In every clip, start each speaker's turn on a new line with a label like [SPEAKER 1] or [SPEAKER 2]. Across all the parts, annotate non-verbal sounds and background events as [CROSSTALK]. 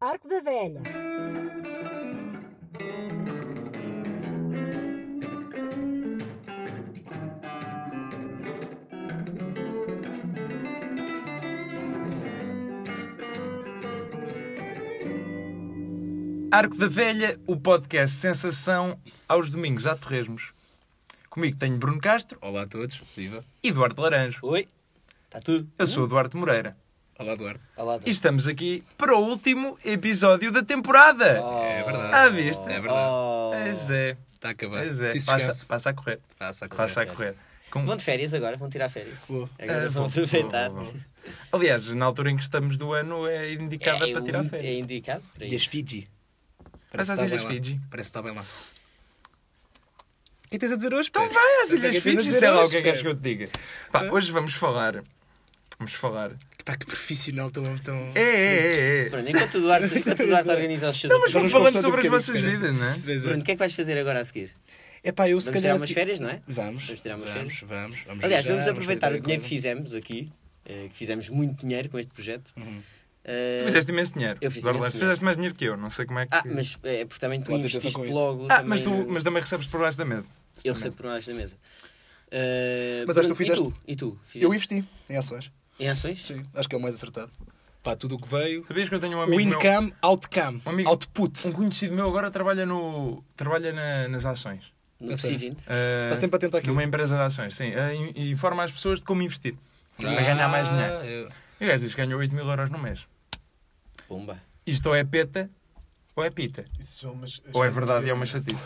[SPEAKER 1] Arco da Velha.
[SPEAKER 2] Arco da Velha, o podcast Sensação, aos domingos a Torresmos. Comigo tenho Bruno Castro
[SPEAKER 3] Olá a todos, viva.
[SPEAKER 2] e Eduardo Laranjo.
[SPEAKER 4] Oi,
[SPEAKER 3] tá
[SPEAKER 4] está tudo?
[SPEAKER 2] Eu sou o Eduardo Moreira.
[SPEAKER 3] Olá, Eduardo.
[SPEAKER 4] Olá,
[SPEAKER 2] E estamos aqui para o último episódio da temporada.
[SPEAKER 3] É verdade.
[SPEAKER 2] À vista.
[SPEAKER 3] É verdade.
[SPEAKER 2] Pois
[SPEAKER 4] verdade.
[SPEAKER 2] é,
[SPEAKER 3] Está a acabar.
[SPEAKER 2] pois é.
[SPEAKER 3] Tá Preciso de
[SPEAKER 2] Passa,
[SPEAKER 3] descanso.
[SPEAKER 2] passa a correr.
[SPEAKER 3] Passa a correr.
[SPEAKER 2] Passa a correr. Com-
[SPEAKER 4] Vão de férias agora? Vão tirar férias? É,
[SPEAKER 3] Vou.
[SPEAKER 4] Agora
[SPEAKER 2] Ah,
[SPEAKER 4] vão
[SPEAKER 2] vou,
[SPEAKER 4] aproveitar.
[SPEAKER 2] vou, vou. Aliás, na altura em que estamos do ano é indicada para
[SPEAKER 4] o-
[SPEAKER 3] um-
[SPEAKER 2] tirar
[SPEAKER 4] é
[SPEAKER 2] férias.
[SPEAKER 4] indicado para
[SPEAKER 3] Ilhas
[SPEAKER 4] isso.
[SPEAKER 3] Fiji.
[SPEAKER 2] Parece
[SPEAKER 3] que
[SPEAKER 2] às
[SPEAKER 3] está
[SPEAKER 2] Ilhas
[SPEAKER 3] bem lá.
[SPEAKER 2] Fiji.
[SPEAKER 3] Parece que está bem lá. O que tens a dizer hoje?
[SPEAKER 2] Então vai às Ilhas
[SPEAKER 3] que é que tens a
[SPEAKER 2] Fiji,
[SPEAKER 3] dizer
[SPEAKER 2] sei lá o
[SPEAKER 3] hoje,
[SPEAKER 2] que é que
[SPEAKER 3] Pedro?
[SPEAKER 2] és que eu te diga. Pá, hoje vamos falar. Vamos falar.
[SPEAKER 3] Pá, que profissional tão... tão...
[SPEAKER 2] É, é, é. é.
[SPEAKER 4] Bruno, enquanto
[SPEAKER 2] [LAUGHS]
[SPEAKER 4] o Duarte, enquanto o Duarte organiza os seus
[SPEAKER 2] Não, mas
[SPEAKER 4] apoios-
[SPEAKER 2] vamos
[SPEAKER 3] Vamos
[SPEAKER 2] falando
[SPEAKER 3] conversar
[SPEAKER 2] sobre as
[SPEAKER 3] um
[SPEAKER 2] vossas
[SPEAKER 3] bocadinho,
[SPEAKER 2] vidas, não é?
[SPEAKER 3] Pois
[SPEAKER 4] Bruno,
[SPEAKER 3] é.
[SPEAKER 4] o que é que vais fazer agora a seguir?
[SPEAKER 3] É pá, eu se
[SPEAKER 4] Vamos
[SPEAKER 3] calhar...
[SPEAKER 4] tirar
[SPEAKER 3] a
[SPEAKER 4] umas
[SPEAKER 3] seguir-
[SPEAKER 4] férias, não é?
[SPEAKER 3] Vamos.
[SPEAKER 4] Vamos tirar umas
[SPEAKER 3] vamos, vamos, vamos.
[SPEAKER 4] Aliás,
[SPEAKER 3] viajar,
[SPEAKER 4] vamos aproveitar
[SPEAKER 3] ver é
[SPEAKER 4] o dinheiro que
[SPEAKER 3] coisas.
[SPEAKER 4] fizemos aqui, eh, que fizemos muito dinheiro com este projeto.
[SPEAKER 3] Uhum.
[SPEAKER 4] Eh,
[SPEAKER 2] Tu fizeste imenso dinheiro.
[SPEAKER 4] Eu fiz
[SPEAKER 2] Eduardo
[SPEAKER 4] imenso
[SPEAKER 2] Lange,
[SPEAKER 4] dinheiro.
[SPEAKER 2] fizeste mais dinheiro que eu, não sei como é que.
[SPEAKER 4] Ah, mas é porque também tu
[SPEAKER 3] Bota atenção
[SPEAKER 4] investiste
[SPEAKER 3] com isso.
[SPEAKER 4] logo.
[SPEAKER 2] Ah,
[SPEAKER 4] também
[SPEAKER 2] mas, tu,
[SPEAKER 4] eu-
[SPEAKER 2] mas também recebes por baixo da mesa.
[SPEAKER 4] Eu recebo por mais da mesa. Eh,
[SPEAKER 5] Mas acho
[SPEAKER 4] Bruno,
[SPEAKER 5] que tu
[SPEAKER 4] E tu? E tu? Fizeste
[SPEAKER 5] Eu investi em ações.
[SPEAKER 4] Em ações?
[SPEAKER 5] Sim, acho que é o mais acertado.
[SPEAKER 3] Pá, tudo o que veio...
[SPEAKER 2] Sabias que eu tenho um
[SPEAKER 3] O
[SPEAKER 2] amigo meu.
[SPEAKER 3] income, outcome,
[SPEAKER 2] Um amigo-
[SPEAKER 3] output.
[SPEAKER 2] Um conhecido meu agora trabalha no. trabalha na- nas ações.
[SPEAKER 4] No
[SPEAKER 3] Não sei.
[SPEAKER 4] C20?
[SPEAKER 2] Ah,
[SPEAKER 3] Está sempre a tentar aquilo.
[SPEAKER 2] Numa empresa de ações, sim. Ah, in- e informa as pessoas de como investir.
[SPEAKER 4] Ah.
[SPEAKER 2] Para ganhar mais dinheiro.
[SPEAKER 3] Ah, eu- [LAUGHS]
[SPEAKER 2] E o gajo diz que ganhou 8 mil euros no mês.
[SPEAKER 4] Pumba.
[SPEAKER 2] Isto ou é peta ou é pita.
[SPEAKER 6] Isso é uma ch-
[SPEAKER 2] Ou é verdade e é uma chatice.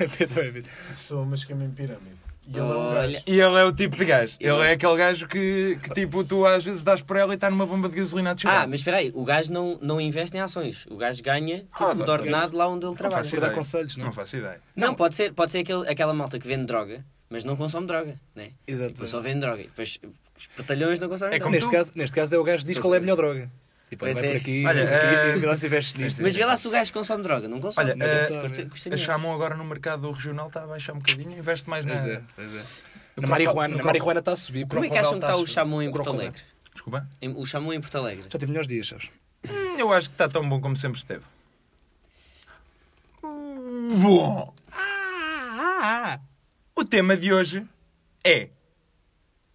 [SPEAKER 6] Isso é uma esquema em pirâmide. E ele é um
[SPEAKER 4] Olha,
[SPEAKER 6] gajo.
[SPEAKER 2] E ele é o tipo de gajo. Ele é aquele gajo que, que tipo, tu às vezes dás por ela e está numa bomba de gasolina a
[SPEAKER 4] Ah,
[SPEAKER 2] descer.
[SPEAKER 4] mas espera aí, o gajo não, não investe em ações. O gajo ganha tipo,
[SPEAKER 2] Ah,
[SPEAKER 4] de
[SPEAKER 2] doutor.
[SPEAKER 4] ordenado lá onde ele trabalha.
[SPEAKER 2] faço
[SPEAKER 3] Para
[SPEAKER 2] ideia.
[SPEAKER 3] dar conselhos, não
[SPEAKER 2] Não
[SPEAKER 3] é?
[SPEAKER 2] faço ideia.
[SPEAKER 4] Não, pode ser, pode ser aquele, aquela malta que vende droga, mas não consome droga, né?
[SPEAKER 3] Exato.
[SPEAKER 4] Depois só vende droga. E depois os batalhões não consomem
[SPEAKER 2] É
[SPEAKER 4] droga.
[SPEAKER 2] como
[SPEAKER 3] Neste
[SPEAKER 2] tu?
[SPEAKER 3] caso, neste caso é o gajo que diz
[SPEAKER 4] Sou
[SPEAKER 3] qual é a
[SPEAKER 4] eu.
[SPEAKER 3] melhor droga. Tipo,
[SPEAKER 4] Pois
[SPEAKER 3] vai
[SPEAKER 4] é.
[SPEAKER 3] por aqui, é.
[SPEAKER 2] Olha,
[SPEAKER 3] vai
[SPEAKER 2] eh,
[SPEAKER 3] por aqui, lá se tiveste nisto.
[SPEAKER 4] Mas vê lá se o gajo consome droga, não consome.
[SPEAKER 2] Olha,
[SPEAKER 4] Mas
[SPEAKER 2] eh,
[SPEAKER 4] isso custa- custa
[SPEAKER 2] A
[SPEAKER 4] dinheiro.
[SPEAKER 2] Chamon agora no mercado regional está a baixar um bocadinho, investe mais na.
[SPEAKER 3] Pois é, pois é.
[SPEAKER 2] No
[SPEAKER 3] Na marihuana,
[SPEAKER 2] croco-
[SPEAKER 3] na marihuana está a subir.
[SPEAKER 4] Como é que
[SPEAKER 3] crocodilo
[SPEAKER 4] acham que está o
[SPEAKER 3] a subir.
[SPEAKER 4] chamão em
[SPEAKER 3] O
[SPEAKER 4] Porto
[SPEAKER 3] crocodilo.
[SPEAKER 4] Alegre?
[SPEAKER 2] Desculpa?
[SPEAKER 4] Em- O chamou em Porto Alegre.
[SPEAKER 3] Já tive melhores dias, sabes?
[SPEAKER 2] Hum, Eu acho que está tão bom como sempre esteve. Bom! O tema de hoje é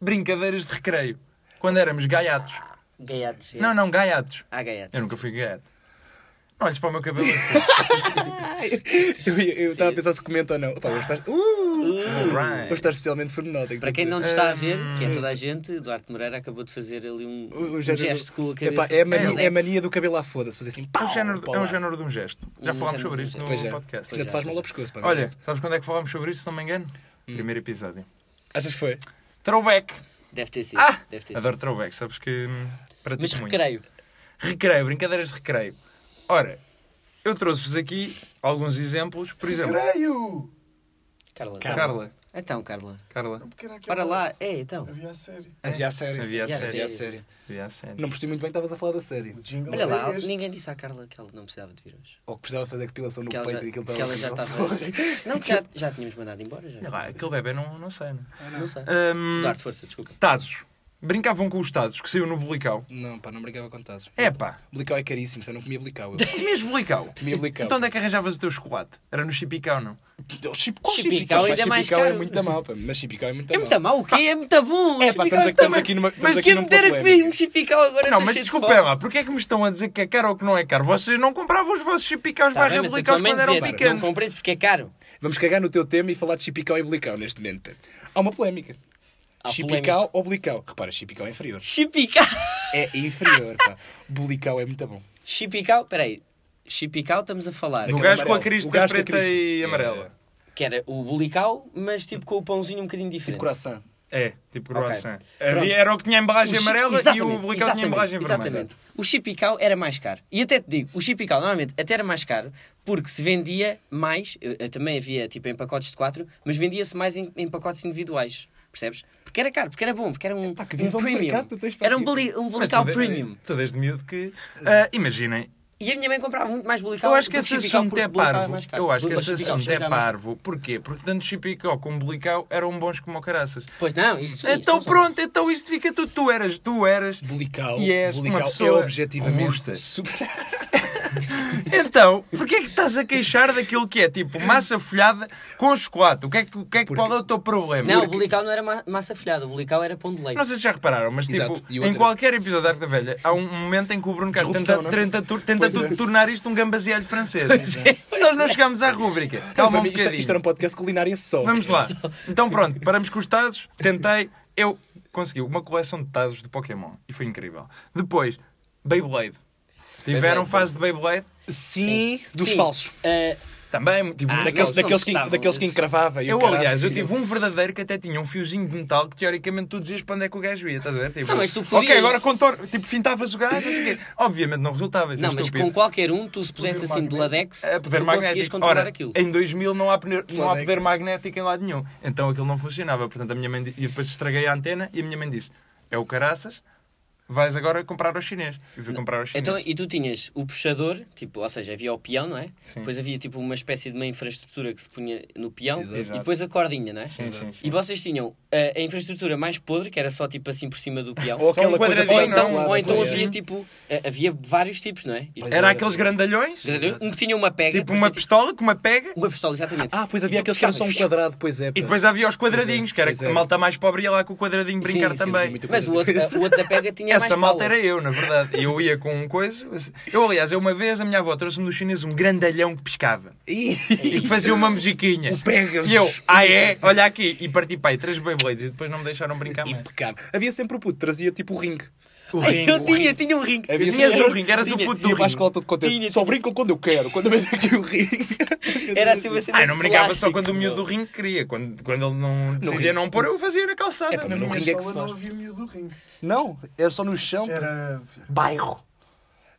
[SPEAKER 2] brincadeiras de recreio. Quando éramos gaiatos.
[SPEAKER 4] Gaiados. é.
[SPEAKER 2] Não, não, gaiatos.
[SPEAKER 4] Ah,
[SPEAKER 2] Eu
[SPEAKER 4] gaiados.
[SPEAKER 2] nunca fui gaiato. Olhes para o meu cabelo [LAUGHS] assim.
[SPEAKER 3] Eu ia- eu estava a pensar se comenta ou não. Opa, hoje estás, uh,
[SPEAKER 2] Alright.
[SPEAKER 3] hoje estás especialmente formal. tenho que
[SPEAKER 4] Para
[SPEAKER 3] dizer.
[SPEAKER 4] quem não te está a ver, que é toda a gente, Duarte Moreira acabou de fazer ali um,
[SPEAKER 3] Hum. O- o
[SPEAKER 4] um
[SPEAKER 3] género-
[SPEAKER 4] gesto com a
[SPEAKER 3] Epá,
[SPEAKER 4] cabeça.
[SPEAKER 3] é, a mania,
[SPEAKER 4] Relax.
[SPEAKER 3] é a mania do cabelo à foda-se. Fazer assim,
[SPEAKER 2] É
[SPEAKER 3] pau,
[SPEAKER 2] um género de-
[SPEAKER 3] pau
[SPEAKER 2] é um
[SPEAKER 3] lá.
[SPEAKER 2] género de um gesto. Já
[SPEAKER 4] Um
[SPEAKER 2] falámos
[SPEAKER 4] género
[SPEAKER 2] sobre
[SPEAKER 4] de um
[SPEAKER 2] isto
[SPEAKER 4] gesto.
[SPEAKER 2] no
[SPEAKER 3] Pois é.
[SPEAKER 2] podcast.
[SPEAKER 3] Ainda te faz mal ao pescoço. pá, não
[SPEAKER 2] Olha,
[SPEAKER 3] parece?
[SPEAKER 2] sabes quando é que falámos sobre isto, se não me engano? Primeiro episódio.
[SPEAKER 3] achas que foi?
[SPEAKER 2] Throwback.
[SPEAKER 4] Deve ter sido.
[SPEAKER 2] Ah!
[SPEAKER 4] Deve ter
[SPEAKER 2] Adoro
[SPEAKER 4] sido.
[SPEAKER 2] throwback, sabes que hum, pratico
[SPEAKER 4] Mas
[SPEAKER 2] muito.
[SPEAKER 4] recreio.
[SPEAKER 2] Recreio, brincadeiras de recreio. Ora, eu trouxe-vos aqui alguns exemplos. Por exemplo,
[SPEAKER 6] Creio!
[SPEAKER 4] Carla.
[SPEAKER 2] Carla.
[SPEAKER 4] Então, Carla.
[SPEAKER 2] Carla.
[SPEAKER 6] Porque era aquela-
[SPEAKER 4] Para lá. É, então.
[SPEAKER 6] Havia a série.
[SPEAKER 3] Havia a série.
[SPEAKER 2] Havia a
[SPEAKER 4] Havia a
[SPEAKER 2] série.
[SPEAKER 4] série.
[SPEAKER 2] Havia a série.
[SPEAKER 3] Não percebi muito bem que estavas a falar da série.
[SPEAKER 6] O jingle
[SPEAKER 4] Olha lá,
[SPEAKER 6] era este.
[SPEAKER 4] ninguém disse à Carla que ela não precisava de vir hoje.
[SPEAKER 5] Ou que precisava fazer depilação no
[SPEAKER 4] Que ela
[SPEAKER 5] peito
[SPEAKER 4] já,
[SPEAKER 5] e aquilo
[SPEAKER 4] que ela já estava.
[SPEAKER 3] [LAUGHS]
[SPEAKER 4] Não, que já, já tínhamos mandado embora. Já.
[SPEAKER 2] Olha lá, aquele bebê não, não sei. Não.
[SPEAKER 4] Não sei.
[SPEAKER 3] Ah,
[SPEAKER 2] Hum,
[SPEAKER 4] Duarte, força,
[SPEAKER 3] Tá
[SPEAKER 4] desculpa.
[SPEAKER 2] Tazos. Brincavam com os Tazos que saiu no Bulical.
[SPEAKER 3] Não, pá, não brigava com tazos.
[SPEAKER 2] Epá,
[SPEAKER 3] Blical é caríssimo, eu não comia blical. Eu
[SPEAKER 2] comias Bulical?
[SPEAKER 3] comia
[SPEAKER 4] [LAUGHS]
[SPEAKER 3] blical.
[SPEAKER 2] Então onde é que arranjavas o teu chocolate? Era no Chipicão, não?
[SPEAKER 3] O chip- tipo, qual
[SPEAKER 4] Chipicau
[SPEAKER 3] chipicau?
[SPEAKER 4] ainda é mais
[SPEAKER 3] Chipicau
[SPEAKER 4] caro.
[SPEAKER 3] é muito da mal, pá. Mas chipicau é muito da
[SPEAKER 4] É
[SPEAKER 3] mal.
[SPEAKER 4] muito mal, o quê? É muito bom.
[SPEAKER 3] É pá, estamos aqui, estamos aqui numa estamos
[SPEAKER 4] Mas
[SPEAKER 3] aqui
[SPEAKER 4] quem
[SPEAKER 3] num
[SPEAKER 4] me dera que me chipical agora
[SPEAKER 2] Não,
[SPEAKER 4] estou
[SPEAKER 2] mas
[SPEAKER 4] tá cheio de
[SPEAKER 2] desculpem
[SPEAKER 4] fome.
[SPEAKER 2] lá, porque é que me estão a dizer que é caro ou que não é caro? Vocês não compravam os vossos Chipicaus
[SPEAKER 4] Tá
[SPEAKER 2] barra
[SPEAKER 4] bem, mas
[SPEAKER 2] Bulicaus
[SPEAKER 4] atualmente
[SPEAKER 2] quando eram
[SPEAKER 4] dizia, Não
[SPEAKER 2] picantes?
[SPEAKER 4] comprei isso porque é caro.
[SPEAKER 3] Vamos cagar no teu tema e falar de Chipicau e Blical neste momento. Pedro. Há uma polémica.
[SPEAKER 4] Há
[SPEAKER 3] Chipicau ou Blical? Repara, Chipicau é inferior.
[SPEAKER 4] Chipical.
[SPEAKER 3] É inferior, pá. Blical é muito bom.
[SPEAKER 4] Chipical, peraí. Chipical estamos a falar.
[SPEAKER 2] O
[SPEAKER 3] Daquela
[SPEAKER 2] gajo com a
[SPEAKER 3] amarela.
[SPEAKER 2] crista
[SPEAKER 3] O gajo com a
[SPEAKER 2] preta e
[SPEAKER 3] crista.
[SPEAKER 2] amarela.
[SPEAKER 4] Que era o bulical, mas tipo com o pãozinho um bocadinho diferente.
[SPEAKER 3] Tipo coração.
[SPEAKER 2] É, tipo croissant.
[SPEAKER 3] Pronto.
[SPEAKER 2] Havia, era o que tinha a embalagem
[SPEAKER 4] O chi-
[SPEAKER 2] amarela e o
[SPEAKER 4] exatamente,
[SPEAKER 2] blicão tinha a embalagem vermelha.
[SPEAKER 4] Exatamente. O chipical era mais caro. E até te digo, o chipical normalmente até era mais caro porque se vendia mais, eu- eu também havia tipo em pacotes de 4, mas vendia-se mais em, em pacotes individuais. Percebes? Porque era caro, porque era bom, porque era um,
[SPEAKER 3] Epá, que
[SPEAKER 4] um
[SPEAKER 3] visão de
[SPEAKER 4] premium.
[SPEAKER 3] mercado tu tens para
[SPEAKER 4] Era um,
[SPEAKER 3] ti.
[SPEAKER 4] boli, um
[SPEAKER 2] Mas
[SPEAKER 4] bulical
[SPEAKER 2] tu de-
[SPEAKER 4] premium.
[SPEAKER 2] Tu desde miúdo que. Ah, imaginem,
[SPEAKER 4] E a minha mãe comprava muito mais bulical.
[SPEAKER 2] eu acho que
[SPEAKER 4] do
[SPEAKER 2] esse
[SPEAKER 4] chipical,
[SPEAKER 2] assunto
[SPEAKER 4] porque
[SPEAKER 2] é
[SPEAKER 4] bulical
[SPEAKER 2] parvo.
[SPEAKER 4] mais caro.
[SPEAKER 2] Eu acho que
[SPEAKER 4] Bulical,
[SPEAKER 2] esse
[SPEAKER 4] chipical,
[SPEAKER 2] assunto é
[SPEAKER 4] chipical mais caro.
[SPEAKER 2] parvo. Porquê? Porque tanto chipicó como bulicão eram bons como o caraças.
[SPEAKER 4] Pois não, isso isso é um
[SPEAKER 2] Então
[SPEAKER 4] não são-
[SPEAKER 2] pronto, então isto fica tudo. Tu eras, tu eras.
[SPEAKER 3] Blical,
[SPEAKER 2] E és uma
[SPEAKER 3] Blical é
[SPEAKER 2] pessoa
[SPEAKER 3] objetivamente
[SPEAKER 2] robusta.
[SPEAKER 3] super...
[SPEAKER 2] Então, porquê é que estás a queixar daquilo que é tipo massa folhada com chocolate? O que é que, o que, é que qual é o teu problema?
[SPEAKER 4] Não, o bolical não era ma- massa folhada, o bolical era pão de leite.
[SPEAKER 2] Não sei se já repararam, mas
[SPEAKER 3] Exato.
[SPEAKER 2] tipo,
[SPEAKER 3] E
[SPEAKER 2] em
[SPEAKER 3] outra-
[SPEAKER 2] qualquer episódio da Arte da Velha há um momento em que o Bruno Carlos tenta,
[SPEAKER 5] Disrupção, não é?
[SPEAKER 2] tenta, tu- tenta tu- tornar isto um gambasealho francês. Nós não chegámos à rúbrica. Calma um
[SPEAKER 3] [LAUGHS] Para mim, isto,
[SPEAKER 2] bocadinho.
[SPEAKER 3] isto era um podcast culinária só.
[SPEAKER 2] Vamos lá. Então pronto, paramos com os tazos. Tentei. Eu consegui uma coleção de tazos de Pokémon. E foi incrível. Depois, Beyblade. Tiveram
[SPEAKER 4] Beyblade,
[SPEAKER 2] fase de Beyblade?
[SPEAKER 3] Sim, dos
[SPEAKER 4] Sim,
[SPEAKER 3] falsos.
[SPEAKER 4] ah,
[SPEAKER 2] Também tive
[SPEAKER 4] Ah,
[SPEAKER 2] um
[SPEAKER 4] não,
[SPEAKER 3] Daqueles,
[SPEAKER 4] não
[SPEAKER 3] daqueles, que,
[SPEAKER 4] gostavam
[SPEAKER 3] daqueles que
[SPEAKER 4] disso.
[SPEAKER 3] encravava. e o
[SPEAKER 2] Eu,
[SPEAKER 3] caraças,
[SPEAKER 2] aliás, eu
[SPEAKER 3] filho.
[SPEAKER 2] tive um verdadeiro que até tinha um fiozinho de metal que teoricamente tu dizias para onde é que o gajo ia, estás a ver? Tipo,
[SPEAKER 4] Não, mas tu
[SPEAKER 2] Ok,
[SPEAKER 4] podias-
[SPEAKER 2] agora contorno. Tipo, fintavas o gajo, não sei o quê. Obviamente não resultava. isso é
[SPEAKER 4] não, mas
[SPEAKER 2] estúpido.
[SPEAKER 4] com qualquer um, tu se pusesse assim de ladex,
[SPEAKER 2] É,
[SPEAKER 4] tu
[SPEAKER 2] poder
[SPEAKER 4] conseguias
[SPEAKER 2] magnético.
[SPEAKER 4] controlar
[SPEAKER 2] Ora,
[SPEAKER 4] aquilo.
[SPEAKER 2] Em 2000 não há, pneu- não há
[SPEAKER 5] Ladex.
[SPEAKER 2] poder magnético em lado nenhum. Então aquilo não funcionava. Portanto, a minha mãe. di- E depois estraguei a antena e a minha mãe disse: É o caraças, vais agora comprar ao chinês. E fui comprar ao chinês.
[SPEAKER 4] Então, e tu tinhas o puxador, tipo, ou seja, havia o peão, não é? Depois havia tipo uma espécie de uma infraestrutura que se punha no peão
[SPEAKER 2] Exato.
[SPEAKER 4] e depois a cordinha, não é?
[SPEAKER 2] Sim, sim, sim.
[SPEAKER 4] E vocês tinham eh, a, a infraestrutura mais podre, que era só tipo assim por cima
[SPEAKER 2] [LAUGHS]
[SPEAKER 4] do peão.
[SPEAKER 3] Ou
[SPEAKER 4] ou,
[SPEAKER 2] Só um
[SPEAKER 3] aquela coisa
[SPEAKER 2] quadradinho,
[SPEAKER 3] toda
[SPEAKER 4] então,
[SPEAKER 2] não,
[SPEAKER 3] entalada,
[SPEAKER 4] ou então
[SPEAKER 3] com-
[SPEAKER 4] havia tipo, a- havia vários tipos, não é? E-
[SPEAKER 2] Era aqueles grandalhões,
[SPEAKER 4] Um que tinha uma pega,
[SPEAKER 2] tipo uma
[SPEAKER 4] parecia,
[SPEAKER 2] pistola com uma pega.
[SPEAKER 4] uma pistola, exatamente.
[SPEAKER 3] Ah, pois
[SPEAKER 4] E
[SPEAKER 3] havia
[SPEAKER 4] tu
[SPEAKER 3] aqueles que eram só
[SPEAKER 4] puxavas.
[SPEAKER 3] um quadrado, pois é.
[SPEAKER 2] tipo E
[SPEAKER 3] pá.
[SPEAKER 2] depois havia os quadradinhos, que era
[SPEAKER 3] pois
[SPEAKER 2] a
[SPEAKER 3] é.
[SPEAKER 2] malta mais pobre ia lá com o quadradinho
[SPEAKER 4] Sim,
[SPEAKER 2] brincar
[SPEAKER 4] sim,
[SPEAKER 2] também.
[SPEAKER 3] muita
[SPEAKER 4] Mas o outro, eh, o outro da pega tinha mais
[SPEAKER 2] Essa malta
[SPEAKER 4] pala. [LAUGHS]
[SPEAKER 2] era eu, na verdade. Eu ia com um coisa. Eu, aliás, eu uma vez a minha avó trouxe-me do chinês um grandalhão que piscava. e que fazia uma musiquinha.
[SPEAKER 5] Pegas.
[SPEAKER 2] E eu, ah é? Olha aqui. E parti para aí três Beyblades e depois não me deixaram brincar mais.
[SPEAKER 3] Impecável. Havia sempre o puto, trazia tipo o ringue.
[SPEAKER 2] O
[SPEAKER 4] Eu tinha, tinha um ringue.
[SPEAKER 3] Havia
[SPEAKER 2] Tinhas
[SPEAKER 3] sempre-
[SPEAKER 2] o ringue, eras o
[SPEAKER 3] Tinha.
[SPEAKER 2] puto do tipo-
[SPEAKER 3] Ia para a
[SPEAKER 2] ringue.
[SPEAKER 3] escola todo contente.
[SPEAKER 4] Tinha,
[SPEAKER 3] Só brincam quando eu quero, quando eu meto aqui o ringue.
[SPEAKER 4] Era assim uma cena
[SPEAKER 2] Ah, eu não
[SPEAKER 4] de
[SPEAKER 2] brincava só
[SPEAKER 4] plástico.
[SPEAKER 2] quando o miúdo do ringue queria. Quando, quando ele não decidia
[SPEAKER 3] ringue.
[SPEAKER 2] não pôr, eu fazia na calçada.
[SPEAKER 3] pá,
[SPEAKER 6] Na
[SPEAKER 3] No
[SPEAKER 6] minha
[SPEAKER 3] ringue é que
[SPEAKER 6] escola
[SPEAKER 3] se faz.
[SPEAKER 6] não havia miúdo do ringue.
[SPEAKER 5] Não, era só no chão.
[SPEAKER 6] Era.
[SPEAKER 5] Bairro.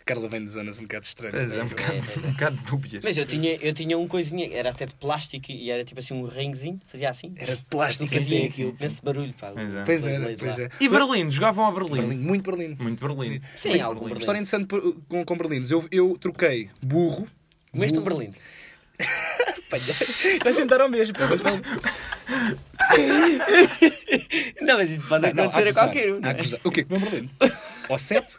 [SPEAKER 3] A Carla vem de zonas um bocado estranhas.
[SPEAKER 2] é? Pois é, um bocado, um bocado dúbias.
[SPEAKER 4] Mas eu tinha, eu tinha um coisinha, era até de plástico e era tipo assim um ringuezinho, fazia assim.
[SPEAKER 3] Era de plástico
[SPEAKER 4] fazia
[SPEAKER 3] assim.
[SPEAKER 4] aquilo, esse barulho, pá.
[SPEAKER 2] Pois é.
[SPEAKER 3] Pois
[SPEAKER 4] Blade,
[SPEAKER 3] era,
[SPEAKER 4] blade,
[SPEAKER 3] pois
[SPEAKER 4] lá.
[SPEAKER 3] é.
[SPEAKER 2] E Berlim, jogavam a Berlim.
[SPEAKER 3] Berlim, muito Berlim.
[SPEAKER 2] Muito Berlim.
[SPEAKER 4] Sim,
[SPEAKER 2] Muito
[SPEAKER 4] algum Berlim.
[SPEAKER 3] História interessante por- com, com Berlinos. Eu, eu troquei burro.
[SPEAKER 4] Mas
[SPEAKER 2] é um
[SPEAKER 4] tu, Berlim,
[SPEAKER 3] Vai sentar ao mesmo. pá, mas vale.
[SPEAKER 4] Não, mas isso pode
[SPEAKER 3] Não,
[SPEAKER 4] acontecer a
[SPEAKER 3] acusar,
[SPEAKER 4] qualquer um. não é?
[SPEAKER 3] acusar. O quê? Comer um Berlim? Ou [LAUGHS] sete?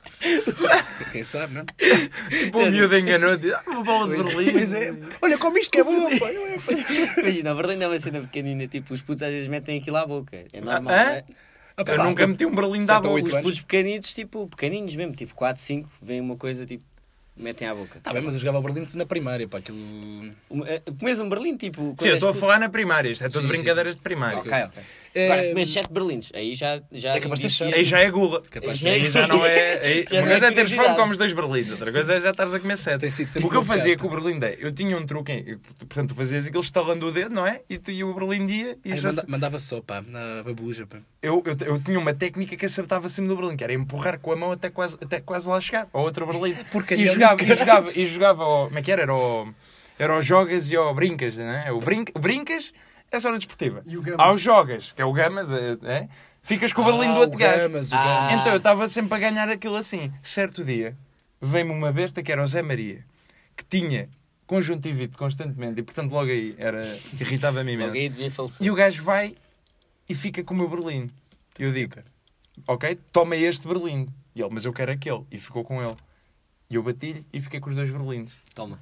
[SPEAKER 3] Quem sabe, não?
[SPEAKER 2] Tipo, o miúdo enganou disse, ah, uma bola de Berlim.
[SPEAKER 3] Pois é. Olha, come isto que é bom, pá. não é, pá.
[SPEAKER 4] [LAUGHS] Imagina, a Berlim é uma cena pequenina, tipo, os putos às vezes metem aquilo à boca. É normal.
[SPEAKER 2] Ah,
[SPEAKER 4] não é?
[SPEAKER 3] Ah, pá,
[SPEAKER 2] Eu nunca meti um Berlim da
[SPEAKER 3] Sete ou
[SPEAKER 2] bola.
[SPEAKER 3] oito
[SPEAKER 4] Os
[SPEAKER 3] anos.
[SPEAKER 4] putos pequenitos, tipo, pequeninos mesmo, tipo 4, 5, vem uma coisa, tipo, metem à boca.
[SPEAKER 3] Tá bem, mas eu jogava Berlim na primária, pá. Aquilo...
[SPEAKER 4] Um- eh, Comes um Berlim, tipo. quando
[SPEAKER 2] Sim, eu
[SPEAKER 4] és
[SPEAKER 2] estou a
[SPEAKER 4] puto.
[SPEAKER 2] falar na primária. Isto é tudo
[SPEAKER 3] Sim, sim,
[SPEAKER 2] brincadeiras de primária.
[SPEAKER 4] Ok, ok.
[SPEAKER 3] Eh,
[SPEAKER 4] Agora, se comes 7 Berlins, aí já. já
[SPEAKER 3] É capaz de ser
[SPEAKER 4] indicia-
[SPEAKER 2] Aí já é gula.
[SPEAKER 3] Capaz
[SPEAKER 4] de
[SPEAKER 2] Aí
[SPEAKER 4] ser.
[SPEAKER 2] já
[SPEAKER 3] [LAUGHS]
[SPEAKER 2] não é. Aí,
[SPEAKER 4] Já
[SPEAKER 2] uma
[SPEAKER 4] não é
[SPEAKER 2] coisa é teres
[SPEAKER 4] curiosidade.
[SPEAKER 2] fome, comes dois berlindes. Outra coisa é já estares a comer sete.
[SPEAKER 3] Tem sido sempre
[SPEAKER 2] o que eu
[SPEAKER 3] complicado.
[SPEAKER 2] fazia com o berlim é. Eu tinha um truque. em- Portanto, tu fazias aquilo estalando o dedo, não é? E tu e o berlim dia. E
[SPEAKER 3] Ai,
[SPEAKER 2] já-
[SPEAKER 3] manda- mandava só, pá, na babuja, pá.
[SPEAKER 2] eu, eu, eu tinha uma técnica que acertava sempre no berlim, que era empurrar com a mão até quase, até quase lá chegar. Ao outro berlim.
[SPEAKER 3] [LAUGHS] Porcaria
[SPEAKER 2] E
[SPEAKER 3] do
[SPEAKER 2] jogava, e
[SPEAKER 3] caralho.
[SPEAKER 2] jogava, e jogava ao, Como é que era? Era o, era o jogas e ao brincas, não é? O, brin, o brincas é só na desportiva.
[SPEAKER 6] E o gamas?
[SPEAKER 2] Ao jogas, que é o gamas, é, é? Ficas com o berlim do
[SPEAKER 3] Ah,
[SPEAKER 2] outro
[SPEAKER 3] o
[SPEAKER 2] gajo.
[SPEAKER 3] Gamas, o
[SPEAKER 4] Ah.
[SPEAKER 3] Gamas.
[SPEAKER 2] Então eu estava sempre a ganhar aquilo assim. Certo dia, veio-me uma besta que era o Zé Maria, que tinha conjuntivite constantemente e, portanto, logo aí era irritava-me imenso.
[SPEAKER 4] Alguém devia falecer.
[SPEAKER 2] E o gajo vai e fica com o meu berlim. Eu digo, ok, toma este berlim. E ele, mas eu quero aquele. E ficou com ele. E eu bati-lhe e fiquei com os dois berlindes.
[SPEAKER 4] Toma.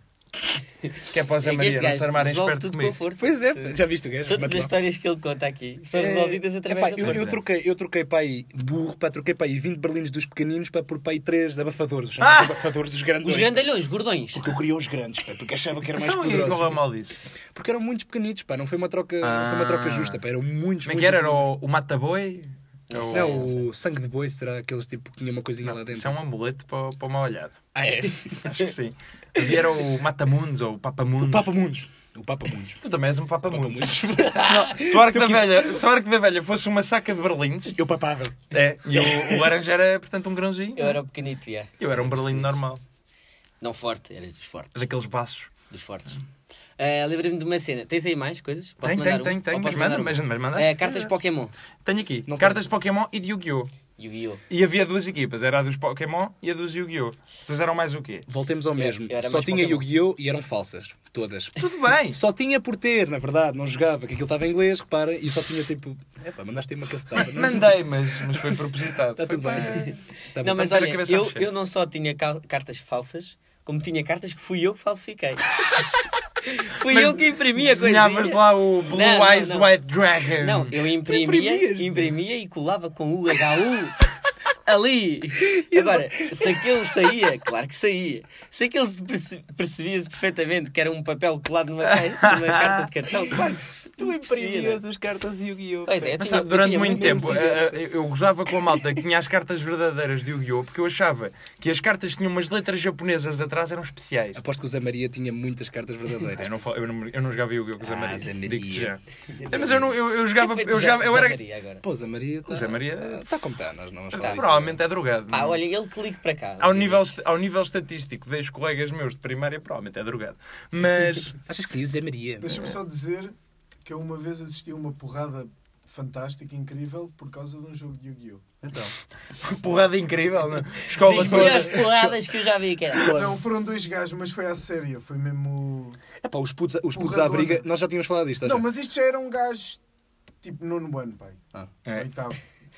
[SPEAKER 2] Que é para o Zé
[SPEAKER 4] É que
[SPEAKER 2] Maria
[SPEAKER 4] este
[SPEAKER 2] não se
[SPEAKER 4] gajo
[SPEAKER 2] armarem
[SPEAKER 4] resolve
[SPEAKER 2] esperto
[SPEAKER 4] tudo
[SPEAKER 2] comigo.
[SPEAKER 4] com força.
[SPEAKER 3] Pois é,
[SPEAKER 4] Se-
[SPEAKER 3] pá, já viste o gajo?
[SPEAKER 4] Todas
[SPEAKER 3] Mete
[SPEAKER 4] as
[SPEAKER 3] lá.
[SPEAKER 4] histórias que ele conta aqui são
[SPEAKER 3] É,
[SPEAKER 4] resolvidas através
[SPEAKER 3] epá,
[SPEAKER 4] da
[SPEAKER 3] eu-
[SPEAKER 4] força.
[SPEAKER 3] Eu, troquei, eu troquei para aí burro, pá, troquei para aí 20 berlindos dos pequeninos para por para aí 3 abafadores. Os chamados abafadores dos grandes.
[SPEAKER 4] Ah! Os grandalhões, gordões.
[SPEAKER 3] Porque eu queria os grandes, pá, porque achava que era mais
[SPEAKER 2] Então, e qual é o
[SPEAKER 3] poderoso.
[SPEAKER 2] mal disso?
[SPEAKER 3] Porque eram muitos pequeninos, pá, não foi uma troca, não foi uma
[SPEAKER 2] Ah.
[SPEAKER 3] troca justa, pá, eram muitos.
[SPEAKER 2] Como é que
[SPEAKER 3] muito
[SPEAKER 2] era? Era
[SPEAKER 3] pequeninos.
[SPEAKER 2] o, o mata-boi?
[SPEAKER 4] sei,
[SPEAKER 2] Ou-
[SPEAKER 4] o-
[SPEAKER 3] Não, o sangue de boi será aqueles tipo que tinha uma coisinha lá dentro.
[SPEAKER 2] Isso é um amuleto para, para uma olhada.
[SPEAKER 3] Ah, é.
[SPEAKER 2] Acho que sim. Havia era o Matamundos ou o Papamundos.
[SPEAKER 3] O [LAUGHS] Papa Mundos. O Papa Mundos.
[SPEAKER 2] Tu também és um Papamundos.
[SPEAKER 3] Mundos.
[SPEAKER 2] Se o Arco da Velha, se o Arco da Velha fosse uma saca de berlindes,
[SPEAKER 3] Eu papava.
[SPEAKER 2] é, e o, o laranja era, portanto, um grãozinho.
[SPEAKER 4] Eu era o pequenito, já.
[SPEAKER 2] Eu era um berlim normal,
[SPEAKER 4] Não forte, eras dos fortes.
[SPEAKER 2] daqueles baços.
[SPEAKER 4] Dos fortes. Ah, Lembra-me de uma cena. Tens aí mais coisas? Posso
[SPEAKER 2] Tem,
[SPEAKER 4] mandar
[SPEAKER 2] tem,
[SPEAKER 4] um?
[SPEAKER 2] tem, tem.
[SPEAKER 4] Ou
[SPEAKER 2] Mas
[SPEAKER 4] posso
[SPEAKER 2] manda,
[SPEAKER 4] mandar um?
[SPEAKER 2] mas, mas manda.
[SPEAKER 4] Ah,
[SPEAKER 3] É.
[SPEAKER 4] Cartas Pokémon.
[SPEAKER 2] Tenho aqui.
[SPEAKER 3] Não
[SPEAKER 2] cartas de Pokémon e de Yu-Gi-Oh!
[SPEAKER 4] Yu-Gi-Oh!
[SPEAKER 2] E havia duas equipas, era a dos Pokémon e a dos Yu-Gi-Oh! Vocês eram mais o quê?
[SPEAKER 3] Voltemos ao mesmo.
[SPEAKER 4] eu era
[SPEAKER 3] Só
[SPEAKER 4] mais
[SPEAKER 3] tinha
[SPEAKER 4] Pokémon.
[SPEAKER 3] Yu-Gi-Oh! e eram falsas. Todas.
[SPEAKER 2] Tudo
[SPEAKER 4] [LAUGHS]
[SPEAKER 2] bem!
[SPEAKER 3] Só tinha por ter, na verdade, não jogava, que aquilo estava em inglês, repara, e só tinha tipo. Epá, mandaste aí uma cacetada. não? é?
[SPEAKER 2] Mandei, mas, mas foi propositado.
[SPEAKER 4] Tá [LAUGHS]
[SPEAKER 3] Está tudo
[SPEAKER 2] Foi
[SPEAKER 3] bem. Tá bom.
[SPEAKER 4] Não, mas
[SPEAKER 2] ter a
[SPEAKER 4] olha,
[SPEAKER 2] cabeça a
[SPEAKER 4] eu,
[SPEAKER 2] mexer.
[SPEAKER 4] eu não só tinha cal- cartas falsas, como tinha cartas que fui eu que falsifiquei. [LAUGHS] fui eu que imprimi a coisinha.
[SPEAKER 2] Desenhavas lá o Blue
[SPEAKER 4] Não, não,
[SPEAKER 2] Eyes
[SPEAKER 4] não.
[SPEAKER 2] White Dragon.
[SPEAKER 4] Não, eu imprimia, imprimia e colava com o HU
[SPEAKER 3] [LAUGHS]
[SPEAKER 4] ali. Agora, se aquilo saía, claro que saía. Se aquilo se perce- percebia-se perfeitamente que era um papel colado numa, ca- numa carta de cartão, claro que se-
[SPEAKER 3] Tu
[SPEAKER 4] se percebia, não é?
[SPEAKER 3] imprimias as cartas Yu-Gi-Oh!
[SPEAKER 4] Pois é, eu
[SPEAKER 2] Mas
[SPEAKER 4] tinha-
[SPEAKER 2] sabe,
[SPEAKER 4] eu
[SPEAKER 2] durante
[SPEAKER 4] tinha
[SPEAKER 2] muito tempo
[SPEAKER 4] muita
[SPEAKER 2] eh, eh, eu gozava com a malta que tinha as cartas verdadeiras de Yu-Gi-Oh! porque eu achava que as cartas tinham umas letras japonesas atrás eram especiais.
[SPEAKER 4] Ah,
[SPEAKER 3] Aposto que o Zé Maria tinha muitas cartas
[SPEAKER 2] Eu
[SPEAKER 3] verdadeiras.
[SPEAKER 2] não, fal- eu não, eu não jogava Yu-Gi-Oh! com o Zé
[SPEAKER 3] Ah,
[SPEAKER 2] Maria.
[SPEAKER 3] Zé Maria.
[SPEAKER 2] Digo-te já. Mas eu, não, eu, eu jogava.
[SPEAKER 4] Foi feito
[SPEAKER 2] Eu,
[SPEAKER 4] Zé-
[SPEAKER 2] jogava, eu
[SPEAKER 4] Zé
[SPEAKER 2] era.
[SPEAKER 4] Maria agora.
[SPEAKER 3] Pô, o Zé Maria. Tá,
[SPEAKER 2] O Zé Maria-
[SPEAKER 3] Está como está, nós não vamos falar. disso
[SPEAKER 2] Provavelmente é drogado.
[SPEAKER 4] Pá,
[SPEAKER 2] não-
[SPEAKER 4] Ah, olha, ele que liga para cá.
[SPEAKER 2] Ao um nível, ao nível estatístico dos colegas meus de primária, provavelmente é drogado.
[SPEAKER 3] [LAUGHS]
[SPEAKER 2] Mas.
[SPEAKER 3] agora. Achas que sim, o Zé Maria?
[SPEAKER 6] Deixa-me só dizer que eu uma vez assisti a uma porrada fantástica, incrível, por causa de um jogo de Yu-Gi-Oh!
[SPEAKER 3] Então.
[SPEAKER 2] Porrada incrível, não? é? Escola
[SPEAKER 4] das melhores
[SPEAKER 2] [LAUGHS] toda.
[SPEAKER 4] porradas que eu já vi, que é. era.
[SPEAKER 6] Não, foram dois gajos, mas foi à séria. Foi mesmo.
[SPEAKER 3] É pá, os putos, os putos à
[SPEAKER 6] Porradona.
[SPEAKER 3] briga. Nós já tínhamos falado disto.
[SPEAKER 6] Não,
[SPEAKER 3] acho.
[SPEAKER 6] mas isto já era um gajo tipo nono ano, pai.
[SPEAKER 2] É,
[SPEAKER 6] Oitavo.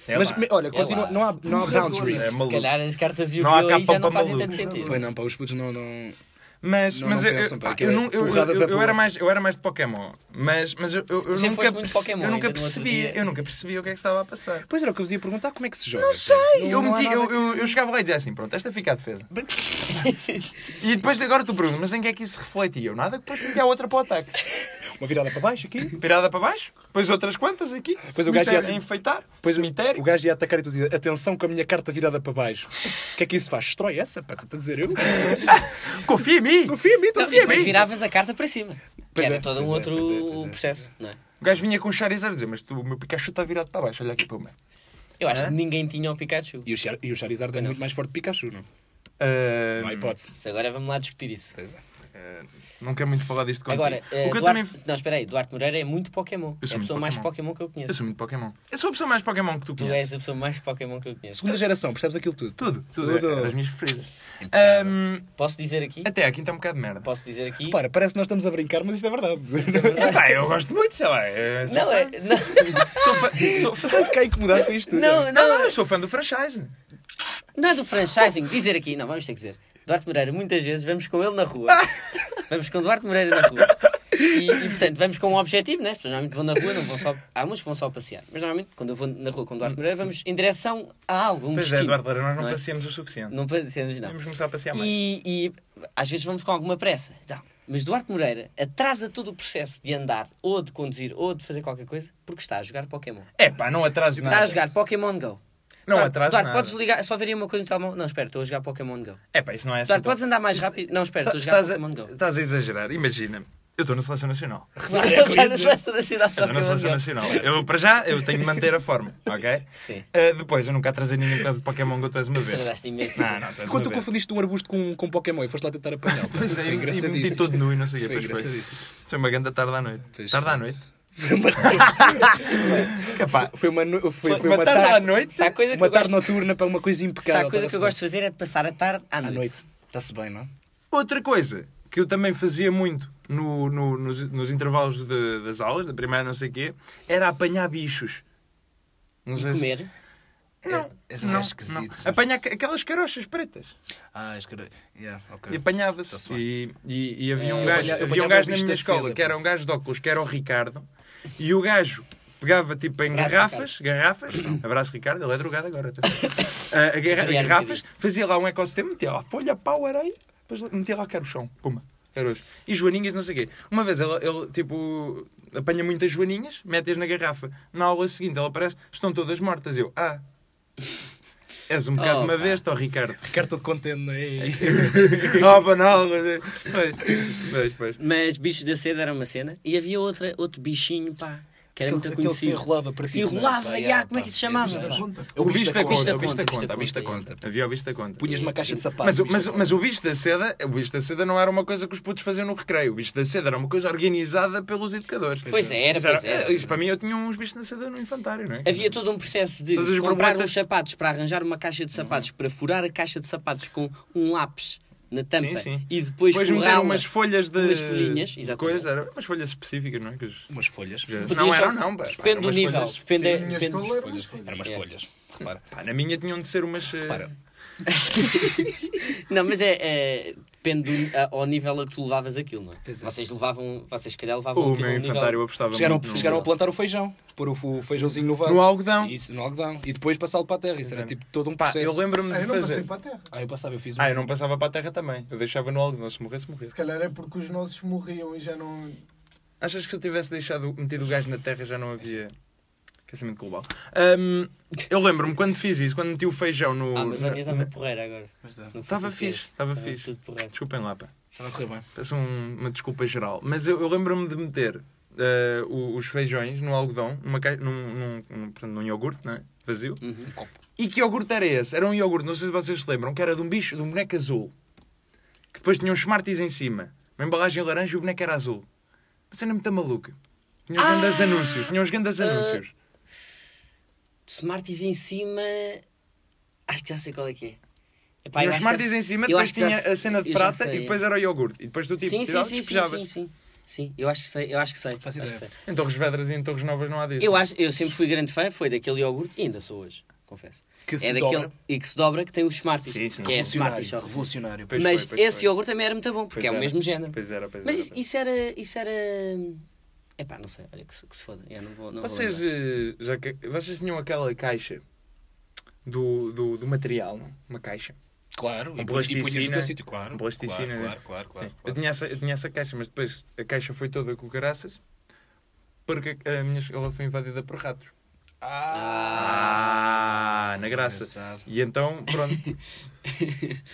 [SPEAKER 2] é
[SPEAKER 3] mas
[SPEAKER 2] lá.
[SPEAKER 3] me- olha,
[SPEAKER 4] É
[SPEAKER 3] continua,
[SPEAKER 4] lá.
[SPEAKER 3] não há, não há
[SPEAKER 6] Porradona.
[SPEAKER 3] boundaries.
[SPEAKER 2] É
[SPEAKER 4] Se
[SPEAKER 2] maluco.
[SPEAKER 4] calhar as cartas
[SPEAKER 2] Não há
[SPEAKER 4] Yu-Gi-Oh! aí já
[SPEAKER 2] capa
[SPEAKER 4] não
[SPEAKER 2] para
[SPEAKER 4] fazem tanto
[SPEAKER 2] maluco.
[SPEAKER 4] sentido.
[SPEAKER 3] Foi não, pá, os putos não. não...
[SPEAKER 2] Mas,
[SPEAKER 3] Não,
[SPEAKER 2] mas
[SPEAKER 3] não
[SPEAKER 2] eu,
[SPEAKER 3] pensam,
[SPEAKER 2] eu-
[SPEAKER 3] pá,
[SPEAKER 2] pá,
[SPEAKER 3] que
[SPEAKER 2] eu
[SPEAKER 3] é
[SPEAKER 2] não- eu-
[SPEAKER 3] porrada
[SPEAKER 2] eu-
[SPEAKER 3] da
[SPEAKER 2] eu era
[SPEAKER 3] porra.
[SPEAKER 2] mais eu era mais de Pokémon, mas mas eu eu, eu
[SPEAKER 4] sempre
[SPEAKER 2] nunca
[SPEAKER 4] foste muito
[SPEAKER 2] perce-
[SPEAKER 4] Pokémon,
[SPEAKER 2] eu nunca
[SPEAKER 4] ainda no outro
[SPEAKER 2] percebia,
[SPEAKER 4] dia.
[SPEAKER 2] eu nunca percebia o que é que estava a passar.
[SPEAKER 3] Pois era o que eu vos ia perguntar, como é que se joga? Não
[SPEAKER 2] Sei, eu,
[SPEAKER 3] não há
[SPEAKER 2] meti,
[SPEAKER 3] nada
[SPEAKER 2] eu, eu, eu chegava lá e dizia assim, pronto, esta fica à
[SPEAKER 3] [LAUGHS]
[SPEAKER 2] defesa. e depois agora tu perguntas, mas em que é que isso se reflete? E eu nada, depois meti a outra para o ataque.
[SPEAKER 3] Uma virada para baixo aqui.
[SPEAKER 2] Pirada para baixo, depois outras quantas aqui,
[SPEAKER 3] Pois o gajo
[SPEAKER 2] cemitério
[SPEAKER 3] já-
[SPEAKER 2] a enfeitar,
[SPEAKER 3] Pois
[SPEAKER 2] cemitério.
[SPEAKER 3] o gajo ia atacar e tu dizia, atenção com a minha carta virada para baixo. O que é que isso faz? Destrói essa, pá, tu estás a dizer eu?
[SPEAKER 2] Confia em mim!
[SPEAKER 3] Confia em mim,
[SPEAKER 4] Não, e
[SPEAKER 3] confia em
[SPEAKER 4] depois
[SPEAKER 3] mim.
[SPEAKER 4] viravas a carta para cima. Que
[SPEAKER 3] Pois
[SPEAKER 4] era
[SPEAKER 3] é,
[SPEAKER 4] todo um
[SPEAKER 3] pois é,
[SPEAKER 4] outro
[SPEAKER 3] pois é, pois é.
[SPEAKER 4] processo, não é?
[SPEAKER 2] O gajo vinha com o Charizard a dizer, mas tu, o meu Pikachu está virado para baixo, olha aqui para o meu.
[SPEAKER 4] Eu acho que ninguém tinha o Pikachu.
[SPEAKER 3] E o, Char e o Charizard é muito mais forte que Pikachu, não?
[SPEAKER 2] Ah,
[SPEAKER 4] Hum.
[SPEAKER 3] Não há hipótese.
[SPEAKER 4] Isso agora vamos lá discutir isso.
[SPEAKER 2] não quero muito falar disto contigo.
[SPEAKER 4] Agora, eh,
[SPEAKER 2] o que eu
[SPEAKER 4] Duarte...
[SPEAKER 2] também...
[SPEAKER 4] Não, espera aí, Duarte Moreira é muito Pokémon.
[SPEAKER 2] Eu sou
[SPEAKER 4] é a
[SPEAKER 2] muito
[SPEAKER 4] pessoa mais
[SPEAKER 2] Pokémon.
[SPEAKER 4] Pokémon que eu
[SPEAKER 2] Eu sou
[SPEAKER 4] conheço.
[SPEAKER 2] muito Pokémon. Eu sou a pessoa mais Pokémon que tu
[SPEAKER 4] Tu
[SPEAKER 2] conheces.
[SPEAKER 4] és a pessoa mais Pokémon que eu conheço.
[SPEAKER 3] Segunda geração, percebes aquilo tudo?
[SPEAKER 2] Tudo, tudo.
[SPEAKER 3] Tudo.
[SPEAKER 2] É, é das minhas preferidas. Ahm,
[SPEAKER 4] Posso dizer aqui?
[SPEAKER 2] até aqui está um bocado de merda.
[SPEAKER 4] Posso dizer aqui?
[SPEAKER 3] Para, parece que nós estamos a brincar, mas isto é verdade. [LAUGHS]
[SPEAKER 2] Epá, eu gosto muito, sei lá. é, sou
[SPEAKER 4] Não,
[SPEAKER 2] fã.
[SPEAKER 4] é, não,
[SPEAKER 2] Sou fã- sou fã-
[SPEAKER 3] Estou a ficar incomodado com isto tudo.
[SPEAKER 4] [LAUGHS] não,
[SPEAKER 2] Não,
[SPEAKER 4] não,
[SPEAKER 2] não, eu sou fã do franchise.
[SPEAKER 4] não é do franchising. Dizer aqui, não, vamos ter que dizer. Duarte Moreira, muitas vezes vamos com ele na
[SPEAKER 2] [LAUGHS]
[SPEAKER 4] rua. Vamos com Duarte Moreira na rua. E, e, portanto, vamos com um objetivo, né? As pessoas normalmente vão na rua, não vão só. Há uns que vão só passear. Mas normalmente, quando eu vou na rua com Duarte Moreira, vamos em direção a algo, um
[SPEAKER 2] Pois é,
[SPEAKER 4] destino.
[SPEAKER 2] Eduardo Lara, nós não
[SPEAKER 4] não é?
[SPEAKER 2] passeamos o suficiente.
[SPEAKER 4] Não passeamos, não.
[SPEAKER 2] Temos que começar a passear mais.
[SPEAKER 4] E, e às vezes vamos com alguma pressa. Então, mas Duarte Moreira atrasa todo o processo de andar, ou de conduzir, ou de fazer qualquer coisa, porque está a jogar Pokémon.
[SPEAKER 2] Epá, não é? atraso
[SPEAKER 4] Está a
[SPEAKER 2] nada.
[SPEAKER 4] jogar Pokémon Go.
[SPEAKER 2] Não
[SPEAKER 4] Duarte,
[SPEAKER 2] atraso
[SPEAKER 4] Duarte,
[SPEAKER 2] nada.
[SPEAKER 4] podes ligar, só veria uma coisa no telemóvel. Não, espera, estou a jogar Pokémon Go.
[SPEAKER 2] Epá, isso não é assim.
[SPEAKER 4] Duarte,
[SPEAKER 2] tão-
[SPEAKER 4] podes andar mais rápido? Não, espera, estou a jogar
[SPEAKER 2] Estás
[SPEAKER 4] Pokémon
[SPEAKER 2] a- [LAUGHS]
[SPEAKER 4] Go.
[SPEAKER 2] estás a exagerar. Imagina, eu estou na Seleção Nacional.
[SPEAKER 4] Ele está na Seleção Nacional de
[SPEAKER 2] Eu estou na
[SPEAKER 4] Pokémon
[SPEAKER 2] Seleção
[SPEAKER 4] Go.
[SPEAKER 2] Nacional. Eu, para já, eu tenho de manter a [LAUGHS] forma, ok?
[SPEAKER 4] Sim.
[SPEAKER 2] Ah, depois, eu nunca atrasei ninguém por causa de Pokémon Go, tu és uma vez.
[SPEAKER 4] Atrasaste imenso.
[SPEAKER 2] Não, não, tu és uma
[SPEAKER 3] Quando tu
[SPEAKER 2] vez.
[SPEAKER 3] confundiste um arbusto com, com um Pokémon e foste lá tentar apanhá-lo.
[SPEAKER 2] Pois é,
[SPEAKER 3] Foi
[SPEAKER 2] e- e meti todo nu e não sei o quê.
[SPEAKER 3] Foi
[SPEAKER 2] Pois foi.
[SPEAKER 3] engraçadíssimo.
[SPEAKER 2] Foi uma grande tarde à noite.
[SPEAKER 3] Pois
[SPEAKER 2] tarde
[SPEAKER 3] foi.
[SPEAKER 2] à noite. [LAUGHS]
[SPEAKER 3] Capaz. Foi uma, no- foi,
[SPEAKER 4] Foi
[SPEAKER 3] foi
[SPEAKER 2] uma tarde à noite?
[SPEAKER 4] Se há coisa que
[SPEAKER 3] uma
[SPEAKER 4] eu
[SPEAKER 3] tarde
[SPEAKER 4] gosto,
[SPEAKER 3] noturna para uma coisa
[SPEAKER 4] se há
[SPEAKER 3] impecável.
[SPEAKER 4] coisa que eu
[SPEAKER 3] estava-se
[SPEAKER 4] gosto de fazer é de passar a tarde à
[SPEAKER 3] bem. à
[SPEAKER 4] noite.
[SPEAKER 3] noite. Está-se bem, não é?
[SPEAKER 2] Outra coisa que eu também fazia muito no- no- nos, nos intervalos de- das aulas, da primeira não sei o quê, era apanhar bichos. Não sei se-
[SPEAKER 4] Comer.
[SPEAKER 2] Não,
[SPEAKER 3] Esse
[SPEAKER 2] não,
[SPEAKER 3] gajo é
[SPEAKER 2] não.
[SPEAKER 3] esquisito.
[SPEAKER 2] Apanhar ca- aquelas carochas pretas.
[SPEAKER 3] Ah, escreve. Yeah, ok.
[SPEAKER 2] E apanhava-se.
[SPEAKER 3] Está-se bem.
[SPEAKER 2] E, e- e havia
[SPEAKER 3] É,
[SPEAKER 2] um
[SPEAKER 3] eu
[SPEAKER 2] gajo,
[SPEAKER 3] apanha- eu
[SPEAKER 2] havia um
[SPEAKER 3] apanhava
[SPEAKER 2] gajo na
[SPEAKER 3] bicho
[SPEAKER 2] minha
[SPEAKER 3] da
[SPEAKER 2] escola
[SPEAKER 3] seda,
[SPEAKER 2] que era um gajo de óculos, que era o Ricardo, e o gajo pegava tipo em
[SPEAKER 4] Abraço,
[SPEAKER 2] garrafas,
[SPEAKER 3] [COUGHS]
[SPEAKER 2] garrafas, abraço Ricardo, ele é drogado agora. atenção. Ah, a garra-
[SPEAKER 4] Obrigado,
[SPEAKER 2] garrafas, fazia lá um ecossistema, metia lá folha, pau, areia, depois lá- metia lá carochão, puma, carojo. E joaninhas, não sei o quê. Uma vez ele, ele, tipo, apanha muitas joaninhas, mete-as na garrafa. Na aula seguinte ele aparece, estão todas mortas. Eu, ah, és um bocado
[SPEAKER 4] Oh,
[SPEAKER 2] uma
[SPEAKER 4] pá.
[SPEAKER 2] besta, ó Ricardo.
[SPEAKER 3] Ficar todo contente, não é?
[SPEAKER 2] Ah, banal. Pois, pois, pois.
[SPEAKER 4] Mas bichos da seda era uma cena. E havia outra, outro bichinho, pá, que era muito
[SPEAKER 3] aquele se
[SPEAKER 4] conhecido.
[SPEAKER 3] enrolava para
[SPEAKER 4] Se
[SPEAKER 3] ti, não é?
[SPEAKER 4] enrolava,
[SPEAKER 3] Pá,
[SPEAKER 4] e
[SPEAKER 3] yeah,
[SPEAKER 4] há, como é
[SPEAKER 3] pá,
[SPEAKER 4] que se chamava?
[SPEAKER 3] esse não.
[SPEAKER 2] O bicho da
[SPEAKER 4] bicho da
[SPEAKER 2] conta. O bicho da
[SPEAKER 4] conta, é.
[SPEAKER 2] conta.
[SPEAKER 4] o bicho da
[SPEAKER 3] conta.
[SPEAKER 2] Havia o bicho da conta.
[SPEAKER 3] Punhas uma caixa de sapato.
[SPEAKER 2] Mas, o- mas, mas o bicho da seda, o bicho da seda não era uma coisa que os putos faziam no recreio. O bicho da seda era uma coisa organizada pelos educadores.
[SPEAKER 4] Pois é, era,
[SPEAKER 2] Mas
[SPEAKER 4] pois era.
[SPEAKER 2] Isto para mim, eu tinha uns bichos da seda no infantário, não é?
[SPEAKER 4] Havia todo um processo de
[SPEAKER 2] Todas as
[SPEAKER 4] comprar
[SPEAKER 2] borboletas- Uhum.
[SPEAKER 4] uns sapatos para arranjar uma caixa de sapatos, para furar a caixa de sapatos com um lápis na tampa
[SPEAKER 2] Sim, sim.
[SPEAKER 4] e depois,
[SPEAKER 2] Depois
[SPEAKER 4] forrá-la.
[SPEAKER 2] meteram umas folhas de.
[SPEAKER 4] umas folhinhas, exatamente.
[SPEAKER 2] Coisa, era umas folhas específicas, não é? Que os-
[SPEAKER 3] [LAUGHS] Umas folhas.
[SPEAKER 2] já-
[SPEAKER 4] Podia
[SPEAKER 2] Não
[SPEAKER 4] ser-
[SPEAKER 2] eram, não. pá. Pá,
[SPEAKER 4] Depende
[SPEAKER 2] eram
[SPEAKER 4] do
[SPEAKER 2] umas
[SPEAKER 4] nível.
[SPEAKER 2] folhas-
[SPEAKER 4] É, Depende,
[SPEAKER 6] Na minha
[SPEAKER 4] depende
[SPEAKER 6] escola era um umas
[SPEAKER 3] Eram
[SPEAKER 6] folhas.
[SPEAKER 3] umas
[SPEAKER 4] É.
[SPEAKER 3] folhas. Repara.
[SPEAKER 2] Pá, na minha tinham de ser umas. eh,
[SPEAKER 3] Repara.
[SPEAKER 4] Não, mas é. é- depende do- a- ao nível a que tu levavas aquilo, não é?
[SPEAKER 3] Pois é.
[SPEAKER 4] Vocês levavam. Vocês, se calhar, levavam
[SPEAKER 2] O
[SPEAKER 4] aquilo a
[SPEAKER 2] meu
[SPEAKER 4] um nível-
[SPEAKER 2] infantário apostava
[SPEAKER 3] Chegaram,
[SPEAKER 2] muito. no-
[SPEAKER 3] chegaram a plantar o feijão, pôr o, o feijãozinho no vaso.
[SPEAKER 2] No algodão.
[SPEAKER 3] Isso, no algodão. E depois passá-lo para a terra. Isso era tipo todo um
[SPEAKER 2] Pá,
[SPEAKER 3] processo.
[SPEAKER 2] eu lembro-me
[SPEAKER 6] Ah,
[SPEAKER 2] de
[SPEAKER 6] eu não passei
[SPEAKER 2] fazer.
[SPEAKER 6] para a terra.
[SPEAKER 3] Ah, eu passava, eu fiz um.
[SPEAKER 2] Ah, eu
[SPEAKER 4] Hum.
[SPEAKER 2] não passava para a terra também. Eu deixava no algodão. Se morresse, morria.
[SPEAKER 6] Se calhar é porque os nossos morriam e já não.
[SPEAKER 2] Achas que se eu tivesse deixado, metido o gás na terra já não havia aquecimento global? Ahm, eu lembro-me quando fiz isso, quando meti o feijão no.
[SPEAKER 4] Ah, mas a minha
[SPEAKER 2] na-
[SPEAKER 4] estava porreira agora.
[SPEAKER 3] Mas dá.
[SPEAKER 4] Não
[SPEAKER 2] Estava
[SPEAKER 4] faço ideia.
[SPEAKER 2] é. fixe, estava
[SPEAKER 4] Estava
[SPEAKER 2] fixe.
[SPEAKER 4] Tudo porreiro.
[SPEAKER 2] Desculpem lá, pá.
[SPEAKER 3] Estava a correr bem.
[SPEAKER 2] Peço um- uma desculpa geral. Mas eu, eu lembro-me de meter eh, o- os feijões no algodão, numa caixa, num, num, num- portanto, num iogurte, não é? Vazio.
[SPEAKER 4] Uhum.
[SPEAKER 2] E que iogurte era esse? Era um iogurte, não sei se vocês se lembram, que era de um bicho, de um boneco azul. Que depois tinha uns Smarties em cima. Uma embalagem laranja e o boneco era azul. Mas era muito maluca. Tinha uns grandes
[SPEAKER 4] Ah!
[SPEAKER 2] anúncios. Tinha uns grandes anúncios.
[SPEAKER 4] Smarties em cima. Acho que já sei qual é que é. Epá,
[SPEAKER 2] Tinha os
[SPEAKER 4] eu acho que
[SPEAKER 2] Smarties
[SPEAKER 4] já-
[SPEAKER 2] em cima,
[SPEAKER 4] eu
[SPEAKER 2] depois
[SPEAKER 4] acho que já
[SPEAKER 2] tinha
[SPEAKER 4] sei-
[SPEAKER 2] a cena de
[SPEAKER 4] eu já
[SPEAKER 2] prata
[SPEAKER 4] sei,
[SPEAKER 2] e depois
[SPEAKER 4] é.
[SPEAKER 2] era o iogurte. E depois tu tipo,
[SPEAKER 4] Sim, sim,
[SPEAKER 2] tiravas
[SPEAKER 4] sim,
[SPEAKER 2] e
[SPEAKER 4] sim,
[SPEAKER 2] despejavas.
[SPEAKER 4] sim, sim. Sim, eu acho que sei, eu acho que sei.
[SPEAKER 3] Faço
[SPEAKER 4] acho que
[SPEAKER 3] ideia.
[SPEAKER 4] sei.
[SPEAKER 2] Em Torres Vedras e em Torres Novas não há disso.
[SPEAKER 4] Eu, acho, eu sempre fui grande fã, foi daquele iogurte, e ainda sou hoje, confesso.
[SPEAKER 3] Que se
[SPEAKER 4] é daquele
[SPEAKER 3] dobra.
[SPEAKER 4] e que se dobra que tem os Smarties,
[SPEAKER 2] Sim, sim.
[SPEAKER 4] que é Smarties só.
[SPEAKER 5] revolucionário.
[SPEAKER 2] Pois
[SPEAKER 4] Mas
[SPEAKER 2] foi, pois
[SPEAKER 4] esse
[SPEAKER 2] foi.
[SPEAKER 4] iogurte também era muito bom, porque
[SPEAKER 2] Pois
[SPEAKER 4] é o
[SPEAKER 2] era.
[SPEAKER 4] mesmo género.
[SPEAKER 2] Pois era, pois
[SPEAKER 4] Mas
[SPEAKER 2] era,
[SPEAKER 4] isso,
[SPEAKER 2] pois
[SPEAKER 4] isso era. Isso era. Epá, não sei, olha que se, que se foda. Eu não vou, não vou
[SPEAKER 2] Vocês,
[SPEAKER 4] lembrar.
[SPEAKER 2] eh, já que, vocês tinham aquela caixa do, do, do material, não? Uma caixa.
[SPEAKER 3] Claro, e
[SPEAKER 2] Com
[SPEAKER 3] punhas e punhas no
[SPEAKER 2] plasticina.
[SPEAKER 3] teu sítio, claro.
[SPEAKER 2] Com plasticina,
[SPEAKER 3] Claro, claro, claro.
[SPEAKER 2] Eu,
[SPEAKER 3] claro,
[SPEAKER 2] tinha essa, eu tinha essa caixa, mas depois a caixa foi toda com caraças porque a minha escola foi invadida por ratos. Ah, na graça.
[SPEAKER 3] engraçado.
[SPEAKER 2] E então, pronto.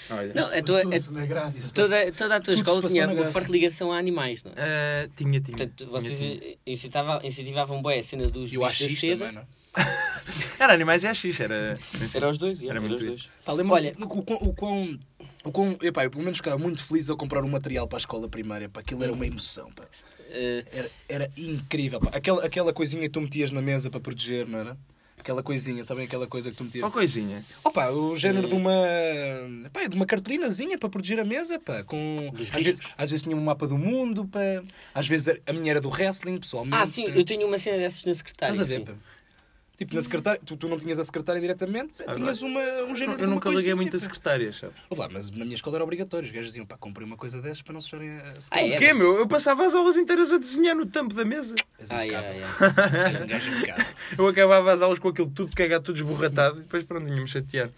[SPEAKER 2] Olha.
[SPEAKER 4] Não, a tua, a-
[SPEAKER 6] Passou-se na graça.
[SPEAKER 4] É toda, toda a tua
[SPEAKER 3] Tudo se
[SPEAKER 4] escola
[SPEAKER 3] passou
[SPEAKER 4] tinha
[SPEAKER 3] na
[SPEAKER 4] uma
[SPEAKER 3] graça.
[SPEAKER 4] forte ligação a animais, não é?
[SPEAKER 2] Ah, tinha, tinha.
[SPEAKER 4] Portanto,
[SPEAKER 2] Tinha,
[SPEAKER 4] vocês
[SPEAKER 2] tinha.
[SPEAKER 4] incitava- incentivavam bem a cena dos
[SPEAKER 3] E o
[SPEAKER 4] bichos da
[SPEAKER 3] AX também,
[SPEAKER 4] seda.
[SPEAKER 3] não é?
[SPEAKER 2] Era animais e AX, era. enfim.
[SPEAKER 4] Era os dois,
[SPEAKER 2] é? Era
[SPEAKER 4] era,
[SPEAKER 2] muito Tá,
[SPEAKER 4] os dois.
[SPEAKER 3] Pá, lembra-se do- o quão. O quão, o quão epá, eu pelo menos ficava muito feliz ao comprar o material para a escola primária. Pá, aquilo era uma emoção. Pá.
[SPEAKER 4] Eh,
[SPEAKER 3] Era, era incrível. Pá. Aquela, aquela coisinha que tu metias na mesa para proteger, não era? Aquela coisinha, sabem aquela coisa que tu metias?
[SPEAKER 2] Só coisinha.
[SPEAKER 3] Opa, o género de uma. Pá, de uma cartolinazinha para proteger a mesa, pá. Com,
[SPEAKER 4] Dos
[SPEAKER 3] às,
[SPEAKER 4] riscos.
[SPEAKER 3] vezes, às vezes tinha um mapa do mundo, pá. Às vezes a minha era do wrestling, pessoalmente.
[SPEAKER 4] Ah, sim, eu tenho uma cena dessas na secretária.
[SPEAKER 3] Estás a ver,
[SPEAKER 4] sim.
[SPEAKER 3] pá? Tipo, na secretária, tu, tu não tinhas a secretária diretamente, pá,
[SPEAKER 2] Ah,
[SPEAKER 3] tinhas uma, um
[SPEAKER 2] Eu,
[SPEAKER 3] género de uma
[SPEAKER 2] nunca liguei
[SPEAKER 3] coisinha,
[SPEAKER 2] muito a
[SPEAKER 3] pá.
[SPEAKER 2] secretárias, sabes?
[SPEAKER 3] Ouve lá, mas na minha escola era obrigatório. Os gajos diziam, pá, comprei uma coisa dessas para não sujarem a a
[SPEAKER 4] Ah,
[SPEAKER 3] secretária.
[SPEAKER 2] O
[SPEAKER 4] é?
[SPEAKER 2] quê, meu? Eu passava as aulas inteiras a desenhar no tampo da mesa.
[SPEAKER 3] És
[SPEAKER 4] Ah,
[SPEAKER 3] impecável.
[SPEAKER 4] yeah, yeah.
[SPEAKER 3] És um gajo impecável.
[SPEAKER 2] Eu acabava as aulas com aquilo tudo cagado, tudo esborratado, e depois pronto, ia-me chatear.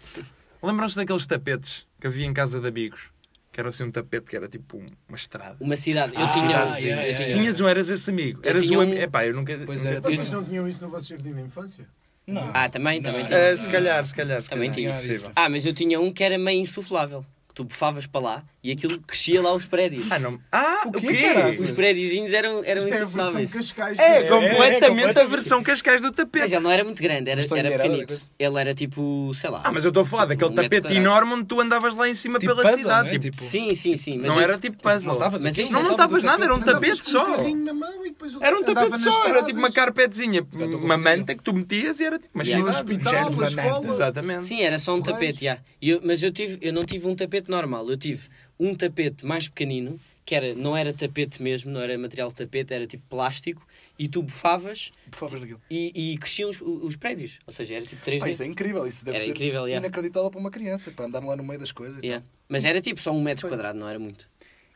[SPEAKER 2] Lembram-se daqueles tapetes que havia em casa de amigos? Que era assim um tapete que era tipo um- uma estrada.
[SPEAKER 4] Uma cidade. Eu
[SPEAKER 3] Ah,
[SPEAKER 4] tinha.
[SPEAKER 3] yeah,
[SPEAKER 4] eu
[SPEAKER 3] yeah,
[SPEAKER 4] tinha-
[SPEAKER 2] Tinhas um, eras esse amigo.
[SPEAKER 4] É. Eu
[SPEAKER 2] Eras
[SPEAKER 4] tinha
[SPEAKER 2] o
[SPEAKER 4] um-
[SPEAKER 2] amigo. Epá, eu nunca.
[SPEAKER 3] Pois
[SPEAKER 2] nunca
[SPEAKER 3] era,
[SPEAKER 2] tive.
[SPEAKER 6] Vocês não tinham isso no vosso jardim da infância?
[SPEAKER 3] Não.
[SPEAKER 4] Ah, também, também tinha.
[SPEAKER 2] Ah, se calhar, se calhar. se
[SPEAKER 4] Também
[SPEAKER 2] calhar,
[SPEAKER 4] tinha.
[SPEAKER 2] é possível.
[SPEAKER 4] Ah, mas eu tinha um que era meio insuflável. Que tu bufavas para lá e aquilo crescia lá os prédios.
[SPEAKER 2] Ah, não. Ah, o
[SPEAKER 3] O quê,
[SPEAKER 2] quê?
[SPEAKER 3] caralho?
[SPEAKER 4] Os prédiozinhos eram, eram
[SPEAKER 6] Isto é a versão
[SPEAKER 4] insufláveis.
[SPEAKER 6] Cascais.
[SPEAKER 2] É,
[SPEAKER 6] Não
[SPEAKER 2] completamente a versão cascais do
[SPEAKER 4] Mas
[SPEAKER 2] tapete.
[SPEAKER 4] ele não era muito grande, era,
[SPEAKER 3] Versão
[SPEAKER 4] era
[SPEAKER 3] mulherada,
[SPEAKER 4] pequenito. Ele era tipo, sei lá.
[SPEAKER 2] Ah, mas eu estou a falar daquele
[SPEAKER 4] Um metro
[SPEAKER 2] tapete
[SPEAKER 4] quadrado.
[SPEAKER 2] enorme onde tu andavas lá em cima
[SPEAKER 3] Tipo
[SPEAKER 2] pela
[SPEAKER 3] puzzle,
[SPEAKER 2] cidade.
[SPEAKER 3] não é?
[SPEAKER 2] tipo,
[SPEAKER 3] Tipo-
[SPEAKER 4] Sim, sim, sim. Mas
[SPEAKER 2] não
[SPEAKER 4] eu-
[SPEAKER 2] era tipo puzzle.
[SPEAKER 3] montavas
[SPEAKER 4] Mas
[SPEAKER 3] aquilo,
[SPEAKER 4] isto não
[SPEAKER 3] montavas
[SPEAKER 2] montavas
[SPEAKER 3] o
[SPEAKER 2] nada, era um
[SPEAKER 3] tapete.
[SPEAKER 6] Andavas
[SPEAKER 2] tapete
[SPEAKER 6] com
[SPEAKER 2] só.
[SPEAKER 6] um carrinho na mão e depois o
[SPEAKER 2] Era um
[SPEAKER 6] andava
[SPEAKER 2] tapete
[SPEAKER 6] nas
[SPEAKER 2] só, era
[SPEAKER 6] estradas.
[SPEAKER 2] tipo uma carpetezinha,
[SPEAKER 3] calhar estou
[SPEAKER 2] uma
[SPEAKER 3] confundido.
[SPEAKER 2] manta que tu metias e era tipo uma
[SPEAKER 4] Yeah.
[SPEAKER 6] No
[SPEAKER 2] cidade.
[SPEAKER 6] hospital,
[SPEAKER 3] género
[SPEAKER 6] na
[SPEAKER 3] da merda,
[SPEAKER 6] escola.
[SPEAKER 2] Exatamente.
[SPEAKER 4] Sim, era só um
[SPEAKER 6] Correios.
[SPEAKER 4] tapete, já. E eu- mas eu, tive, eu não tive um tapete normal, eu tive um tapete mais pequenino, que era, não era tapete mesmo, não era material de tapete, era tipo plástico, e tu bufavas
[SPEAKER 3] Bufavas naquilo.
[SPEAKER 4] e, e cresciam os, os prédios. Ou seja, era tipo 3D.
[SPEAKER 3] Pá, isso é incrível, isso deve
[SPEAKER 4] Era
[SPEAKER 3] ser
[SPEAKER 4] incrível, yeah.
[SPEAKER 3] inacreditável para uma criança, para andar lá no meio das coisas. e
[SPEAKER 4] Yeah. Mas era tipo só um metro quadrado, não era muito.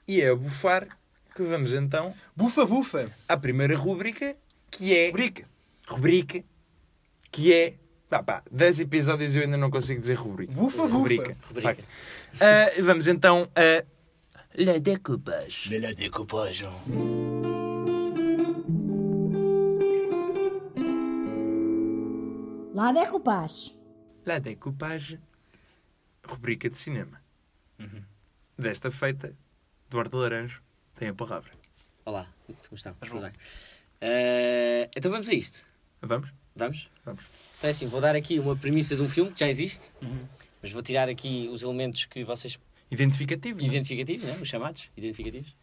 [SPEAKER 2] E é a bufar que vamos então
[SPEAKER 6] Bufa, bufa.
[SPEAKER 2] à primeira rúbrica, que é.
[SPEAKER 3] tal. Rubrica.
[SPEAKER 2] Rubrica. Que é. Pá, pá, 10 episódios e eu ainda não consigo dizer rubrica.
[SPEAKER 6] Bufa, bufa.
[SPEAKER 2] Rubrica.
[SPEAKER 4] Rubrica.
[SPEAKER 2] Fuck. Ah, vamos então a. La Decoupage.
[SPEAKER 5] Melhor decupagem.
[SPEAKER 1] La découpage.
[SPEAKER 2] La Decoupage. Rubrica de cinema. Desta feita, Eduardo Laranjo tem a palavra.
[SPEAKER 4] Olá, como estão? Tudo bem? Eh, então vamos a isto.
[SPEAKER 2] Vamos?
[SPEAKER 4] Vamos?
[SPEAKER 2] Vamos.
[SPEAKER 4] Então é assim, vou dar aqui uma premissa de um filme que já existe,
[SPEAKER 3] Uhum.
[SPEAKER 4] mas vou tirar aqui os elementos que vocês.
[SPEAKER 3] Uhum.
[SPEAKER 2] Identificativo. não é?
[SPEAKER 4] identificativos, né? os chamados identificativos.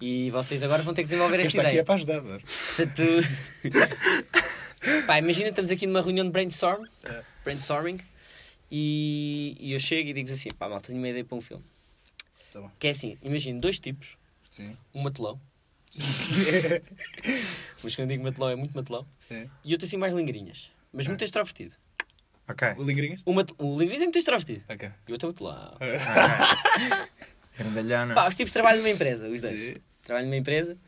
[SPEAKER 4] E vocês agora vão ter que desenvolver esta
[SPEAKER 3] Esta aqui é
[SPEAKER 4] ideia.
[SPEAKER 3] para ajudar. mano.
[SPEAKER 4] Portanto. [LAUGHS] Pá, imagina, estamos aqui numa reunião de brainstorm,
[SPEAKER 3] É.
[SPEAKER 4] brainstorming, e, e eu chego e digo assim: pá, malta, tenho uma ideia para um filme.
[SPEAKER 3] Tá bom.
[SPEAKER 4] Que é assim: imagina dois tipos,
[SPEAKER 3] Sim.
[SPEAKER 4] um
[SPEAKER 3] [LAUGHS]
[SPEAKER 4] matelão. Mas quando digo matelão é muito matelão.
[SPEAKER 3] É.
[SPEAKER 4] E outro assim mais lingrinhas. Mas muito extrovertido.
[SPEAKER 2] Ok.
[SPEAKER 3] Lingrinhas?
[SPEAKER 4] Uma, o Lingris é muito extrovertido.
[SPEAKER 3] Ok.
[SPEAKER 4] E o outro é muito lá.
[SPEAKER 2] Grandalhana.
[SPEAKER 4] Pá, os tipos trabalham numa empresa, os dois.
[SPEAKER 3] Sim.
[SPEAKER 4] Trabalham numa empresa.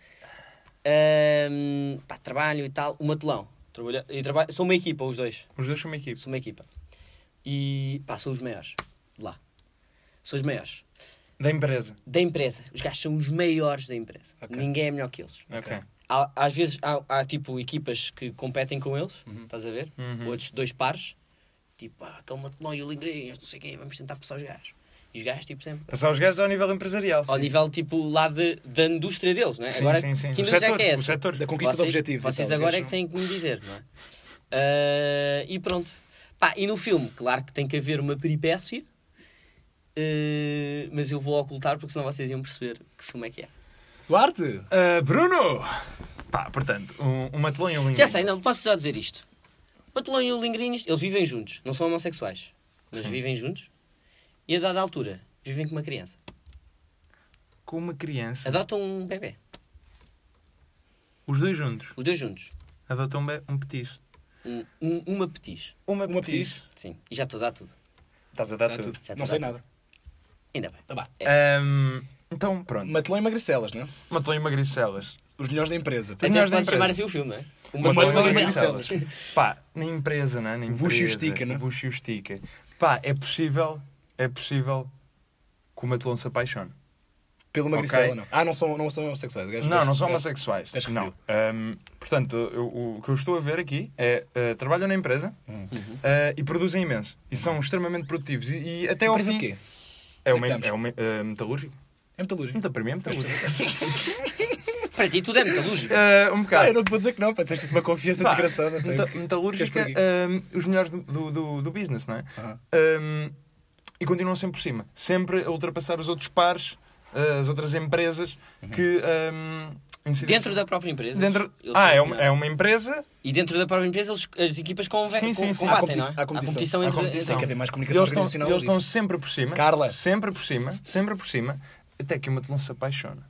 [SPEAKER 4] Ahm, pá, trabalho e tal. O Matelão. Trabalha, e trabalha, são uma equipa, os dois.
[SPEAKER 2] Os dois são uma equipe.
[SPEAKER 4] São uma equipa. E pá, são os maiores. de Lá. São os maiores.
[SPEAKER 2] Da empresa.
[SPEAKER 4] Da empresa. Os gajos são os maiores da empresa.
[SPEAKER 3] Ok.
[SPEAKER 4] Ninguém é melhor que eles.
[SPEAKER 2] Ok.
[SPEAKER 4] Há- às vezes há, há, tipo equipas que competem com eles,
[SPEAKER 3] Uhum.
[SPEAKER 4] estás a ver? Outros dois pares, tipo, ah, aquele Matelão e o Ligrinhas, não sei quem, vamos tentar passar os gajos. E os gajos, tipo, sempre.
[SPEAKER 2] Passar os gajos ao nível empresarial.
[SPEAKER 4] Ao
[SPEAKER 2] sim.
[SPEAKER 4] nível, tipo, lá de, da indústria deles, não é?
[SPEAKER 2] Sim,
[SPEAKER 4] agora,
[SPEAKER 2] sim, sim. O
[SPEAKER 4] que indústria
[SPEAKER 2] setor,
[SPEAKER 4] é que é
[SPEAKER 2] o
[SPEAKER 4] essa?
[SPEAKER 2] setor.
[SPEAKER 3] Da conquista de
[SPEAKER 4] vocês,
[SPEAKER 3] objetivos. e
[SPEAKER 4] Vocês
[SPEAKER 2] então,
[SPEAKER 3] tal,
[SPEAKER 4] agora é
[SPEAKER 3] gajo.
[SPEAKER 4] que têm que me dizer, não é? Ah, e pronto. Pá, e no filme, claro que tem que haver uma peripécia, ah, mas eu vou ocultar porque senão vocês iam perceber que filme é que é.
[SPEAKER 3] Duarte!
[SPEAKER 2] Ah, Bruno! Pá, portanto, um, um matelão e um linguinho.
[SPEAKER 4] Já sei, não, posso já dizer isto. Patelão e o Lingrinhas, eles vivem juntos, não são homossexuais, mas vivem juntos e a dada altura vivem com uma criança.
[SPEAKER 2] Com uma criança.
[SPEAKER 4] Adotam um bebê,
[SPEAKER 2] Os dois juntos.
[SPEAKER 4] os dois juntos.
[SPEAKER 2] Adotam um, be- um petis.
[SPEAKER 4] Um- um- uma petis.
[SPEAKER 2] Uma,
[SPEAKER 3] Uma
[SPEAKER 2] petis.
[SPEAKER 4] Sim, e já estou a dar tudo.
[SPEAKER 2] Estás a dar
[SPEAKER 3] Dá
[SPEAKER 2] tudo.
[SPEAKER 3] tudo.
[SPEAKER 4] Já
[SPEAKER 3] Não
[SPEAKER 4] tá É.
[SPEAKER 3] sei
[SPEAKER 4] dado.
[SPEAKER 3] nada.
[SPEAKER 4] Ainda bem.
[SPEAKER 3] Tá bem.
[SPEAKER 2] Ahm, então, pronto.
[SPEAKER 3] Matelão e magricelas, não é?
[SPEAKER 2] Matelão e magricelas.
[SPEAKER 3] Os melhores da empresa.
[SPEAKER 4] Até
[SPEAKER 2] Nós
[SPEAKER 4] se pode
[SPEAKER 2] da
[SPEAKER 4] chamar
[SPEAKER 2] empresa.
[SPEAKER 4] assim o filme, não é?
[SPEAKER 3] Uma
[SPEAKER 4] Uma
[SPEAKER 3] boa
[SPEAKER 4] boa
[SPEAKER 3] empresa.
[SPEAKER 4] empresa.
[SPEAKER 3] Magricelas.
[SPEAKER 2] Pá, na empresa, não é? Na empresa.
[SPEAKER 3] bucho e o estica, não é?
[SPEAKER 2] O bucho e o estica. Pá, é possível, é possível que o matelão se apaixone.
[SPEAKER 3] Pelo magricela,
[SPEAKER 2] Ok.
[SPEAKER 3] não. Ah, não são, não são homossexuais. gajo-
[SPEAKER 2] Não,
[SPEAKER 3] gajo-
[SPEAKER 2] não são
[SPEAKER 3] gajo-
[SPEAKER 2] homossexuais.
[SPEAKER 3] Gajo
[SPEAKER 2] Não.
[SPEAKER 3] referiu.
[SPEAKER 2] Ahm, portanto, eu- o que eu estou a ver aqui é. eh, trabalham na empresa eh, e produzem imenso. E são extremamente produtivos. E, e até ao
[SPEAKER 3] Empresa
[SPEAKER 2] fim.
[SPEAKER 3] de quê?
[SPEAKER 2] É uma,
[SPEAKER 3] Em que estamos?
[SPEAKER 2] é uma eh, metalúrgica.
[SPEAKER 3] É metalúrgico.
[SPEAKER 2] Muita para mim é metalúrgica.
[SPEAKER 4] Para ti tudo é
[SPEAKER 2] [LAUGHS]
[SPEAKER 4] metalúrgico.
[SPEAKER 2] Eh, um
[SPEAKER 3] Ah, eu
[SPEAKER 2] bocado.
[SPEAKER 3] não te vou dizer que não, pá, disseste isso uma confiança
[SPEAKER 2] Pá,
[SPEAKER 3] desgraçada.
[SPEAKER 2] meta-
[SPEAKER 3] tenho-
[SPEAKER 2] metalúrgica,
[SPEAKER 3] Queres por
[SPEAKER 2] ahm, os melhores do, do, do- do business, não é?
[SPEAKER 3] Aham.
[SPEAKER 2] Ahm, e continuam sempre por cima. Sempre a ultrapassar os outros pares, eh, as outras empresas que. ahm, incidem-
[SPEAKER 4] Dentro da própria empresa.
[SPEAKER 2] Dentro...
[SPEAKER 4] eles
[SPEAKER 2] Ah,
[SPEAKER 4] são
[SPEAKER 2] é
[SPEAKER 4] os
[SPEAKER 2] uma, é
[SPEAKER 4] melhores.
[SPEAKER 2] uma empresa
[SPEAKER 4] E dentro da própria empresa eles- as equipas convém,
[SPEAKER 2] Sim, sim,
[SPEAKER 4] com-
[SPEAKER 2] sim.
[SPEAKER 4] combatem,
[SPEAKER 3] Há
[SPEAKER 4] não é?
[SPEAKER 3] competição- há competição.
[SPEAKER 4] Há competição
[SPEAKER 2] Há
[SPEAKER 4] entre...
[SPEAKER 2] competição.
[SPEAKER 3] Tem que haver mais
[SPEAKER 2] E
[SPEAKER 3] comunicação
[SPEAKER 2] eles estão,
[SPEAKER 3] organizacional.
[SPEAKER 2] eles estão
[SPEAKER 3] ali.
[SPEAKER 2] sempre por cima.
[SPEAKER 3] Carla.
[SPEAKER 2] Sempre por cima, sempre por cima, até que o Matelão se apaixona.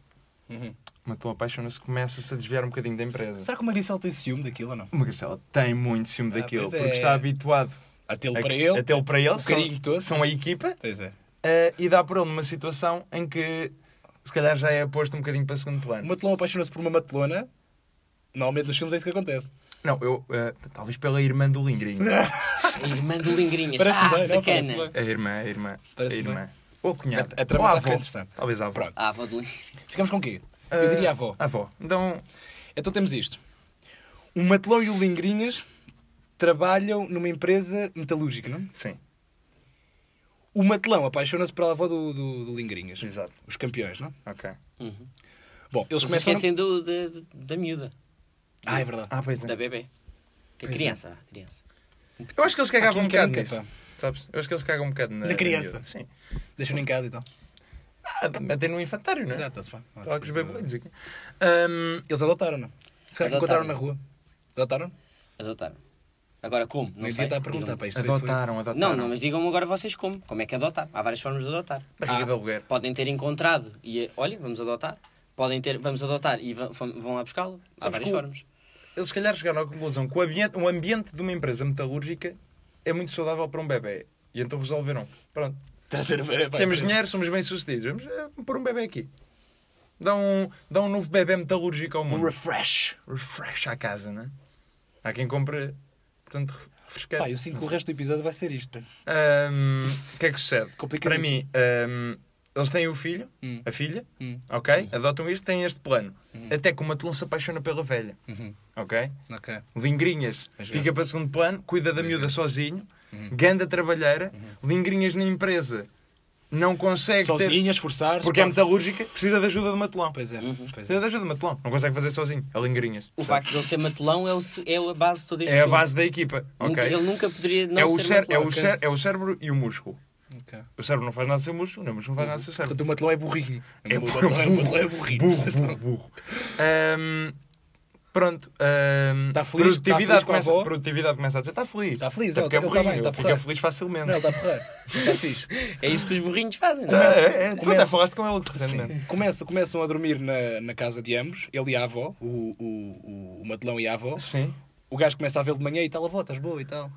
[SPEAKER 3] Uhum.
[SPEAKER 2] O Matelão apaixona-se, começa-se a desviar um bocadinho da empresa.
[SPEAKER 3] Será que o magricela tem ciúme daquilo ou não?
[SPEAKER 2] O Magricela tem muito ciúme
[SPEAKER 3] Ah,
[SPEAKER 2] daquilo,
[SPEAKER 3] pois é.
[SPEAKER 2] porque está habituado
[SPEAKER 3] A tê-lo
[SPEAKER 2] a-
[SPEAKER 3] para ele.
[SPEAKER 2] a É tê-lo para ele,
[SPEAKER 3] o carinho
[SPEAKER 2] são,
[SPEAKER 3] todo.
[SPEAKER 2] são a equipa,
[SPEAKER 3] Pois é.
[SPEAKER 2] eh, e dá por ele numa situação em que se calhar já é posto um bocadinho para segundo
[SPEAKER 3] O
[SPEAKER 2] plano.
[SPEAKER 3] matelão apaixona-se por uma matelona. Normalmente nos filmes é isso que acontece.
[SPEAKER 2] Não, eu, eh, talvez pela irmã do
[SPEAKER 3] [LAUGHS]
[SPEAKER 2] Lingrin.
[SPEAKER 4] A irmã do Lingrinhas.
[SPEAKER 3] Parece
[SPEAKER 4] ah,
[SPEAKER 3] bem, não? Parece
[SPEAKER 4] sacana.
[SPEAKER 3] bem.
[SPEAKER 2] A irmã, a irmã, a
[SPEAKER 3] Parece
[SPEAKER 2] irmã. Ou a cunhada.
[SPEAKER 3] A- a trama
[SPEAKER 2] Ou
[SPEAKER 3] está a ficar interessante.
[SPEAKER 2] Talvez a avó.
[SPEAKER 3] Pronto.
[SPEAKER 4] Ah, vou do Lingrinhas.
[SPEAKER 3] Ficamos com o quê? Eu diria a avó.
[SPEAKER 2] Eh, avó. Então,
[SPEAKER 3] Então temos isto. O matelão e o lingrinhas trabalham numa empresa metalúrgica, não? é?
[SPEAKER 2] sim,
[SPEAKER 3] O matelão apaixona-se pela avó do, do, do lingrinhas.
[SPEAKER 2] exato.
[SPEAKER 3] Os campeões, não? é?
[SPEAKER 2] Ok.
[SPEAKER 4] Uhum.
[SPEAKER 3] Bom, eles
[SPEAKER 4] Eles se
[SPEAKER 3] começam...
[SPEAKER 4] esquecem do, da- da- da miúda,
[SPEAKER 3] Ah, é verdade.
[SPEAKER 2] Ah, pois é.
[SPEAKER 4] da bebê. Que é criança, ah, criança.
[SPEAKER 2] Eu acho que eles cagavam um
[SPEAKER 3] Aqui em
[SPEAKER 2] bocado
[SPEAKER 3] Canca,
[SPEAKER 2] nisso. Sabes? Eu acho que eles cagam um bocado na,
[SPEAKER 3] Na criança.
[SPEAKER 2] miúda. Sim.
[SPEAKER 3] Deixam-no em casa e tal.
[SPEAKER 2] Ah, até no infantário, não é?
[SPEAKER 3] Exato, está-se bem.
[SPEAKER 2] Estava com os bebês aqui. Ahm,
[SPEAKER 3] Eles adotaram, não? é? Se calhar que encontraram
[SPEAKER 4] Adotaram.
[SPEAKER 3] na rua. Adotaram?
[SPEAKER 4] Adotaram. Agora como?
[SPEAKER 3] Não
[SPEAKER 4] Não sei.
[SPEAKER 3] sei. está a perguntar
[SPEAKER 4] Digam-me.
[SPEAKER 3] para isto. foi-
[SPEAKER 2] adotaram, adotaram.
[SPEAKER 4] Não, não, mas digam-me agora vocês como. Como é que adotar? Há várias formas de adotar.
[SPEAKER 2] Barriga
[SPEAKER 3] Ah.
[SPEAKER 2] de aluguer.
[SPEAKER 4] Podem ter encontrado e, olha, vamos adotar. Podem ter, vamos adotar e va- fam- vão lá buscá-lo. Há
[SPEAKER 2] Sabes
[SPEAKER 4] várias
[SPEAKER 2] que o-
[SPEAKER 4] formas.
[SPEAKER 2] Eles se calhar chegaram à conclusão que o ambiente, o ambiente de uma empresa metalúrgica é muito saudável para um bebê. E então resolveram. Pronto.
[SPEAKER 3] foi- Terceiro bebê, pá,
[SPEAKER 2] Temos
[SPEAKER 3] parece-
[SPEAKER 2] dinheiro, somos bem-sucedidos. Vamos eh, pôr um bebê aqui. Dá um, dá um novo bebê metalúrgico ao
[SPEAKER 3] Um
[SPEAKER 2] mundo.
[SPEAKER 3] refresh.
[SPEAKER 2] Refresh à casa, não é? Há quem compre, portanto, refrescar.
[SPEAKER 3] Pá, eu sinto que o resto do episódio vai ser isto. pá.
[SPEAKER 2] Ahm, O que é que sucede? Para
[SPEAKER 3] Complicadíssimo.
[SPEAKER 2] mim, ahm, eles têm o filho,
[SPEAKER 3] Hum.
[SPEAKER 2] a filha,
[SPEAKER 3] Hum.
[SPEAKER 2] ok? Adotam isto, têm este plano. Até que o Matelon se apaixona pela velha,
[SPEAKER 3] Uhum.
[SPEAKER 2] ok?
[SPEAKER 3] Ok.
[SPEAKER 2] Lingrinhas
[SPEAKER 3] Mas
[SPEAKER 2] fica
[SPEAKER 3] bem.
[SPEAKER 2] para segundo plano, cuida da miúda sozinho,
[SPEAKER 3] Uhum.
[SPEAKER 2] ganda trabalheira, Lingrinhas na empresa não consegue ter.
[SPEAKER 3] Sozinha, esforçar-se.
[SPEAKER 2] Porque é Uhum.
[SPEAKER 3] pá.
[SPEAKER 2] metalúrgica, precisa de ajuda do Matelon.
[SPEAKER 3] Pois é, pois é.
[SPEAKER 2] Precisa de ajuda do Matelon, não consegue fazer sozinho, a Lingrinhas.
[SPEAKER 4] O facto de ele ser matelão é, o, se- é a base de todo este
[SPEAKER 2] É a
[SPEAKER 4] filme.
[SPEAKER 2] base da equipa,
[SPEAKER 4] Nunca-
[SPEAKER 2] ok?
[SPEAKER 4] Ele nunca poderia não
[SPEAKER 2] É o,
[SPEAKER 4] ser
[SPEAKER 2] cérebro- é,
[SPEAKER 4] matelão.
[SPEAKER 2] o cé- é o cérebro e o músculo.
[SPEAKER 3] Ok.
[SPEAKER 2] O cérebro não faz nada sem o músculo, não, o músculo não faz nada sem o cérebro.
[SPEAKER 3] Portanto, o matelão é burrinho.
[SPEAKER 2] É
[SPEAKER 3] O matelão é- o matelão
[SPEAKER 2] [LAUGHS]
[SPEAKER 3] é burrinho.
[SPEAKER 2] Burro, burro, burro. Ahm, pronto. ahm,
[SPEAKER 3] Tá feliz- tá feliz
[SPEAKER 2] produtividade,
[SPEAKER 3] com a
[SPEAKER 2] começa,
[SPEAKER 3] avó?
[SPEAKER 2] produtividade começa a dizer: está feliz.
[SPEAKER 3] Tá feliz,
[SPEAKER 2] Até
[SPEAKER 3] ele-
[SPEAKER 2] porque é
[SPEAKER 3] ele tá
[SPEAKER 2] burrinho,
[SPEAKER 3] bem, tá
[SPEAKER 2] ele fica
[SPEAKER 3] porreiro.
[SPEAKER 2] feliz facilmente.
[SPEAKER 3] Não, tá ele está a porrar.
[SPEAKER 2] [LAUGHS]
[SPEAKER 3] Está fixe.
[SPEAKER 4] É isso que os burrinhos fazem. não é?
[SPEAKER 2] Ah, é, é, tu até
[SPEAKER 3] começa-
[SPEAKER 2] falaste com ele recentemente.
[SPEAKER 3] Começam, começam a dormir na, na casa de ambos, ele e a avó, o, o, o, o matelão e a avó.
[SPEAKER 2] Sim. [LAUGHS]
[SPEAKER 3] O gajo começa a vê-lo de manhã e tal, avó, estás boa e tal.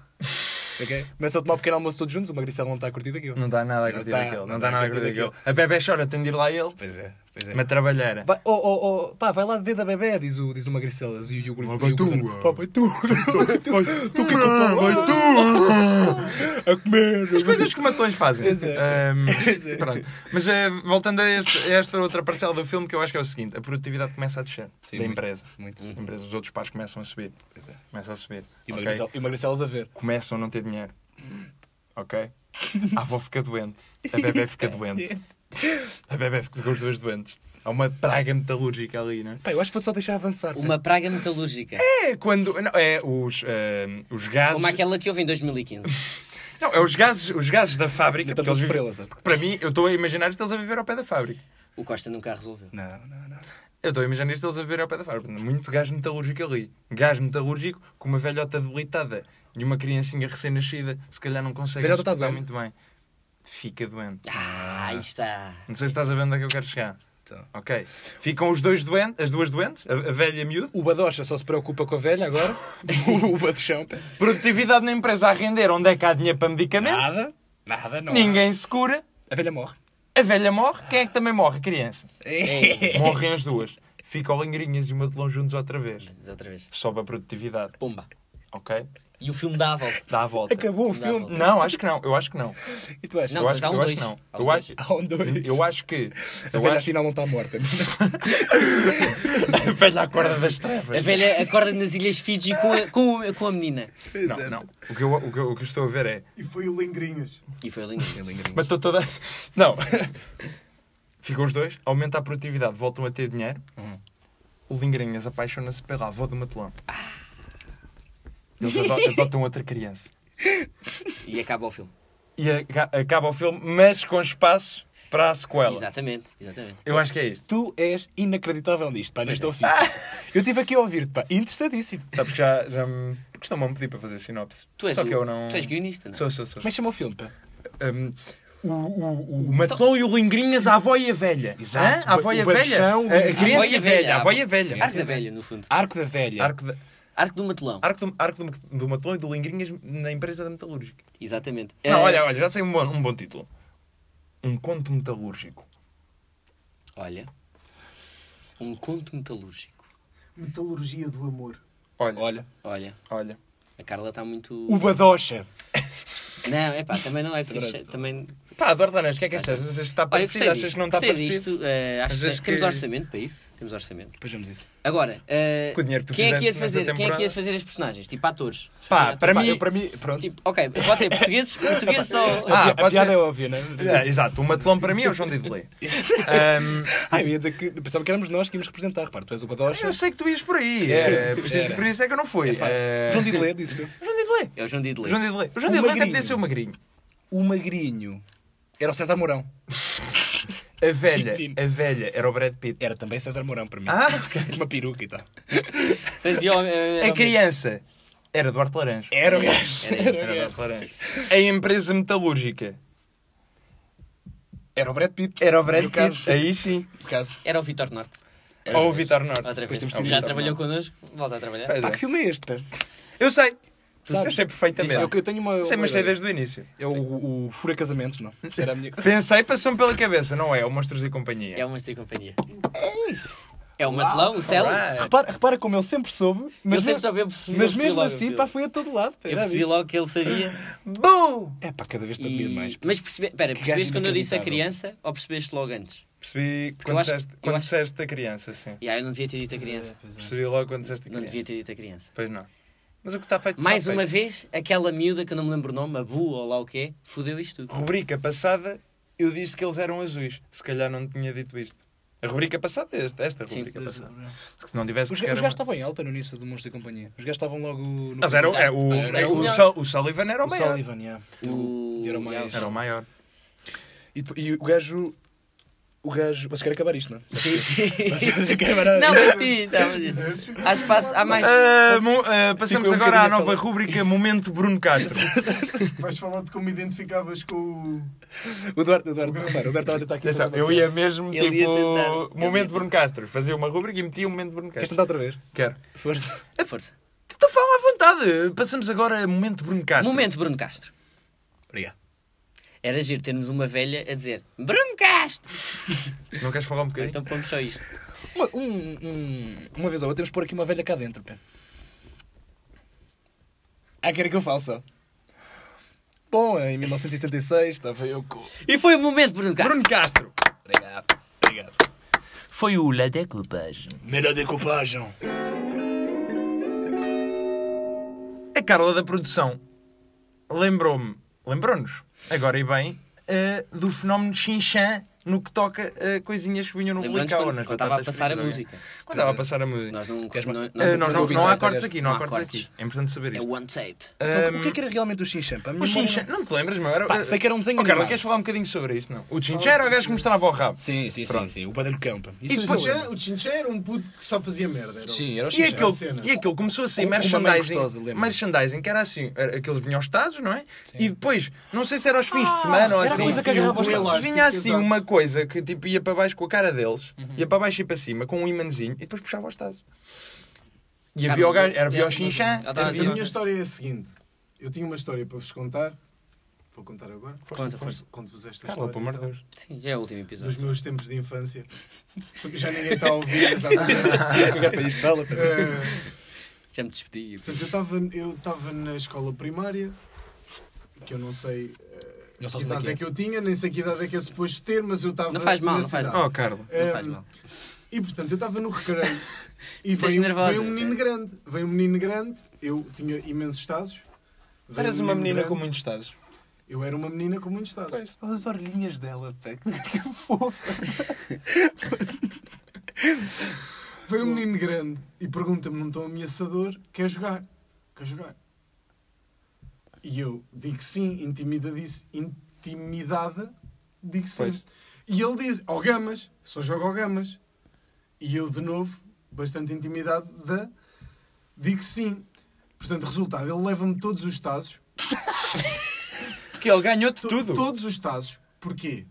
[SPEAKER 3] ok? Começa a tomar um pequeno almoço todos juntos, o Magricela não está a curtir daquilo.
[SPEAKER 2] Não dá nada a
[SPEAKER 3] Não
[SPEAKER 2] curtir
[SPEAKER 3] tá,
[SPEAKER 2] daquilo. Não dá nada a curtir daquilo. A bebé chora, tem de ir lá ele.
[SPEAKER 3] Pois é, pois é.
[SPEAKER 2] Uma trabalheira.
[SPEAKER 3] Vai, oh, oh, oh, pá, vai lá beber da bebé, diz o, diz o Magricelas e o Yogurt.
[SPEAKER 1] Lá vai tu, ah.
[SPEAKER 3] Pá, vai tu.
[SPEAKER 1] Tu que é que eu falo? Vai tu!
[SPEAKER 3] [LAUGHS] a comer.
[SPEAKER 2] As coisas que matões fazem.
[SPEAKER 3] é. Pois é.
[SPEAKER 2] Ahm,
[SPEAKER 3] [LAUGHS] Pois é.
[SPEAKER 2] pronto. Mas eh, voltando a, este- a esta outra parcela do filme, que eu acho que é o seguinte: a produtividade começa a descer
[SPEAKER 3] Sim,
[SPEAKER 2] da
[SPEAKER 3] muito.
[SPEAKER 2] empresa.
[SPEAKER 3] Muito.
[SPEAKER 2] Da empresa. Os outros pares começam a subir.
[SPEAKER 3] Pois é.
[SPEAKER 2] Começa a subir.
[SPEAKER 3] Uhum. E o
[SPEAKER 2] ok?
[SPEAKER 3] Magricel- e o Magricelas a ver.
[SPEAKER 2] Começam a não ter dinheiro. Ok? A avó fica doente. A bebê fica doente. A bebê fica com os dois doentes. Há uma praga metalúrgica ali, não é?
[SPEAKER 3] Pá, eu acho que vou só deixar avançar.
[SPEAKER 4] Uma praga metalúrgica.
[SPEAKER 2] É quando. Não, é os, ahm, os gases.
[SPEAKER 4] Como aquela que houve em 2015.
[SPEAKER 2] Não, é os gases, os gases da fábrica.
[SPEAKER 3] Estamos
[SPEAKER 2] porque
[SPEAKER 3] a é
[SPEAKER 2] eles vivem-
[SPEAKER 3] sofrê-las. sabe?
[SPEAKER 2] Para mim, eu estou a imaginar que eles a viver ao pé da fábrica.
[SPEAKER 4] O Costa nunca a resolveu.
[SPEAKER 3] Não, não, não.
[SPEAKER 2] Eu estou a imaginar isto eles a ver ao pé da fábrica. Muito gás metalúrgico ali. Gás metalúrgico com uma velhota debilitada e uma criancinha recém-nascida, se calhar não consegue
[SPEAKER 3] Velhota está
[SPEAKER 2] executar
[SPEAKER 3] doente?
[SPEAKER 2] muito bem. Fica doente.
[SPEAKER 4] Ah, aí está.
[SPEAKER 2] Não sei se estás a ver onde é que eu quero chegar.
[SPEAKER 3] Então.
[SPEAKER 2] Ok. Ficam os dois doentes, as duas doentes, a, a velha e a miúdo.
[SPEAKER 3] O Badocha só se preocupa com a velha agora. [LAUGHS] o Badochão. pá.
[SPEAKER 2] Produtividade na empresa a render, onde é que há dinheiro para medicamento?
[SPEAKER 3] Nada. Nada, Ah, não. há.
[SPEAKER 2] Ninguém se cura.
[SPEAKER 3] A velha morre.
[SPEAKER 2] A velha morre. Quem é que também morre? A
[SPEAKER 3] [LAUGHS]
[SPEAKER 2] criança.
[SPEAKER 3] É.
[SPEAKER 2] Morrem as duas. Ficam lingrinhas e uma de longe juntos outra vez.
[SPEAKER 4] Diz outra vez.
[SPEAKER 2] Sobe a produtividade.
[SPEAKER 4] Pumba.
[SPEAKER 2] Ok?
[SPEAKER 4] E o filme dá a volta.
[SPEAKER 2] Dá a volta.
[SPEAKER 3] Acabou o
[SPEAKER 4] Não dá a
[SPEAKER 3] filme.
[SPEAKER 4] volta.
[SPEAKER 2] Não, acho que não. Eu acho que não.
[SPEAKER 3] E tu achas?
[SPEAKER 4] Não,
[SPEAKER 2] eu
[SPEAKER 4] mas
[SPEAKER 2] acho,
[SPEAKER 4] há um
[SPEAKER 2] eu acho
[SPEAKER 4] dois.
[SPEAKER 2] que não.
[SPEAKER 4] Há um
[SPEAKER 2] Eu
[SPEAKER 4] dois.
[SPEAKER 2] acho,
[SPEAKER 3] Há um dois.
[SPEAKER 2] eu acho que.
[SPEAKER 3] A
[SPEAKER 2] Eu
[SPEAKER 3] velha
[SPEAKER 2] acho
[SPEAKER 3] afinal não está morta.
[SPEAKER 4] [LAUGHS]
[SPEAKER 2] a velha à corda das trevas.
[SPEAKER 4] A velha acorda nas Ilhas Fiji com a, com a, com a menina.
[SPEAKER 2] Não, não. O que, eu, o, que eu, o que eu estou a ver é.
[SPEAKER 6] E foi o Lingrinhas.
[SPEAKER 4] E foi lindo.
[SPEAKER 2] Matou toda. [LAUGHS] Não. Ficam os dois, aumenta a produtividade, voltam a ter dinheiro.
[SPEAKER 4] Uhum.
[SPEAKER 2] O Lingrinhas apaixona-se pela avó do Matelão.
[SPEAKER 4] Ah.
[SPEAKER 2] Eles ado- adotam outra criança.
[SPEAKER 4] E acaba o filme.
[SPEAKER 2] E aca- acaba o filme, mas com espaço para a sequela.
[SPEAKER 4] Exatamente, exatamente.
[SPEAKER 2] Eu acho que é isto.
[SPEAKER 3] Tu és inacreditável nisto, pá, neste ofício. Eu estive aqui a ouvir-te, pá, interessadíssimo.
[SPEAKER 2] Sabes que já, já me. Costumam pedir para fazer sinopse.
[SPEAKER 4] Tu és,
[SPEAKER 2] Só
[SPEAKER 4] o-
[SPEAKER 2] que eu não.
[SPEAKER 4] tu és guionista, não? é?
[SPEAKER 2] Sou, sou, sou.
[SPEAKER 3] Como é que chama o filme, pá?
[SPEAKER 2] Um, o, o, o
[SPEAKER 4] Então,
[SPEAKER 2] Matelão e o Lingrinhas, a avó e a velha.
[SPEAKER 3] Exato.
[SPEAKER 2] Hã? A avó e a
[SPEAKER 3] O
[SPEAKER 2] velha.
[SPEAKER 3] Baixão,
[SPEAKER 2] A, a
[SPEAKER 4] A avó
[SPEAKER 2] criança
[SPEAKER 4] e
[SPEAKER 2] e
[SPEAKER 4] a
[SPEAKER 2] a
[SPEAKER 4] velha,
[SPEAKER 2] velha. A avó e a
[SPEAKER 4] Arco da
[SPEAKER 2] velha.
[SPEAKER 4] velha, no fundo.
[SPEAKER 3] Arco da Velha.
[SPEAKER 2] Arco, da-
[SPEAKER 4] Arco do Matelão.
[SPEAKER 2] arco, do, arco do, do Matelão e do Lingrinhas na empresa da metalúrgica.
[SPEAKER 4] Exatamente.
[SPEAKER 2] Não,
[SPEAKER 4] Eh,
[SPEAKER 2] olha, olha, já sei um bom, um bom título. Um conto metalúrgico.
[SPEAKER 4] Olha. Um conto metalúrgico.
[SPEAKER 6] Metalurgia do amor.
[SPEAKER 2] Olha, olha.
[SPEAKER 3] Olha.
[SPEAKER 4] Olha, a Carla está muito.
[SPEAKER 3] O Badocha.
[SPEAKER 4] Não, é pá, também não é preciso. também...
[SPEAKER 2] Pá, Dordanas, o que é que achas? Achas que está
[SPEAKER 4] Olha,
[SPEAKER 2] parecido?
[SPEAKER 4] gostei
[SPEAKER 2] Achas
[SPEAKER 4] disto.
[SPEAKER 2] que não está
[SPEAKER 4] gostei
[SPEAKER 2] parecido?
[SPEAKER 4] disto. eh, acho que
[SPEAKER 2] Achas
[SPEAKER 4] temos
[SPEAKER 2] que-
[SPEAKER 4] orçamento para isso. Temos orçamento.
[SPEAKER 3] Vejamos isso.
[SPEAKER 4] Agora, eh,
[SPEAKER 2] Com o dinheiro que tu
[SPEAKER 4] quem, é que ia
[SPEAKER 2] fizeste
[SPEAKER 4] fazer,
[SPEAKER 2] nesta
[SPEAKER 4] quem é que ia
[SPEAKER 2] temporada.
[SPEAKER 4] fazer as personagens? Tipo atores.
[SPEAKER 2] Pá, para
[SPEAKER 3] Pá,
[SPEAKER 2] mim.
[SPEAKER 3] eu, para mim, pronto.
[SPEAKER 4] Tipo, ok, pode ser portugueses,
[SPEAKER 2] [LAUGHS]
[SPEAKER 4] portugueses ou.
[SPEAKER 2] Ah,
[SPEAKER 3] a
[SPEAKER 2] pode
[SPEAKER 3] piada
[SPEAKER 2] ser.
[SPEAKER 3] é óbvia, não [LAUGHS] é?
[SPEAKER 2] É, exato, o Matelão para mim é o João Hum, de
[SPEAKER 4] [LAUGHS]
[SPEAKER 2] Idelê.
[SPEAKER 3] Ah, eu ia dizer que pensava que éramos nós que íamos representar, repara, tu és o Badocha.
[SPEAKER 2] eu sei que tu ias por aí.
[SPEAKER 3] Era,
[SPEAKER 2] É, preciso,
[SPEAKER 3] era.
[SPEAKER 2] por isso é que eu não fui. É,
[SPEAKER 3] João Didlé, disse tu.
[SPEAKER 2] João de Idelê.
[SPEAKER 4] É o João Didley.
[SPEAKER 2] João de Idelê. O João
[SPEAKER 3] Um
[SPEAKER 2] de Idelê até
[SPEAKER 3] magrinho.
[SPEAKER 2] podia ser o magrinho.
[SPEAKER 3] O Magrinho era o César Mourão.
[SPEAKER 2] A velha,
[SPEAKER 3] Pequenino.
[SPEAKER 2] a velha era o Brad Pitt.
[SPEAKER 3] Era também César Mourão para mim. [LAUGHS]
[SPEAKER 2] Ah, ok.
[SPEAKER 3] Uma peruca e tal.
[SPEAKER 4] Fazia. eh,
[SPEAKER 2] A criança era Eduardo Laranjo.
[SPEAKER 3] Era o gajo.
[SPEAKER 4] Era
[SPEAKER 3] Era,
[SPEAKER 4] ele.
[SPEAKER 3] o gajo.
[SPEAKER 2] A empresa metalúrgica
[SPEAKER 3] Era o Brad Pitt,
[SPEAKER 2] era o Brad
[SPEAKER 3] No caso.
[SPEAKER 2] Pitt. Aí sim.
[SPEAKER 3] por acaso.
[SPEAKER 4] Era o Vitor Norte.
[SPEAKER 2] Ou o Vitor Norte.
[SPEAKER 4] Outra vez.
[SPEAKER 3] temos
[SPEAKER 4] Já
[SPEAKER 3] sido Vítor
[SPEAKER 4] trabalhou connosco, volta a trabalhar.
[SPEAKER 2] Pois
[SPEAKER 3] Pá,
[SPEAKER 2] é.
[SPEAKER 3] que filme é este, pá?
[SPEAKER 2] Eu sei.
[SPEAKER 3] Sabe?
[SPEAKER 2] Eu sei perfeitamente.
[SPEAKER 3] é Eu, eu tenho uma.
[SPEAKER 2] Sei, mas sei
[SPEAKER 3] uma ideia.
[SPEAKER 2] desde o início.
[SPEAKER 3] É o, o Fura Casamentos, não? Isso era a minha.
[SPEAKER 2] Pensei, passou-me pela cabeça, não é? O Monstros e Companhia.
[SPEAKER 4] É uma sem companhia. É o Matelão, o Celo.
[SPEAKER 2] Alright.
[SPEAKER 3] Repara, repara como ele sempre soube,
[SPEAKER 4] Eu
[SPEAKER 3] mas,
[SPEAKER 4] sempre
[SPEAKER 3] me-
[SPEAKER 4] soube, eu percebi- eu
[SPEAKER 3] mas
[SPEAKER 4] percebi
[SPEAKER 3] mesmo
[SPEAKER 4] logo,
[SPEAKER 3] assim,
[SPEAKER 4] eu
[SPEAKER 3] pá,
[SPEAKER 4] percebi.
[SPEAKER 3] foi a todo lado. pá,
[SPEAKER 4] Eu
[SPEAKER 3] era a
[SPEAKER 4] percebi
[SPEAKER 3] vida.
[SPEAKER 4] logo que ele sabia.
[SPEAKER 2] Bum!
[SPEAKER 3] É pá, cada vez te admiro
[SPEAKER 4] E...
[SPEAKER 3] mais. pá.
[SPEAKER 4] Mas percebe... Pera,
[SPEAKER 3] Que
[SPEAKER 4] percebeste
[SPEAKER 3] gajo
[SPEAKER 4] quando eu disse a
[SPEAKER 3] inacreditável.
[SPEAKER 4] criança ou percebeste logo antes?
[SPEAKER 2] Percebi
[SPEAKER 4] eu
[SPEAKER 2] quando
[SPEAKER 4] acho-
[SPEAKER 2] disseste
[SPEAKER 4] eu
[SPEAKER 2] quando
[SPEAKER 4] acho-
[SPEAKER 2] disseste a criança, sim.
[SPEAKER 4] E aí eu não devia ter dito a
[SPEAKER 3] é,
[SPEAKER 4] criança.
[SPEAKER 2] Percebi logo quando disseste a
[SPEAKER 4] Não devia
[SPEAKER 2] criança.
[SPEAKER 4] ter dito a criança.
[SPEAKER 2] Pois não. Mas o que está feito está
[SPEAKER 4] Mais
[SPEAKER 2] feito.
[SPEAKER 4] uma vez, aquela miúda que eu não me lembro o nome, a Bu ou lá o que é, fodeu isto tudo.
[SPEAKER 2] rubrica passada eu disse que eles eram azuis. Se calhar não tinha dito isto. A rubrica passada, é esta, esta
[SPEAKER 4] Sim,
[SPEAKER 2] rubrica
[SPEAKER 4] mas-
[SPEAKER 2] passada. Se não tivesse
[SPEAKER 3] Os, os
[SPEAKER 2] que era
[SPEAKER 3] gajos
[SPEAKER 2] uma-
[SPEAKER 3] estavam em alta no início do Monstro e Companhia. Os gajos estavam logo no.
[SPEAKER 2] Mas era, o- é, o,
[SPEAKER 3] Era
[SPEAKER 2] é,
[SPEAKER 3] o
[SPEAKER 2] o,
[SPEAKER 3] melhor.
[SPEAKER 2] Sul- o Sullivan era o
[SPEAKER 3] o
[SPEAKER 2] maior.
[SPEAKER 3] Sullivan, yeah.
[SPEAKER 4] O-
[SPEAKER 3] Era o mais.
[SPEAKER 2] Era o maior.
[SPEAKER 3] E, depois- e o gajo. O gajo. Vocês querem acabar isto, [LAUGHS] não é? [LAUGHS]
[SPEAKER 4] Sim, sim.
[SPEAKER 3] Vocês não querem acabar
[SPEAKER 4] Não,
[SPEAKER 3] [LAUGHS] nada.
[SPEAKER 4] mas sim, tá, mas isso. Há espaço, há mais.
[SPEAKER 2] Ah, mo- ah, passamos
[SPEAKER 3] Ficou um
[SPEAKER 2] agora à
[SPEAKER 3] bocadinho a
[SPEAKER 2] nova rubrica Momento Bruno Castro.
[SPEAKER 6] Vais falar de como identificavas com o.
[SPEAKER 3] O Duarte, o Duarte, repara, o Duarte estava a tentar aqui.
[SPEAKER 2] [LAUGHS] Atenção,
[SPEAKER 3] fazer
[SPEAKER 2] eu
[SPEAKER 3] uma piada.
[SPEAKER 2] ia mesmo
[SPEAKER 4] Ele ia
[SPEAKER 2] tipo.
[SPEAKER 4] tentar. Ele ia
[SPEAKER 2] Momento Bruno Castro. Fazia uma rubrica e metia o Momento Bruno
[SPEAKER 3] Queres
[SPEAKER 2] Castro.
[SPEAKER 3] tentar outra vez?
[SPEAKER 2] Quero.
[SPEAKER 3] Força.
[SPEAKER 4] Força.
[SPEAKER 2] Tu fala à vontade. Passamos agora a momento Bruno Castro.
[SPEAKER 4] Momento, Bruno Castro.
[SPEAKER 3] Obrigado.
[SPEAKER 4] Era giro termos uma velha a dizer Bruno Castro!
[SPEAKER 2] Não queres falar um bocadinho?
[SPEAKER 4] Então pomos só isto.
[SPEAKER 3] Uma, um- um- uma vez ou outra temos de pôr aqui uma velha cá dentro, pá. Ah, querem que eu fale só? Bom, é em 1976 estava eu com...
[SPEAKER 4] E foi o momento, Bruno Castro.
[SPEAKER 2] Bruno Castro.
[SPEAKER 3] Obrigado, obrigado.
[SPEAKER 4] Foi o La Decoupage.
[SPEAKER 3] Melhor decoupagem.
[SPEAKER 2] A Carla da produção lembrou-me, lembrou-nos, agora e bem, eh, do fenómeno Xinchã no que toca a coisinhas que vinham no
[SPEAKER 4] Lembrando-nos
[SPEAKER 2] Blical.
[SPEAKER 4] quando-
[SPEAKER 2] nas
[SPEAKER 4] quando estava a
[SPEAKER 2] batatas
[SPEAKER 4] passar a
[SPEAKER 2] fritas,
[SPEAKER 4] música.
[SPEAKER 2] ok? Quando estava a passar a música.
[SPEAKER 4] Nós não...
[SPEAKER 3] Queres
[SPEAKER 4] não,
[SPEAKER 3] mais-
[SPEAKER 2] Eh, nós não,
[SPEAKER 3] não-
[SPEAKER 2] não há
[SPEAKER 3] não-
[SPEAKER 2] cortes aqui, não há
[SPEAKER 4] não há
[SPEAKER 2] cortes
[SPEAKER 4] cortes.
[SPEAKER 2] aqui. É importante saber
[SPEAKER 4] É
[SPEAKER 2] isto.
[SPEAKER 4] one tape.
[SPEAKER 3] Então, o que é
[SPEAKER 2] Ahm,
[SPEAKER 3] que era realmente o Xinxan? Para mim,
[SPEAKER 2] Hum. O
[SPEAKER 3] não era-
[SPEAKER 2] Xinchã, não te lembras, meu? Era,
[SPEAKER 3] Pá, sei que era um desenho
[SPEAKER 2] Oh, Carla,
[SPEAKER 3] animado.
[SPEAKER 2] queres falar um bocadinho sobre isto? Não. O Xinchã era o gajo que mostrava o rabo.
[SPEAKER 3] Sim, sim, sim,
[SPEAKER 2] Pronto.
[SPEAKER 3] sim. O Padre Campo.
[SPEAKER 6] O
[SPEAKER 3] Isso é
[SPEAKER 2] depois-
[SPEAKER 3] eu
[SPEAKER 6] Chinchã- O Chinchã era um puto que só fazia merda. Era o-
[SPEAKER 3] Sim, era o
[SPEAKER 2] E
[SPEAKER 3] Xinxan.
[SPEAKER 6] aquele-
[SPEAKER 2] aquilo, e aquilo começou a sair
[SPEAKER 3] Com- com uma mãe
[SPEAKER 2] merchandising,
[SPEAKER 3] gostosa, lembro-me.
[SPEAKER 2] merchandising, que era assim, era- aqueles vinham aos Estados, não é? E depois, não sei se era aos fins de semana ou
[SPEAKER 3] era a
[SPEAKER 2] assim,
[SPEAKER 3] coisa que agarrava
[SPEAKER 6] os elástico,
[SPEAKER 2] vinha assim
[SPEAKER 6] exato.
[SPEAKER 2] uma coisa que tipo ia para baixo com a cara deles, ia para baixo e para cima com um imãzinho e depois puxava aos Estados. E havia o gajo, era havia o Xinchã,
[SPEAKER 4] Ah, tá,
[SPEAKER 6] Mas a
[SPEAKER 4] sim.
[SPEAKER 2] havia...
[SPEAKER 6] minha história é a seguinte. Eu tinha uma história para vos contar. Vou contar agora.
[SPEAKER 4] Conta, força.
[SPEAKER 6] Conto-vos esta
[SPEAKER 2] Carla,
[SPEAKER 6] história.
[SPEAKER 2] pelo amor de
[SPEAKER 6] então,
[SPEAKER 2] Deus.
[SPEAKER 4] Sim, já é o último
[SPEAKER 6] Dos
[SPEAKER 4] episódio.
[SPEAKER 6] meus tempos de infância. Porque já ninguém está a ouvir, exatamente.
[SPEAKER 3] Cagar para isto, fala.
[SPEAKER 6] Eh,
[SPEAKER 4] Já me despedi.
[SPEAKER 6] Portanto, eu estava eu estava na escola primária, que eu não sei eh,
[SPEAKER 3] Não
[SPEAKER 6] que
[SPEAKER 3] sabes onde é
[SPEAKER 6] idade
[SPEAKER 3] que
[SPEAKER 6] é
[SPEAKER 3] é.
[SPEAKER 6] que eu tinha, nem sei que idade é que é suposto ter, mas eu estava
[SPEAKER 4] Não faz mal,
[SPEAKER 6] nessa
[SPEAKER 4] não faz
[SPEAKER 6] idade.
[SPEAKER 2] Oh, Carla.
[SPEAKER 4] Não faz mal.
[SPEAKER 6] Ehm, E portanto, eu estava
[SPEAKER 4] [LAUGHS]
[SPEAKER 6] no recreio e
[SPEAKER 4] Estás
[SPEAKER 6] veio,
[SPEAKER 4] nervosa,
[SPEAKER 6] veio um
[SPEAKER 4] sério?
[SPEAKER 6] menino grande. Veio um menino grande, eu tinha imensos tazos. Veio
[SPEAKER 2] Eras
[SPEAKER 6] um
[SPEAKER 2] uma
[SPEAKER 6] menino
[SPEAKER 2] menina com
[SPEAKER 6] grande.
[SPEAKER 2] muitos Estados.
[SPEAKER 6] Eu era uma menina com muitos tazos.
[SPEAKER 5] As orelhinhas dela, pá. Que fofa.
[SPEAKER 6] Veio um menino grande e pergunta-me num tom ameaçador: quer jogar? Quer jogar? E eu digo sim, intimidadice- intimidada, digo sim.
[SPEAKER 2] Pois.
[SPEAKER 6] E ele diz: ao Gamas, só joga ao Gamas. E eu, de novo, bastante intimidado, da, digo sim. Portanto, resultado, ele leva-me todos os tazos,
[SPEAKER 2] Porque ele ganhou
[SPEAKER 6] to-
[SPEAKER 2] tudo.
[SPEAKER 6] todos os tazos. Porquê?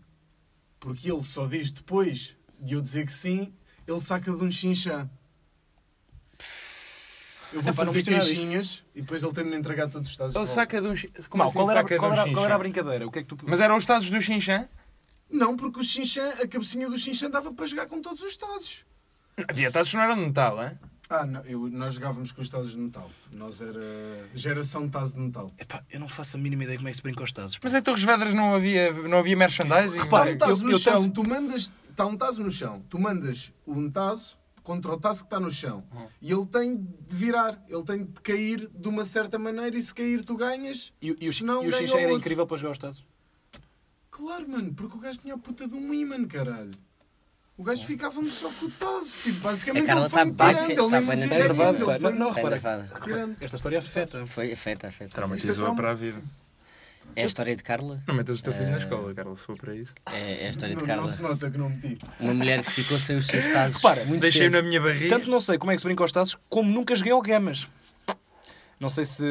[SPEAKER 6] Porque ele só diz depois de eu dizer que sim, ele saca de um chinchã. Eu vou
[SPEAKER 3] Epá, não
[SPEAKER 6] fazer
[SPEAKER 3] percebi nada
[SPEAKER 6] queixinhas e depois ele tem de me entregar todos os tazos. de
[SPEAKER 2] Ele
[SPEAKER 6] volta.
[SPEAKER 2] saca de um... chi- Como
[SPEAKER 3] Mal,
[SPEAKER 2] assim
[SPEAKER 3] qual, era,
[SPEAKER 2] saca de
[SPEAKER 3] qual,
[SPEAKER 2] um
[SPEAKER 3] era, qual era a
[SPEAKER 2] Xinchã?
[SPEAKER 3] brincadeira? O que é que tu...
[SPEAKER 2] Mas eram os Estados do Xinchã?
[SPEAKER 6] Não, porque o chinchã, a cabecinha do chinchã dava para jogar com todos os tazos.
[SPEAKER 2] Havia Estados que não eram de metal, hein?
[SPEAKER 6] Ah, não, eu- nós jogávamos com os tazos de metal. Nós era geração tazo de metal.
[SPEAKER 3] Epá, eu não faço a mínima ideia como é que se brinca aos tazos.
[SPEAKER 2] Mas em Torres Vedras não havia, não havia merchandising?
[SPEAKER 6] Pá, um
[SPEAKER 2] Não. é?
[SPEAKER 6] tazo
[SPEAKER 3] eu-
[SPEAKER 6] no
[SPEAKER 3] eu
[SPEAKER 6] chão,
[SPEAKER 3] tanto-
[SPEAKER 6] tu mandas. Está um tazo no chão, tu mandas um tazo contra o tazo que está no chão. E ele tem de virar, ele tem de cair de uma certa maneira e se cair tu ganhas.
[SPEAKER 3] E, o- e o,
[SPEAKER 6] se não,
[SPEAKER 3] e o
[SPEAKER 6] ganha
[SPEAKER 3] Xinxan era
[SPEAKER 6] outro.
[SPEAKER 3] incrível para jogar aos tazos?
[SPEAKER 6] Claro, mano, porque o gajo tinha a puta de um imã, caralho. O gajo ficava-me só com o tazo. Tipo,
[SPEAKER 4] A
[SPEAKER 6] basicamente
[SPEAKER 4] Carla
[SPEAKER 6] ele foi-me
[SPEAKER 4] tá baixa,
[SPEAKER 6] tirando,
[SPEAKER 4] tá
[SPEAKER 6] ele nem me
[SPEAKER 4] bem na
[SPEAKER 6] dizia assim,
[SPEAKER 4] nervada,
[SPEAKER 6] ele
[SPEAKER 3] pá,
[SPEAKER 6] foi-me
[SPEAKER 3] não,
[SPEAKER 4] Foi
[SPEAKER 3] repara.
[SPEAKER 4] nervada.
[SPEAKER 6] tirando.
[SPEAKER 3] Esta história é, afeta.
[SPEAKER 4] Foi afeta, afeta.
[SPEAKER 2] Traumatizou para a vida.
[SPEAKER 4] É a história de Carla.
[SPEAKER 2] Não metas o teu filho na
[SPEAKER 4] Eh,
[SPEAKER 2] escola, Carla, se for para isso.
[SPEAKER 4] É, é a história de
[SPEAKER 6] Não,
[SPEAKER 4] Carla.
[SPEAKER 6] não se nota que não meti.
[SPEAKER 4] Uma mulher que ficou sem os seus tazos
[SPEAKER 3] Repara,
[SPEAKER 4] muito
[SPEAKER 2] Deixei-o na
[SPEAKER 4] cedo.
[SPEAKER 2] minha barriga.
[SPEAKER 3] Tanto não sei como é que se brinca aos tazos, como nunca joguei ao Gamas. Não sei se...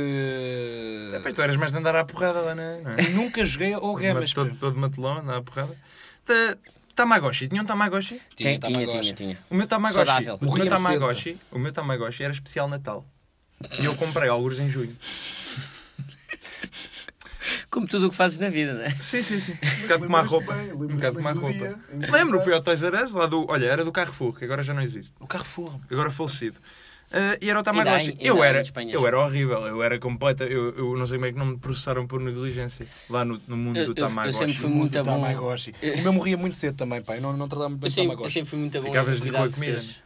[SPEAKER 3] É,
[SPEAKER 2] Pois tu eras mais de andar à porrada lá, na- não é?
[SPEAKER 3] Nunca joguei ao Gamas.
[SPEAKER 2] Todo, todo,
[SPEAKER 3] pá.
[SPEAKER 2] todo matelão, andar à porrada. Ta- Tamagotchi, tinha um Tamagotchi?
[SPEAKER 4] Tinha, tinha,
[SPEAKER 3] Tamagotchi.
[SPEAKER 4] tinha, tinha.
[SPEAKER 2] O meu Tamagotchi,
[SPEAKER 4] Saudável.
[SPEAKER 2] o meu
[SPEAKER 3] Morria-me cedo,
[SPEAKER 2] Tamagotchi, o meu Tamagotchi era especial Natal. E eu comprei alguns em junho.
[SPEAKER 4] Como tudo o que fazes na vida, não é?
[SPEAKER 2] Sim, sim, sim. Um bocado como a
[SPEAKER 6] Lembras-te
[SPEAKER 2] roupa. Um
[SPEAKER 6] bem, lembras-te
[SPEAKER 2] bocado como a
[SPEAKER 6] bem do
[SPEAKER 2] roupa.
[SPEAKER 6] dia em que
[SPEAKER 2] Lembro,
[SPEAKER 6] compraste.
[SPEAKER 2] fui ao Toys R Us, lá do... Olha, era do Carrefour, que agora já não existe.
[SPEAKER 3] O carro fogo.
[SPEAKER 2] agora é falecido. Ah, e era o
[SPEAKER 4] E
[SPEAKER 2] Tamagotchi.
[SPEAKER 4] dá em- e
[SPEAKER 2] eu,
[SPEAKER 4] dá em
[SPEAKER 2] era,
[SPEAKER 4] Espanha.
[SPEAKER 2] eu era horrível, eu era completa. Eu, eu não sei como é que não me processaram por negligência lá no, no mundo
[SPEAKER 4] Eu-
[SPEAKER 2] do
[SPEAKER 4] eu- eu
[SPEAKER 2] Tamagotchi.
[SPEAKER 4] sempre fui
[SPEAKER 3] O
[SPEAKER 4] Muito
[SPEAKER 3] do
[SPEAKER 4] bom.
[SPEAKER 3] Tamagotchi. O meu morria muito cedo também, pá. Eu não, não tratava muito bem
[SPEAKER 4] Eu
[SPEAKER 3] de
[SPEAKER 4] sempre, eu
[SPEAKER 3] Tamagotchi.
[SPEAKER 4] sempre fui muito bom
[SPEAKER 2] Ficavas
[SPEAKER 4] em
[SPEAKER 2] com a
[SPEAKER 4] cuidar de
[SPEAKER 2] comida. né?
[SPEAKER 4] seres.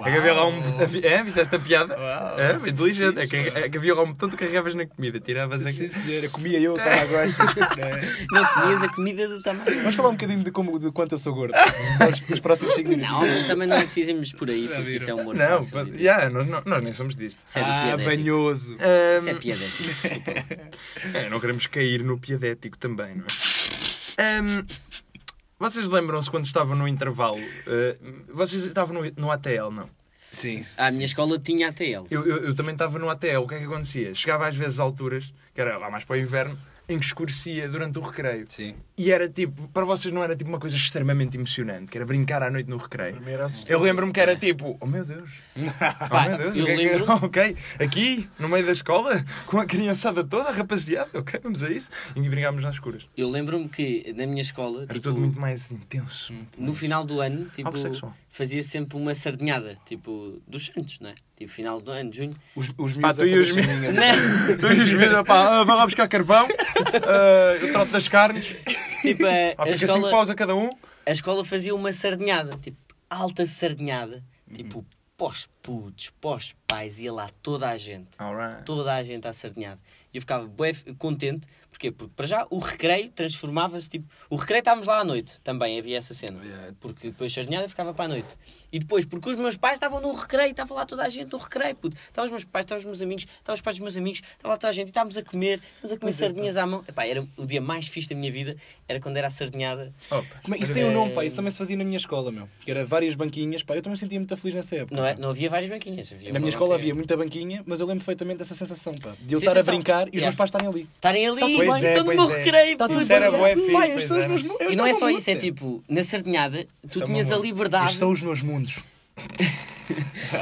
[SPEAKER 2] Havia lá um. É, viste esta piada? É, foi inteligente. É que, é que havia lá um botão que carregavas na comida, tiravas a.
[SPEAKER 3] Sim, senhora. Comia eu tá o Tamagotchi. Não [LAUGHS] é?
[SPEAKER 4] Não comias a comida do tamanho.
[SPEAKER 3] Vamos falar um bocadinho de, como, de quanto eu sou gordo. Nos, nos próximos 5 minutos.
[SPEAKER 4] Não, também não precisamos por aí, porque isso é humor
[SPEAKER 2] Não, pá,
[SPEAKER 4] fácil.
[SPEAKER 2] yeah, nós, não- nós nem somos disto.
[SPEAKER 4] Isso é do
[SPEAKER 3] ah,
[SPEAKER 4] piadético.
[SPEAKER 3] banhoso.
[SPEAKER 2] Ah,
[SPEAKER 4] Isso é piadético.
[SPEAKER 2] É, não queremos cair no piedético também, não é? Ahm, vocês lembram-se quando estavam no intervalo? ah, vocês estavam no, no ATL, não?
[SPEAKER 3] Sim.
[SPEAKER 4] Ah, A minha escola tinha até ele.
[SPEAKER 2] Eu, eu, eu também estava no ATL, o que é que acontecia? Chegava às vezes a alturas, que era lá mais para o inverno, em que escurecia durante o recreio.
[SPEAKER 3] Sim.
[SPEAKER 2] E era tipo, para vocês não era tipo uma coisa extremamente emocionante, que era brincar à noite no recreio.
[SPEAKER 6] Primeiro assustador.
[SPEAKER 2] Eu lembro-me que era tipo, oh meu Deus, oh meu Deus,
[SPEAKER 4] eu
[SPEAKER 2] o que é que-
[SPEAKER 4] lembro-
[SPEAKER 2] [LAUGHS] ok, aqui, no meio da escola, [LAUGHS] com a criançada toda, rapaziada, ok, vamos a isso. E brincámos nas escuras.
[SPEAKER 4] Eu lembro-me que na minha escola,
[SPEAKER 2] Era
[SPEAKER 4] tipo,
[SPEAKER 2] tudo muito mais intenso. muito
[SPEAKER 4] no
[SPEAKER 2] mais-
[SPEAKER 4] final do ano, tipo,
[SPEAKER 2] Algo sexual.
[SPEAKER 4] fazia sempre uma sardinhada, tipo, dos Santos, não é? Tipo, final do ano,
[SPEAKER 2] [LAUGHS]
[SPEAKER 4] junho.
[SPEAKER 5] Os, os
[SPEAKER 2] Pá,
[SPEAKER 5] miúdos
[SPEAKER 2] tu
[SPEAKER 5] a
[SPEAKER 2] e os
[SPEAKER 5] fazer chaminha.
[SPEAKER 4] Não,
[SPEAKER 2] Tu e os meus, pá, ah, vai lá buscar carvão, ah, eu troco das carnes,
[SPEAKER 4] tipo, a,
[SPEAKER 2] ah,
[SPEAKER 4] a
[SPEAKER 2] fica 5
[SPEAKER 4] escola,
[SPEAKER 2] paus a cada um.
[SPEAKER 4] a escola fazia uma sardinhada, tipo, alta sardinhada,
[SPEAKER 2] Hum.
[SPEAKER 4] tipo, pós putos, pós pais, ia lá toda a gente.
[SPEAKER 2] Alright.
[SPEAKER 4] toda a gente a sardinhar. E eu ficava bué f- contente, porquê? Porque para já o recreio transformava-se, tipo, o recreio estávamos lá à noite também, havia essa cena.
[SPEAKER 3] é.
[SPEAKER 4] Porque depois sardinhada ficava para a noite. E depois, porque os meus pais estavam no recreio, estava lá toda a gente no recreio, puto. Estavam os meus pais, estavam os meus amigos, estavam os pais dos meus amigos, estava lá toda a gente, e estávamos a comer, estávamos a comer
[SPEAKER 3] é,
[SPEAKER 4] sardinhas à mão. Epá, era o dia mais fixe da minha vida, era quando era a sardinhada.
[SPEAKER 2] Opa.
[SPEAKER 3] Como é- Isso tem um nome, pá. Isso também se fazia na minha escola, meu. Que era várias banquinhas, pá. Eu também me sentia muito feliz nessa época.
[SPEAKER 4] Não, é, não havia várias banquinhas. Havia
[SPEAKER 3] Na
[SPEAKER 4] uma
[SPEAKER 3] minha escola
[SPEAKER 4] banquinha.
[SPEAKER 3] havia muita banquinha, mas eu lembro perfeitamente dessa sensação, pá. De eu
[SPEAKER 4] Sensação.
[SPEAKER 3] estar a brincar e os
[SPEAKER 4] Yeah.
[SPEAKER 3] meus pais estarem ali.
[SPEAKER 4] Estarem ali,
[SPEAKER 2] Pois
[SPEAKER 4] mãe,
[SPEAKER 2] é,
[SPEAKER 4] estão no
[SPEAKER 2] pois
[SPEAKER 4] meu
[SPEAKER 2] é.
[SPEAKER 4] recreio,
[SPEAKER 2] Tá tudo
[SPEAKER 4] puto.
[SPEAKER 2] bem. era bué fixe,
[SPEAKER 3] Pai,
[SPEAKER 2] pois
[SPEAKER 3] são os
[SPEAKER 2] era.
[SPEAKER 3] meus mu-
[SPEAKER 4] E
[SPEAKER 3] eles
[SPEAKER 4] não é
[SPEAKER 3] são
[SPEAKER 4] só
[SPEAKER 3] o meu
[SPEAKER 4] isso, é
[SPEAKER 3] mundo.
[SPEAKER 4] tipo, na sardinhada, tu
[SPEAKER 2] Tá
[SPEAKER 4] tinhas
[SPEAKER 2] bom,
[SPEAKER 4] a
[SPEAKER 2] mano.
[SPEAKER 4] liberdade.
[SPEAKER 3] Estes são os meus mundos.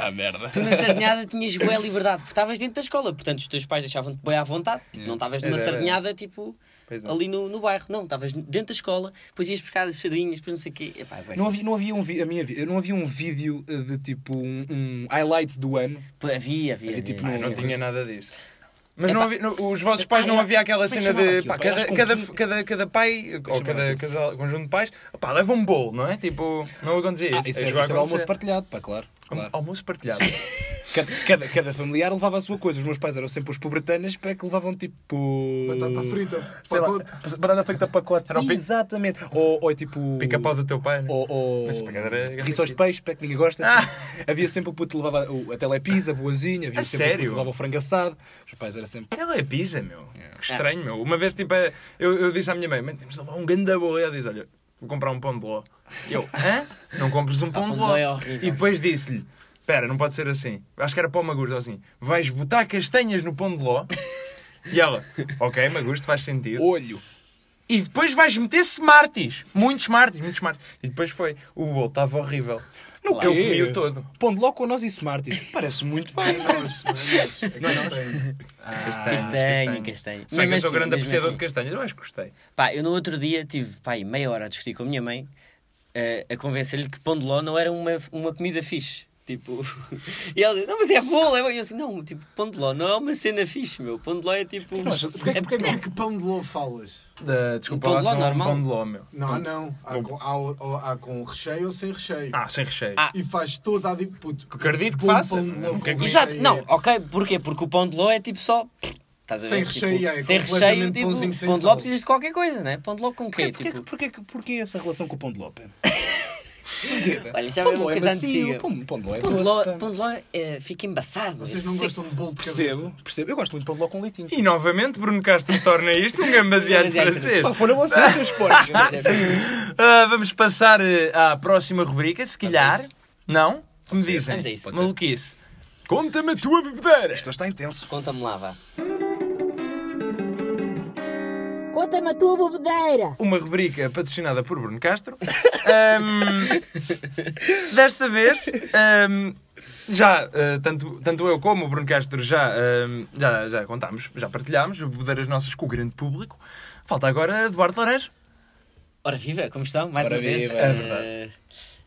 [SPEAKER 3] ah, merda.
[SPEAKER 4] Tu na sardinhada tinhas boa liberdade, porque estavas dentro da escola, portanto os teus pais deixavam-te bem à vontade. Tipo, Não estavas numa
[SPEAKER 2] Era- era-
[SPEAKER 4] sardinhada tipo
[SPEAKER 2] Pois é.
[SPEAKER 4] ali no, no bairro, não, estavas dentro da escola, depois ias buscar as sardinhas, depois não sei o quê. Epá, é bué
[SPEAKER 3] Não
[SPEAKER 4] fixe.
[SPEAKER 3] havia, não havia um vi- a minha vi- não havia um vídeo eh, de tipo um, um highlights do ano.
[SPEAKER 4] Pô, havia, havia. havia,
[SPEAKER 3] tipo,
[SPEAKER 2] Ah, não
[SPEAKER 3] Sim.
[SPEAKER 2] tinha nada disso. Mas
[SPEAKER 4] Epá.
[SPEAKER 2] não havia- não- os vossos pais
[SPEAKER 4] Ah,
[SPEAKER 2] não
[SPEAKER 4] era-
[SPEAKER 2] havia aquela
[SPEAKER 3] como é que
[SPEAKER 2] cena
[SPEAKER 3] chamava
[SPEAKER 2] de
[SPEAKER 3] aquilo?
[SPEAKER 2] pá,
[SPEAKER 3] Pá, acho
[SPEAKER 2] cada,
[SPEAKER 3] que
[SPEAKER 2] cada,
[SPEAKER 3] um quilo.
[SPEAKER 2] cada, cada pai ou
[SPEAKER 3] chamava
[SPEAKER 2] cada
[SPEAKER 3] aquilo?
[SPEAKER 2] casal, conjunto de pais pá, leva um bolo, não é? Tipo, não acontecia isso.
[SPEAKER 3] Ah, isso
[SPEAKER 2] É
[SPEAKER 3] era,
[SPEAKER 2] jogar
[SPEAKER 3] isso era
[SPEAKER 2] com
[SPEAKER 3] almoço
[SPEAKER 2] você.
[SPEAKER 3] partilhado, pá, claro.
[SPEAKER 2] Almo-
[SPEAKER 3] claro.
[SPEAKER 2] Almoço partilhado.
[SPEAKER 3] Cada, cada, cada familiar levava a sua coisa. Os meus pais eram sempre os pobretanas para que levavam tipo.
[SPEAKER 6] Batata frita.
[SPEAKER 3] Sei lá,
[SPEAKER 6] pacote.
[SPEAKER 3] banana feita pacote.
[SPEAKER 2] Era o pi-
[SPEAKER 3] Exatamente. Ou, ou é tipo.
[SPEAKER 2] Pica-pau do teu pai, né?
[SPEAKER 3] Ou, ou
[SPEAKER 2] Mas se calhar era- Ah. era
[SPEAKER 3] rissóis de peixe, pé que ninguém gosta. Tipo, Havia sempre o puto que levava o- a telepisa, a boazinha, havia
[SPEAKER 2] A
[SPEAKER 3] sempre o puto
[SPEAKER 2] sério?
[SPEAKER 3] que levava o frango assado. Os pais eram sempre.
[SPEAKER 2] Ela é pizza, meu. Que estranho, meu. Uma vez, tipo, eu, eu disse à minha mãe, mãe, temos de levar um grande bolo. E ela diz, olha, vou comprar um pão de ló. E eu, hã? Não compres um pão
[SPEAKER 4] pão
[SPEAKER 2] de
[SPEAKER 4] de
[SPEAKER 2] ló.
[SPEAKER 4] ló é horrível.
[SPEAKER 2] E depois disse-lhe, espera, não pode ser assim. Acho que era para o Magusto, assim. Vais botar castanhas no pão de ló? E ela, ok, Magusto, faz sentido.
[SPEAKER 3] Olho.
[SPEAKER 2] E depois vais meter Smarties. Muitos Smarties, muitos Smarties. E depois foi. O bolo estava horrível.
[SPEAKER 3] No
[SPEAKER 2] Eu
[SPEAKER 3] quê?
[SPEAKER 2] comi o todo.
[SPEAKER 3] Pão de ló com nós e Smarties. Parece muito bem.
[SPEAKER 6] Nós, não é nós. Aqui nós.
[SPEAKER 4] Castanho, castanho.
[SPEAKER 2] Só que
[SPEAKER 4] Ah, Mesmo
[SPEAKER 2] eu sou
[SPEAKER 4] assim,
[SPEAKER 2] grande
[SPEAKER 4] mesmo
[SPEAKER 2] apreciador
[SPEAKER 4] assim.
[SPEAKER 2] de castanhas. Eu acho que gostei.
[SPEAKER 4] Pá, eu no outro dia tive pá, aí meia hora a discutir com a minha mãe eh, a convencer-lhe que pão de ló não era uma, uma comida fixe. Tipo, [LAUGHS] e ela disse, não, mas é bolo, é bolo. E eu assim, não, tipo, pão de ló não é uma cena fixe, meu. Pão de ló é tipo.
[SPEAKER 6] Porquê é que- porquê é que- de que pão de lou falas?
[SPEAKER 2] Da, desculpa,
[SPEAKER 4] Um pão
[SPEAKER 2] lá
[SPEAKER 4] de ló
[SPEAKER 2] só um
[SPEAKER 4] normal.
[SPEAKER 2] pão de ló, meu.
[SPEAKER 6] Não, não. Há com, há o- o- há com recheio ou sem recheio.
[SPEAKER 2] Ah, sem recheio.
[SPEAKER 4] Ah.
[SPEAKER 6] E faz toda a. di- Puto.
[SPEAKER 2] Que acredito que
[SPEAKER 6] Bom
[SPEAKER 2] faça.
[SPEAKER 6] pão de ló
[SPEAKER 2] O que é que-
[SPEAKER 6] com
[SPEAKER 4] Exato,
[SPEAKER 6] recheio
[SPEAKER 4] não,
[SPEAKER 6] é-
[SPEAKER 4] ok, porquê? Porque o pão de ló é tipo só. Estás a
[SPEAKER 6] Sem
[SPEAKER 4] ver?
[SPEAKER 6] recheio,
[SPEAKER 4] tipo,
[SPEAKER 6] é
[SPEAKER 4] sem
[SPEAKER 6] completamente
[SPEAKER 4] recheio, tipo,
[SPEAKER 6] pãozinho sem
[SPEAKER 4] pão de ló
[SPEAKER 6] sal.
[SPEAKER 4] precisas de qualquer coisa, né? Pão de ló com quê?
[SPEAKER 3] Porquê,
[SPEAKER 4] Tipo,
[SPEAKER 3] porquê, porquê essa relação com o pão de ló, pá?
[SPEAKER 4] olha, já é
[SPEAKER 3] Pão
[SPEAKER 4] uma
[SPEAKER 3] de ló é
[SPEAKER 4] coisa antiga.
[SPEAKER 3] macio.
[SPEAKER 4] Pão
[SPEAKER 3] Pão pão de ló é
[SPEAKER 4] de ló,
[SPEAKER 3] doce, pá.
[SPEAKER 4] pão de ló eh, fica embaçado.
[SPEAKER 6] Vocês
[SPEAKER 4] é
[SPEAKER 6] não
[SPEAKER 4] seco.
[SPEAKER 6] gostam de bolo de cabeça.
[SPEAKER 3] Percebo, percebo. Eu gosto muito de pão de ló com leitinho.
[SPEAKER 2] E novamente, Bruno Castro torna isto um gambaseado
[SPEAKER 4] Gambaseado
[SPEAKER 2] francês.
[SPEAKER 3] Pá, foram vocês, seus porcos.
[SPEAKER 4] [LAUGHS]
[SPEAKER 2] Ah, vamos passar eh, à próxima rubrica, se calhar.
[SPEAKER 4] isso.
[SPEAKER 2] Não? Que me
[SPEAKER 4] ser.
[SPEAKER 2] dizem?
[SPEAKER 4] Vamos a isso. Pode ser.
[SPEAKER 2] Maluquice. Conta-me a tua bebedeira.
[SPEAKER 3] Isto hoje está intenso.
[SPEAKER 4] Conta-me lá, vá.
[SPEAKER 7] Conta-me a tua bobedeira.
[SPEAKER 2] uma rubrica patrocinada por Bruno Castro.
[SPEAKER 4] [LAUGHS]
[SPEAKER 2] Ahm, desta vez, ahm, já, ah, tanto, tanto eu como o Bruno Castro já, ahm, já, já contámos, já partilhámos, as nossas com o grande público. Falta agora Eduardo Laranjo.
[SPEAKER 4] Ora viva, como estão? Mais
[SPEAKER 3] Ora
[SPEAKER 4] uma vez.
[SPEAKER 3] viva.
[SPEAKER 4] Eh,
[SPEAKER 2] É verdade.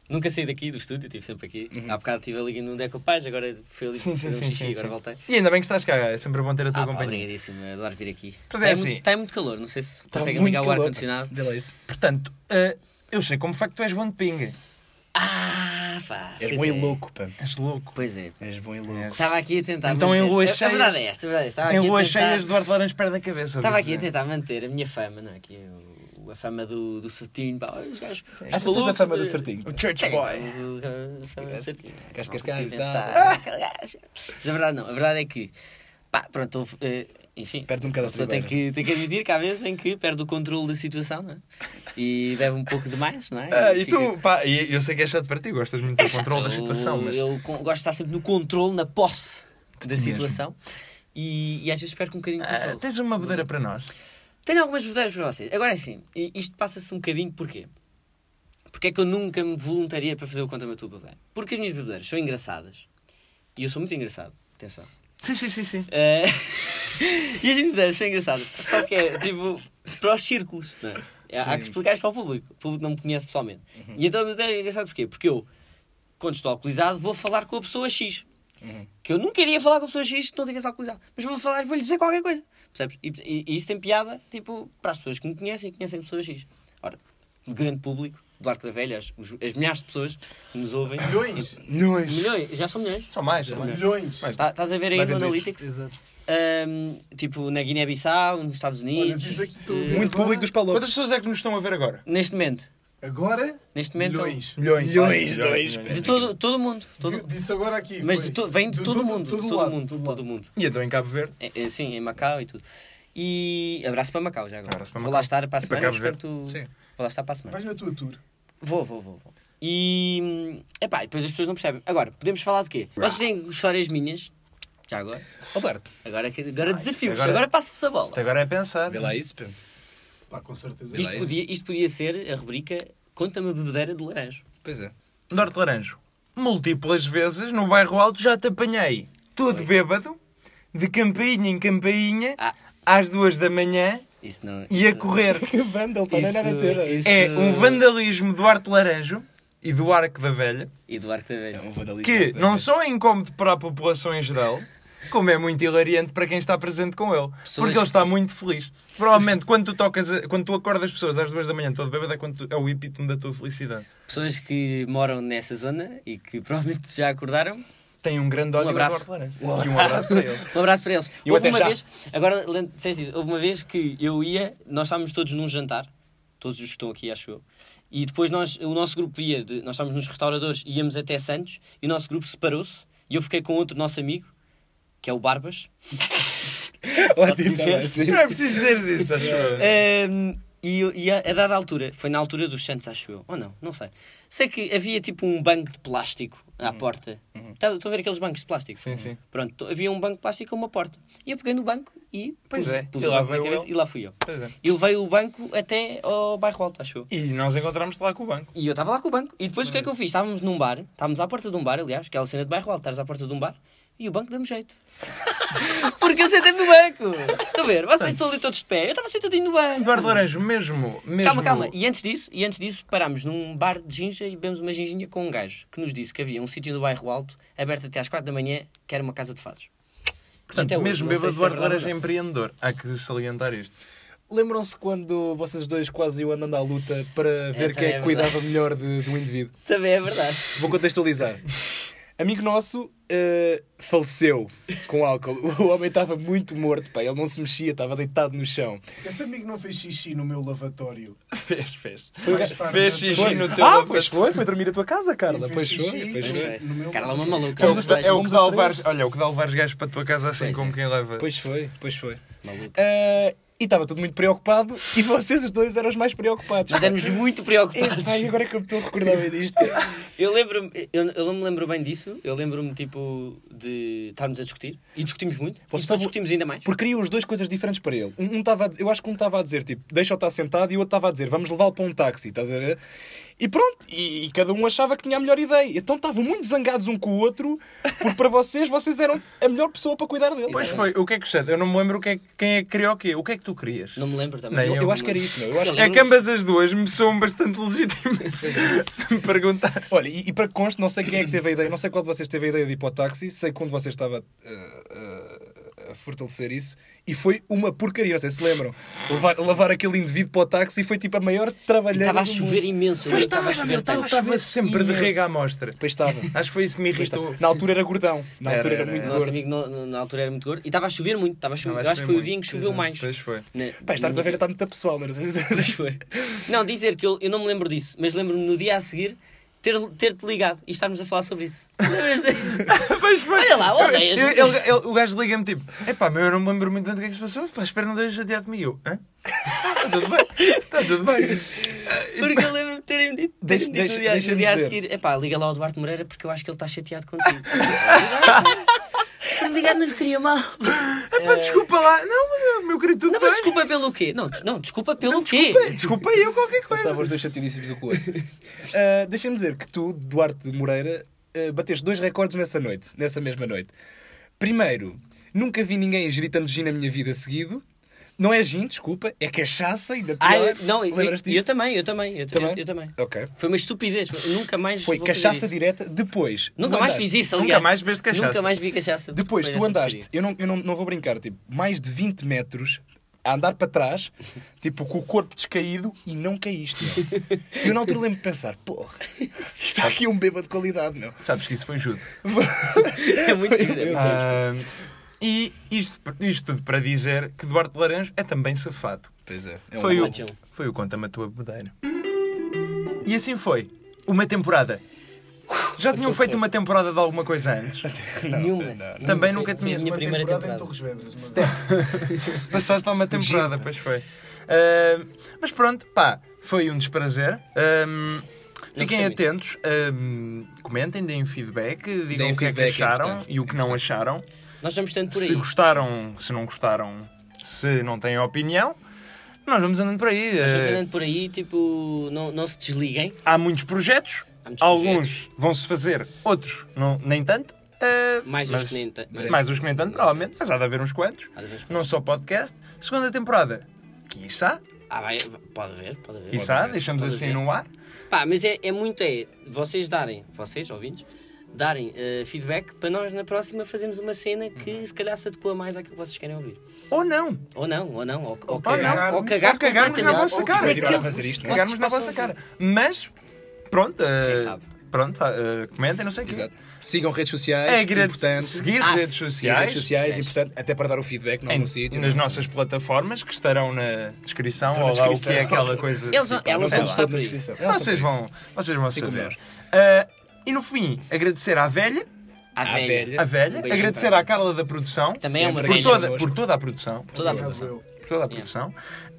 [SPEAKER 4] Nunca saí daqui do estúdio, estive sempre aqui. Há bocado estive ali no Decopage, agora fui
[SPEAKER 2] [LAUGHS]
[SPEAKER 4] ali fazer um xixi, agora voltei.
[SPEAKER 2] E ainda bem que estás cá, é sempre bom ter a tua
[SPEAKER 4] Ah, pá,
[SPEAKER 2] companhia.
[SPEAKER 4] obrigadíssimo, adoro vir aqui.
[SPEAKER 2] Pois é,
[SPEAKER 4] Está
[SPEAKER 2] assim.
[SPEAKER 4] muito, tá muito calor, não sei se
[SPEAKER 3] Está
[SPEAKER 4] conseguem
[SPEAKER 3] muito
[SPEAKER 4] ligar o
[SPEAKER 3] calor, pá.
[SPEAKER 4] ar-condicionado.
[SPEAKER 3] Vê lá isso.
[SPEAKER 2] Portanto, ah, eu sei como facto tu és bom de pinga.
[SPEAKER 4] Ah, pá.
[SPEAKER 3] És
[SPEAKER 4] pois
[SPEAKER 3] bom
[SPEAKER 4] é.
[SPEAKER 3] e louco, pá.
[SPEAKER 2] És louco.
[SPEAKER 4] Pois é.
[SPEAKER 3] És bom e louco.
[SPEAKER 4] Estava aqui a tentar
[SPEAKER 2] Então, em
[SPEAKER 4] manter-
[SPEAKER 2] luas
[SPEAKER 4] A-
[SPEAKER 2] cheias-
[SPEAKER 4] A verdade é esta, a verdade é esta. Estava
[SPEAKER 2] Em
[SPEAKER 4] aqui a
[SPEAKER 2] luas
[SPEAKER 4] tentar-
[SPEAKER 2] cheias, Eduardo Laranjo perde a cabeça.
[SPEAKER 4] Estava
[SPEAKER 2] ouvi
[SPEAKER 4] aqui a
[SPEAKER 3] é.
[SPEAKER 2] dizer.
[SPEAKER 4] tentar manter a minha fama, não é? Aqui, o- a fama do, do Satinho, pá, olha os gajos. os
[SPEAKER 3] Achas que tens a
[SPEAKER 4] malucos,
[SPEAKER 3] fama do
[SPEAKER 4] mas-
[SPEAKER 3] certinho?
[SPEAKER 2] O Church
[SPEAKER 4] Tenho,
[SPEAKER 2] Boy.
[SPEAKER 4] o- a fama do Satinho.
[SPEAKER 3] Gajo
[SPEAKER 4] Não,
[SPEAKER 3] que é
[SPEAKER 4] tive
[SPEAKER 3] cá
[SPEAKER 4] a
[SPEAKER 3] e tal.
[SPEAKER 4] pensar, aquele gajo. Mas a verdade não, a verdade é que, pá, pronto, houve, eh, enfim,
[SPEAKER 3] Perdes um bocado a
[SPEAKER 4] a pessoa tem
[SPEAKER 3] cegueira.
[SPEAKER 4] que, tem que admitir que há vezes em que perde o controle da situação, não é? E bebe um pouco demais, não é?
[SPEAKER 2] Ah, e
[SPEAKER 4] fica-
[SPEAKER 2] tu, pá, e eu sei que é chato para ti, gostas muito
[SPEAKER 4] é
[SPEAKER 2] do
[SPEAKER 4] chato.
[SPEAKER 2] controle da situação, mas.
[SPEAKER 4] Eu con- gosto de estar sempre no controle, na posse da
[SPEAKER 2] ti mesmo.
[SPEAKER 4] situação. E, e às vezes perco um bocadinho de
[SPEAKER 2] Ah,
[SPEAKER 4] controle.
[SPEAKER 2] tens uma bebedeira para nós?
[SPEAKER 4] Tenho algumas bebedeiras para vocês. Agora é assim, e isto passa-se um bocadinho porquê? Porque é que eu nunca me voluntaria para fazer o Conta-me a tua bebedeira? Porque as minhas bebedeiras são engraçadas. E eu sou muito engraçado. Atenção.
[SPEAKER 2] Sim, sim, sim, sim.
[SPEAKER 4] Eh, [LAUGHS] e as bebedeiras são engraçadas. Só que é tipo para os círculos. não é? É, Há que explicar isto ao público. O público não me conhece pessoalmente. E então a bebedeira é engraçada porquê? Porque eu, quando estou alcoolizado, vou falar com a pessoa X. Que eu nunca iria falar com a pessoa X se não tivesse alcoolizado. Mas vou falar e vou-lhe dizer qualquer coisa. Percebes? E, e- e isso tem piada tipo, para as pessoas que me conhecem e conhecem pessoas X. Ora, grande público do Arco da Velha, as, os- as milhares de pessoas que nos ouvem.
[SPEAKER 6] Milhões?
[SPEAKER 1] Milhões.
[SPEAKER 4] Milhões, já são milhões.
[SPEAKER 2] Só mais, só mais.
[SPEAKER 6] Milhões.
[SPEAKER 2] Mas-
[SPEAKER 4] Tá- Estás a ver aí
[SPEAKER 2] Vai
[SPEAKER 4] no
[SPEAKER 2] vendo isso.
[SPEAKER 4] Analytics?
[SPEAKER 6] Exato.
[SPEAKER 4] Ahm, tipo na Guiné-Bissau, nos Estados
[SPEAKER 6] Olha,
[SPEAKER 4] Unidos. Eh,
[SPEAKER 6] diz aqui estou a ver
[SPEAKER 3] Muito
[SPEAKER 6] agora.
[SPEAKER 3] público dos palopes.
[SPEAKER 2] Quantas pessoas é que nos estão a ver agora?
[SPEAKER 4] Neste momento.
[SPEAKER 6] Agora?
[SPEAKER 4] Neste momento.
[SPEAKER 6] Milhões.
[SPEAKER 2] Milhões.
[SPEAKER 3] Milhões, milhões.
[SPEAKER 4] De todo, todo o mundo. Todo,
[SPEAKER 6] Disse agora aqui.
[SPEAKER 4] mas
[SPEAKER 6] foi.
[SPEAKER 4] de to- vem de
[SPEAKER 6] Do
[SPEAKER 4] todo o
[SPEAKER 6] é. todo-
[SPEAKER 4] mundo.
[SPEAKER 6] todo
[SPEAKER 4] de todo
[SPEAKER 6] lado,
[SPEAKER 4] o mundo.
[SPEAKER 6] todo
[SPEAKER 4] Todo
[SPEAKER 6] lado.
[SPEAKER 4] o mundo.
[SPEAKER 2] E então em Cabo Verde.
[SPEAKER 4] É- é, sim, em Macau e tudo. E abraço para Macau já agora.
[SPEAKER 2] Abraço para
[SPEAKER 4] vou
[SPEAKER 2] Macau.
[SPEAKER 4] lá estar para a
[SPEAKER 2] E para
[SPEAKER 4] semana,
[SPEAKER 2] Cabo Verde.
[SPEAKER 4] portanto.
[SPEAKER 2] Sim.
[SPEAKER 4] Vou lá estar para a semana.
[SPEAKER 6] Vais na tua tour.
[SPEAKER 4] Vou, vou, vou. vou. E. Epá, e depois as pessoas não percebem. Agora, podemos falar de quê? Vocês têm histórias minhas. Já agora.
[SPEAKER 3] Alberto,
[SPEAKER 4] Agora, que- agora desafios.
[SPEAKER 2] agora-
[SPEAKER 4] Agora, passo-vos a bola.
[SPEAKER 2] Até agora é pensar.
[SPEAKER 3] vê lá isso, pô.
[SPEAKER 6] Pá, com certeza.
[SPEAKER 4] Isto
[SPEAKER 3] lá
[SPEAKER 4] podia, isto podia ser a rubrica Conta-me a bebedeira do laranjo.
[SPEAKER 3] Pois é.
[SPEAKER 2] Norte de Laranjo. Múltiplas vezes no bairro alto já te apanhei. Todo bêbado, de campainha em campainha,
[SPEAKER 4] Ah.
[SPEAKER 2] às duas da manhã
[SPEAKER 4] Isso não.
[SPEAKER 2] e a
[SPEAKER 4] [LAUGHS] isso-
[SPEAKER 2] correr.
[SPEAKER 3] [LAUGHS] Vandal,
[SPEAKER 4] pá, não é nada teu, não é? Isso-
[SPEAKER 2] É um vandalismo do Arte Laranjo e do Arco da Velha
[SPEAKER 4] E do Arco da Velha.
[SPEAKER 2] que não só é incómodo para a população em geral, como é muito hilariante para quem está presente com ele.
[SPEAKER 4] Pessoas-
[SPEAKER 2] Porque ele está muito feliz. Provavelmente quando tu, tocas a- quando tu acordas as pessoas às duas da manhã todo bêbado é, quando tu- é o epítome da tua felicidade.
[SPEAKER 4] Pessoas que moram nessa zona e que provavelmente já acordaram,
[SPEAKER 2] Tem um grande ódio ao
[SPEAKER 4] abraço.
[SPEAKER 2] Arte Laranjo. E um abraço para
[SPEAKER 4] [LAUGHS]
[SPEAKER 2] ele.
[SPEAKER 4] um abraço para eles.
[SPEAKER 3] Eu
[SPEAKER 4] houve
[SPEAKER 3] até
[SPEAKER 4] uma
[SPEAKER 3] já.
[SPEAKER 4] vez, agora lem- disseste isso, houve uma vez que eu ia, nós estávamos todos num jantar, todos os que estão aqui, acho eu, e depois nós, o nosso grupo ia, de- nós estávamos nos restauradores, íamos até Santos, e o nosso grupo separou-se, e eu fiquei com outro nosso amigo, que é o Barbas,
[SPEAKER 3] Ótimo,
[SPEAKER 4] Posso dizer?
[SPEAKER 3] tá bem, sim.
[SPEAKER 2] Não é preciso dizeres isso, acho eu.
[SPEAKER 4] Ahm, e, eu- e a, a dada altura, foi na altura dos Santos, acho eu, ou não, não sei. Sei que havia tipo um banco de plástico à porta. Tá- Estão a ver aqueles bancos de plástico?
[SPEAKER 2] Uhum. Sim, sim.
[SPEAKER 4] Pronto, to- havia um banco de plástico com uma porta. E eu peguei no banco e
[SPEAKER 2] Pois
[SPEAKER 4] pus,
[SPEAKER 2] é,
[SPEAKER 4] pus
[SPEAKER 2] e
[SPEAKER 4] o
[SPEAKER 2] lá
[SPEAKER 4] banco na
[SPEAKER 2] veio
[SPEAKER 4] cabeça
[SPEAKER 2] ele.
[SPEAKER 4] e lá fui eu.
[SPEAKER 2] Pois é.
[SPEAKER 4] E levei o banco até ao bairro alto, acho eu.
[SPEAKER 2] E nós encontramos-te lá com o banco.
[SPEAKER 4] E eu estava lá com o banco. E depois o que é
[SPEAKER 2] Uhum.
[SPEAKER 4] que eu fiz? Estávamos num bar, estávamos à porta de um bar, aliás, aquela cena de bairro alto, estás à porta de um bar e o banco
[SPEAKER 2] [LAUGHS]
[SPEAKER 4] deu-me jeito. Porque eu sentei no banco. Estão a ver? Vocês estão ali todos de pé. Eu estava sentadinho no banco.
[SPEAKER 2] Eduardo Laranjo, mesmo, mesmo.
[SPEAKER 4] Calma, calma. E antes disso, e antes disso parámos num bar de ginja e bebemos uma ginginha com um gajo que nos disse que havia um sítio no bairro alto, aberto até às 4 da manhã, que era uma casa de fados.
[SPEAKER 2] Portanto,
[SPEAKER 4] Até hoje,
[SPEAKER 2] mesmo
[SPEAKER 4] não sei
[SPEAKER 2] bêbado,
[SPEAKER 4] se é
[SPEAKER 2] Eduardo
[SPEAKER 4] verdade
[SPEAKER 2] Laranjo
[SPEAKER 4] ou
[SPEAKER 2] é
[SPEAKER 4] não.
[SPEAKER 2] empreendedor. Há que salientar isto.
[SPEAKER 3] Lembram-se quando vocês dois quase iam andando à luta para ver
[SPEAKER 4] também
[SPEAKER 3] quem é
[SPEAKER 4] é
[SPEAKER 3] que cuidava melhor de- do indivíduo?
[SPEAKER 4] Também é verdade.
[SPEAKER 3] Vou contextualizar. Amigo nosso eh, faleceu com álcool. [LAUGHS] O homem estava muito morto, pá. Ele não se mexia, estava deitado no chão.
[SPEAKER 6] Esse amigo não fez xixi no meu lavatório.
[SPEAKER 2] Fez, fez.
[SPEAKER 6] Mais tarde,
[SPEAKER 2] Fez
[SPEAKER 6] não sei.
[SPEAKER 2] xixi no teu É
[SPEAKER 3] ah,
[SPEAKER 2] lavatório.
[SPEAKER 3] pois foi. Foi dormir a tua casa, Carla.
[SPEAKER 6] Sim,
[SPEAKER 3] Pois
[SPEAKER 6] fez
[SPEAKER 3] foi,
[SPEAKER 6] xixi.
[SPEAKER 3] pois foi.
[SPEAKER 6] No meu
[SPEAKER 4] Carla é uma maluca.
[SPEAKER 2] É o que dá- é o que
[SPEAKER 3] Fomos
[SPEAKER 2] dá
[SPEAKER 3] os
[SPEAKER 2] levar,
[SPEAKER 3] três.
[SPEAKER 2] olha, o que dá levar os gajos para a tua casa assim
[SPEAKER 4] Pois
[SPEAKER 2] como
[SPEAKER 4] é.
[SPEAKER 2] quem leva.
[SPEAKER 3] Pois foi, pois foi.
[SPEAKER 4] Maluca.
[SPEAKER 3] Eh, e estava tudo muito preocupado e vocês os dois eram os mais preocupados.
[SPEAKER 4] Nós éramos muito preocupados.
[SPEAKER 3] Ai, agora é que eu me estou a recordar bem disto.
[SPEAKER 4] [LAUGHS] Eu lembro-me, eu, eu não me lembro bem disso. Eu lembro-me, tipo, de estarmos a discutir. E discutimos muito. e
[SPEAKER 3] Vocês
[SPEAKER 4] depois
[SPEAKER 3] estavam-
[SPEAKER 4] discutimos ainda mais.
[SPEAKER 3] Porque queriam os dois coisas diferentes para ele. Um, um estava a dizer- eu acho que um estava a dizer, tipo, deixa-o estar sentado e o outro estava a dizer, vamos levá-lo para um táxi, estás a ver? E pronto, e, e cada um achava que tinha a melhor ideia. Então estavam muito zangados um com o outro, porque para vocês, vocês eram a melhor pessoa para cuidar dele.
[SPEAKER 2] Pois foi. O que é que sucede? Eu não me lembro o que é, que- quem é que queria o quê. O que é que tu querias?
[SPEAKER 4] Não me lembro também.
[SPEAKER 2] Nem
[SPEAKER 3] Eu,
[SPEAKER 2] eu.
[SPEAKER 3] eu acho que era isso, meu. Eu acho que-
[SPEAKER 2] É que ambas as duas me soam bastante legítimas.
[SPEAKER 4] é.
[SPEAKER 2] [LAUGHS] Se me perguntares.
[SPEAKER 3] Olha, e, e para que conste, não sei quem é que teve a ideia, não sei qual de vocês teve a ideia de ir para o táxi, sei quando vocês estava eh, a fortalecer isso, e foi uma porcaria, não sei se lembram. Levar, levar aquele indivíduo para o táxi foi tipo a maior
[SPEAKER 4] E
[SPEAKER 3] trabalheira.
[SPEAKER 4] Estava a
[SPEAKER 3] do
[SPEAKER 4] chover
[SPEAKER 3] mundo.
[SPEAKER 4] imenso. eu estava a chover tá. tanto.
[SPEAKER 2] estava sempre de rega à mostra.
[SPEAKER 3] Pois estava.
[SPEAKER 2] Acho que foi isso que me
[SPEAKER 3] Pois está.
[SPEAKER 2] irritou.
[SPEAKER 3] Na altura era gordão. Na
[SPEAKER 2] Era,
[SPEAKER 3] altura
[SPEAKER 2] era,
[SPEAKER 3] era
[SPEAKER 4] O
[SPEAKER 3] muito
[SPEAKER 4] nosso
[SPEAKER 3] É gordo.
[SPEAKER 4] amigo no- no- na altura era muito gordo. E estava a chover muito. Estava a chover.
[SPEAKER 2] Não,
[SPEAKER 4] eu acho que foi o dia em
[SPEAKER 2] muito.
[SPEAKER 4] que choveu mais.
[SPEAKER 2] Pois foi.
[SPEAKER 4] Na-
[SPEAKER 3] Pá, estar da
[SPEAKER 4] na-
[SPEAKER 3] ver está muito pessoal, mas não sei
[SPEAKER 4] [LAUGHS]
[SPEAKER 3] se-
[SPEAKER 4] Pois foi. Não, dizer que eu, eu não me lembro disso, mas lembro-me no dia a seguir ter- ter-te ligado e estarmos a falar sobre isso. [LAUGHS] Lembras-te?
[SPEAKER 2] Pois foi.
[SPEAKER 4] Olha lá, odeias.
[SPEAKER 2] Eu- ele- ele- O gajo liga-me tipo: Epá, meu, eu não me lembro muito bem do que é que se passou. Pá, espero não deixes chateado comigo. Eu, Hã? [LAUGHS] Está tudo bem. Está tudo bem.
[SPEAKER 4] [LAUGHS] Porque eu lembro de terem dito,
[SPEAKER 3] Deixa-
[SPEAKER 4] terem dito
[SPEAKER 3] deixa-
[SPEAKER 4] no dia, no
[SPEAKER 3] deixa-me
[SPEAKER 4] dia a
[SPEAKER 3] dizer.
[SPEAKER 4] [LAUGHS] seguir: epá, liga lá ao Duarte Moreira porque eu acho que ele está chateado contigo. Porque querer ligar, não lhe queria mal.
[SPEAKER 2] Pá, desculpa lá. Não, mas meu querido, tudo
[SPEAKER 4] É. Não,
[SPEAKER 2] bem.
[SPEAKER 4] mas desculpa pelo quê? Não, des- não desculpa pelo quê?
[SPEAKER 2] Desculpa, desculpa eu qualquer coisa.
[SPEAKER 3] Estavam os dois chateadíssimos o com o outro. [LAUGHS] Ah, Deixa-me dizer que tu, Duarte Moreira, ah, bateste dois recordes nessa noite, nessa mesma noite. Primeiro, nunca vi ninguém ingerir tanto gin na minha vida seguido. Não é gin, desculpa, é cachaça, ainda pior.
[SPEAKER 4] Ah, eu, não, eu,
[SPEAKER 3] Lembras
[SPEAKER 4] eu,
[SPEAKER 3] é? disso?
[SPEAKER 4] também, eu também, eu também,
[SPEAKER 3] Também?
[SPEAKER 4] eu também.
[SPEAKER 3] Ok.
[SPEAKER 4] Foi uma estupidez, foi- nunca mais
[SPEAKER 3] Foi
[SPEAKER 4] vou fazer
[SPEAKER 3] cachaça
[SPEAKER 4] isso.
[SPEAKER 3] direta. Depois.
[SPEAKER 4] Nunca
[SPEAKER 3] tu
[SPEAKER 4] mais
[SPEAKER 3] andaste-
[SPEAKER 4] fiz isso,
[SPEAKER 2] Nunca
[SPEAKER 4] aliás.
[SPEAKER 2] mais bebeste cachaça.
[SPEAKER 4] Nunca mais vi cachaça.
[SPEAKER 3] Depois,
[SPEAKER 4] Foi
[SPEAKER 3] tu
[SPEAKER 4] essa
[SPEAKER 3] andaste,
[SPEAKER 4] porcaria.
[SPEAKER 3] eu não, eu não, não vou brincar, tipo, mais de 20 metros a andar para [LAUGHS] trás, tipo, com o corpo descaído e não caíste. Meu. Eu na altura lembro de pensar, porra, está aqui um bêbado de qualidade, meu.
[SPEAKER 2] Sabes que isso foi judo.
[SPEAKER 4] É muito giro.
[SPEAKER 2] Ah, e isto, isto tudo para dizer que Duarte Laranjo é também safado.
[SPEAKER 3] Pois é. é um
[SPEAKER 2] Foi o,
[SPEAKER 4] safadinho.
[SPEAKER 2] foi o Conta-me a Tua Bebedeira. E assim foi. Uma temporada. Já tinham
[SPEAKER 4] assim
[SPEAKER 2] feito uma temporada de alguma coisa antes.
[SPEAKER 4] Nenhuma.
[SPEAKER 2] Também
[SPEAKER 4] Foi-
[SPEAKER 2] nunca
[SPEAKER 4] foi
[SPEAKER 2] tinhas
[SPEAKER 4] a minha
[SPEAKER 2] uma
[SPEAKER 4] primeira
[SPEAKER 6] Temporada em
[SPEAKER 4] temporada.
[SPEAKER 6] Torres Vedras. mano.
[SPEAKER 2] Passaste lá uma temporada, pois foi. Ah, mas pronto, pá, foi um desprazer. Ah, fiquem
[SPEAKER 4] muito.
[SPEAKER 2] atentos, ah, comentem, deem feedback, digam
[SPEAKER 3] Deem
[SPEAKER 2] o que é
[SPEAKER 3] feedback, é
[SPEAKER 2] que acharam
[SPEAKER 3] importante,
[SPEAKER 2] e o que não acharam.
[SPEAKER 4] Nós vamos tanto por
[SPEAKER 2] Se
[SPEAKER 4] aí.
[SPEAKER 2] gostaram, se não gostaram, se não têm opinião, nós vamos andando por aí.
[SPEAKER 4] Nós vamos
[SPEAKER 2] Eh,
[SPEAKER 4] andando por aí, tipo, não, não se desliguem.
[SPEAKER 2] Há muitos projetos,
[SPEAKER 4] Há muitos
[SPEAKER 2] alguns
[SPEAKER 4] projetos.
[SPEAKER 2] vão-se fazer, outros não, nem tanto. eh,
[SPEAKER 4] Mais
[SPEAKER 2] mas-
[SPEAKER 4] os que nem ta-
[SPEAKER 2] mais, os que nem tanto, provavelmente, mas há de haver uns quantos.
[SPEAKER 4] Há de haver uns
[SPEAKER 2] Não só podcast. Segunda temporada, quiçá,
[SPEAKER 4] Ah, vai, pode haver, pode haver.
[SPEAKER 2] quiçá, deixamos
[SPEAKER 4] Pode
[SPEAKER 2] assim
[SPEAKER 4] haver.
[SPEAKER 2] no ar.
[SPEAKER 4] Pá, mas é, é muito é vocês darem, vocês ouvintes, darem eh, feedback para nós na próxima fazermos uma cena que se calhar se adequa mais àquilo que vocês querem ouvir.
[SPEAKER 2] Ou não.
[SPEAKER 4] Ou não, ou não, ou, ou
[SPEAKER 2] não.
[SPEAKER 4] cagar, ou cagar,
[SPEAKER 2] Ou cagarmos na
[SPEAKER 4] completamente.
[SPEAKER 2] vossa cara.
[SPEAKER 4] Ou
[SPEAKER 3] Tirar
[SPEAKER 4] aquilo
[SPEAKER 3] a fazer isto,
[SPEAKER 4] que
[SPEAKER 3] não é?
[SPEAKER 4] vocês
[SPEAKER 2] Cagarmos na
[SPEAKER 4] possam
[SPEAKER 2] vossa
[SPEAKER 4] dizer.
[SPEAKER 2] cara. Mas, pronto. eh,
[SPEAKER 4] Quem sabe?
[SPEAKER 2] Pronto, eh, comentem, não sei o quê.
[SPEAKER 3] Exato. Sigam redes sociais,
[SPEAKER 2] É
[SPEAKER 3] importante.
[SPEAKER 2] importante seguir
[SPEAKER 4] Ah,
[SPEAKER 2] redes
[SPEAKER 4] seguir
[SPEAKER 3] Sigam
[SPEAKER 2] sociais.
[SPEAKER 3] redes sociais, importante, até para dar o feedback, não
[SPEAKER 2] Em-
[SPEAKER 3] no sítio.
[SPEAKER 2] nas
[SPEAKER 3] não-
[SPEAKER 2] nossas plataformas que estarão na descrição
[SPEAKER 3] na
[SPEAKER 2] ou lá o que
[SPEAKER 3] descrição.
[SPEAKER 2] é aquela coisa.
[SPEAKER 4] Eles vão- é
[SPEAKER 2] Tipo,
[SPEAKER 4] elas
[SPEAKER 2] sei
[SPEAKER 4] vão
[SPEAKER 2] lá.
[SPEAKER 4] gostar por
[SPEAKER 3] na
[SPEAKER 4] aí.
[SPEAKER 3] descrição. Ah,
[SPEAKER 2] Vocês vão, vocês vão
[SPEAKER 3] Ficam
[SPEAKER 2] saber.
[SPEAKER 3] melhor.
[SPEAKER 2] Ah, e no fim, agradecer à velha,
[SPEAKER 4] À
[SPEAKER 3] À
[SPEAKER 4] velha.
[SPEAKER 3] velha.
[SPEAKER 2] à velha,
[SPEAKER 4] Um beijinho
[SPEAKER 2] agradecer
[SPEAKER 4] para
[SPEAKER 2] à Carla da produção,
[SPEAKER 4] Também é uma
[SPEAKER 2] por
[SPEAKER 4] velha
[SPEAKER 2] toda,
[SPEAKER 3] connosco.
[SPEAKER 2] por toda a produção,
[SPEAKER 4] Toda a
[SPEAKER 6] Obrigado,
[SPEAKER 4] produção.
[SPEAKER 6] eu.
[SPEAKER 2] por toda a produção.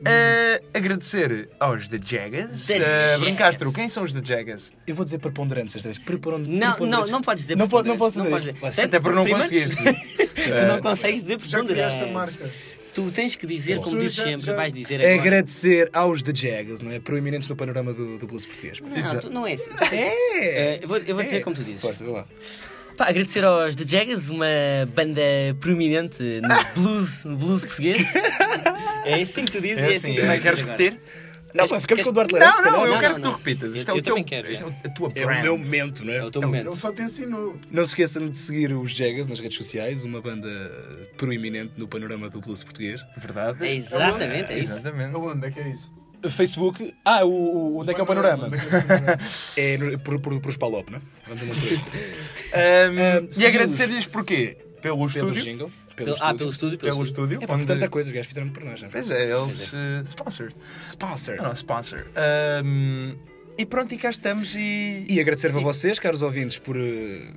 [SPEAKER 2] Ah, agradecer aos The Jaggers.
[SPEAKER 4] The
[SPEAKER 2] Ah,
[SPEAKER 4] Jaggers.
[SPEAKER 2] Brincastro, quem são os The Jaggers?
[SPEAKER 3] Eu vou dizer preponderantes estas vezes. Preponderantes.
[SPEAKER 4] Não, não, não podes dizer
[SPEAKER 3] Não, po- não
[SPEAKER 4] preponderantes,
[SPEAKER 3] posso
[SPEAKER 4] não
[SPEAKER 3] dizer.
[SPEAKER 4] podes
[SPEAKER 3] isto.
[SPEAKER 4] dizer.
[SPEAKER 2] Até porque não tipo. É.
[SPEAKER 4] Primeiro-
[SPEAKER 2] conseguiste.
[SPEAKER 4] [LAUGHS] Tu não consegues dizer
[SPEAKER 6] Já criaste a
[SPEAKER 4] preponderantes.
[SPEAKER 6] marca.
[SPEAKER 4] Tu tens que dizer, É como
[SPEAKER 6] Pessoas
[SPEAKER 4] dizes
[SPEAKER 6] já-
[SPEAKER 4] sempre,
[SPEAKER 6] já-
[SPEAKER 4] vais dizer
[SPEAKER 3] É
[SPEAKER 4] agora.
[SPEAKER 3] agradecer aos The Jaggers, não é? Proeminentes no panorama do, do blues português.
[SPEAKER 4] Não, tu não é assim. Tu tens-
[SPEAKER 3] É!
[SPEAKER 4] Eh, eu vou, eu vou dizer como tu dizes.
[SPEAKER 3] Força, vai lá.
[SPEAKER 4] Pá, agradecer aos The Jaggers, uma banda proeminente no blues, no blues português. É assim que tu dizes e é assim que tu
[SPEAKER 2] não
[SPEAKER 4] vais
[SPEAKER 2] queres
[SPEAKER 4] dizer
[SPEAKER 2] repetir?
[SPEAKER 3] Não,
[SPEAKER 4] Queres-
[SPEAKER 3] pá, ficamos
[SPEAKER 4] queres-
[SPEAKER 3] com o Duarte
[SPEAKER 2] Não,
[SPEAKER 3] Laranjo.
[SPEAKER 2] não, eu
[SPEAKER 4] não,
[SPEAKER 2] quero
[SPEAKER 4] não,
[SPEAKER 2] que tu
[SPEAKER 4] não.
[SPEAKER 2] repitas. Isto
[SPEAKER 4] Eu-
[SPEAKER 2] é o
[SPEAKER 4] eu
[SPEAKER 2] teu.
[SPEAKER 4] também quero,
[SPEAKER 2] isto
[SPEAKER 4] já.
[SPEAKER 2] é o- a tua
[SPEAKER 3] É
[SPEAKER 2] brand.
[SPEAKER 3] o meu momento, não é?
[SPEAKER 4] agora. É o teu
[SPEAKER 6] Ele
[SPEAKER 4] momento.
[SPEAKER 6] só te ensinou.
[SPEAKER 3] Não se esqueçam de seguir os Jaggers nas redes sociais, uma banda eh, proeminente no panorama do blues português.
[SPEAKER 2] Verdade?
[SPEAKER 4] É exatamente, é isso.
[SPEAKER 2] Exatamente.
[SPEAKER 6] Aonde é que é isso?
[SPEAKER 3] Facebook. Ah, o, o, onde é que é o panorama?
[SPEAKER 6] Onde é que é esse panorama?
[SPEAKER 3] É no- por, por, por os Palop, não é? Vamos a uma [LAUGHS] coisa.
[SPEAKER 4] É
[SPEAKER 2] Um, e
[SPEAKER 3] seguimos.
[SPEAKER 2] agradecer-lhes porquê? Pelo
[SPEAKER 3] Pelo
[SPEAKER 2] estúdio.
[SPEAKER 3] jingle.
[SPEAKER 4] Pelo- ah, pelo estúdio, pelo,
[SPEAKER 2] Pelo
[SPEAKER 4] estúdio.
[SPEAKER 2] estúdio.
[SPEAKER 3] É pá,
[SPEAKER 2] onde-
[SPEAKER 3] por tanta coisa, os gajos fizeram para nós. já.
[SPEAKER 2] Pois é, eles eh, sponsored.
[SPEAKER 3] Sponsor.
[SPEAKER 2] É o nosso sponsor. Um, e pronto, e cá estamos e.
[SPEAKER 3] E agradecer a vocês, caros ouvintes, por. eh,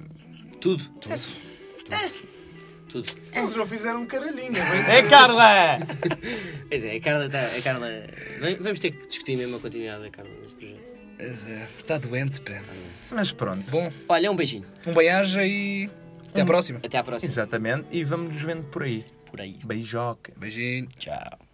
[SPEAKER 4] Tudo. Tudo. Tudo.
[SPEAKER 6] Eles não fizeram caralhinho.
[SPEAKER 2] É Carla!
[SPEAKER 4] [LAUGHS] Pois é, a Carla está. A Carla... Vem- Vamos ter que discutir mesmo a continuidade da Carla neste projeto.
[SPEAKER 3] mas, eh, Está doente, pé.
[SPEAKER 2] Mas pronto.
[SPEAKER 3] Bom,
[SPEAKER 4] Olha, um beijinho.
[SPEAKER 3] um beijo e. Até à próxima.
[SPEAKER 4] Até à próxima.
[SPEAKER 2] Exatamente, e vamos nos vendo por aí.
[SPEAKER 4] Por aí.
[SPEAKER 2] Beijoca.
[SPEAKER 3] Beijinho.
[SPEAKER 4] Tchau.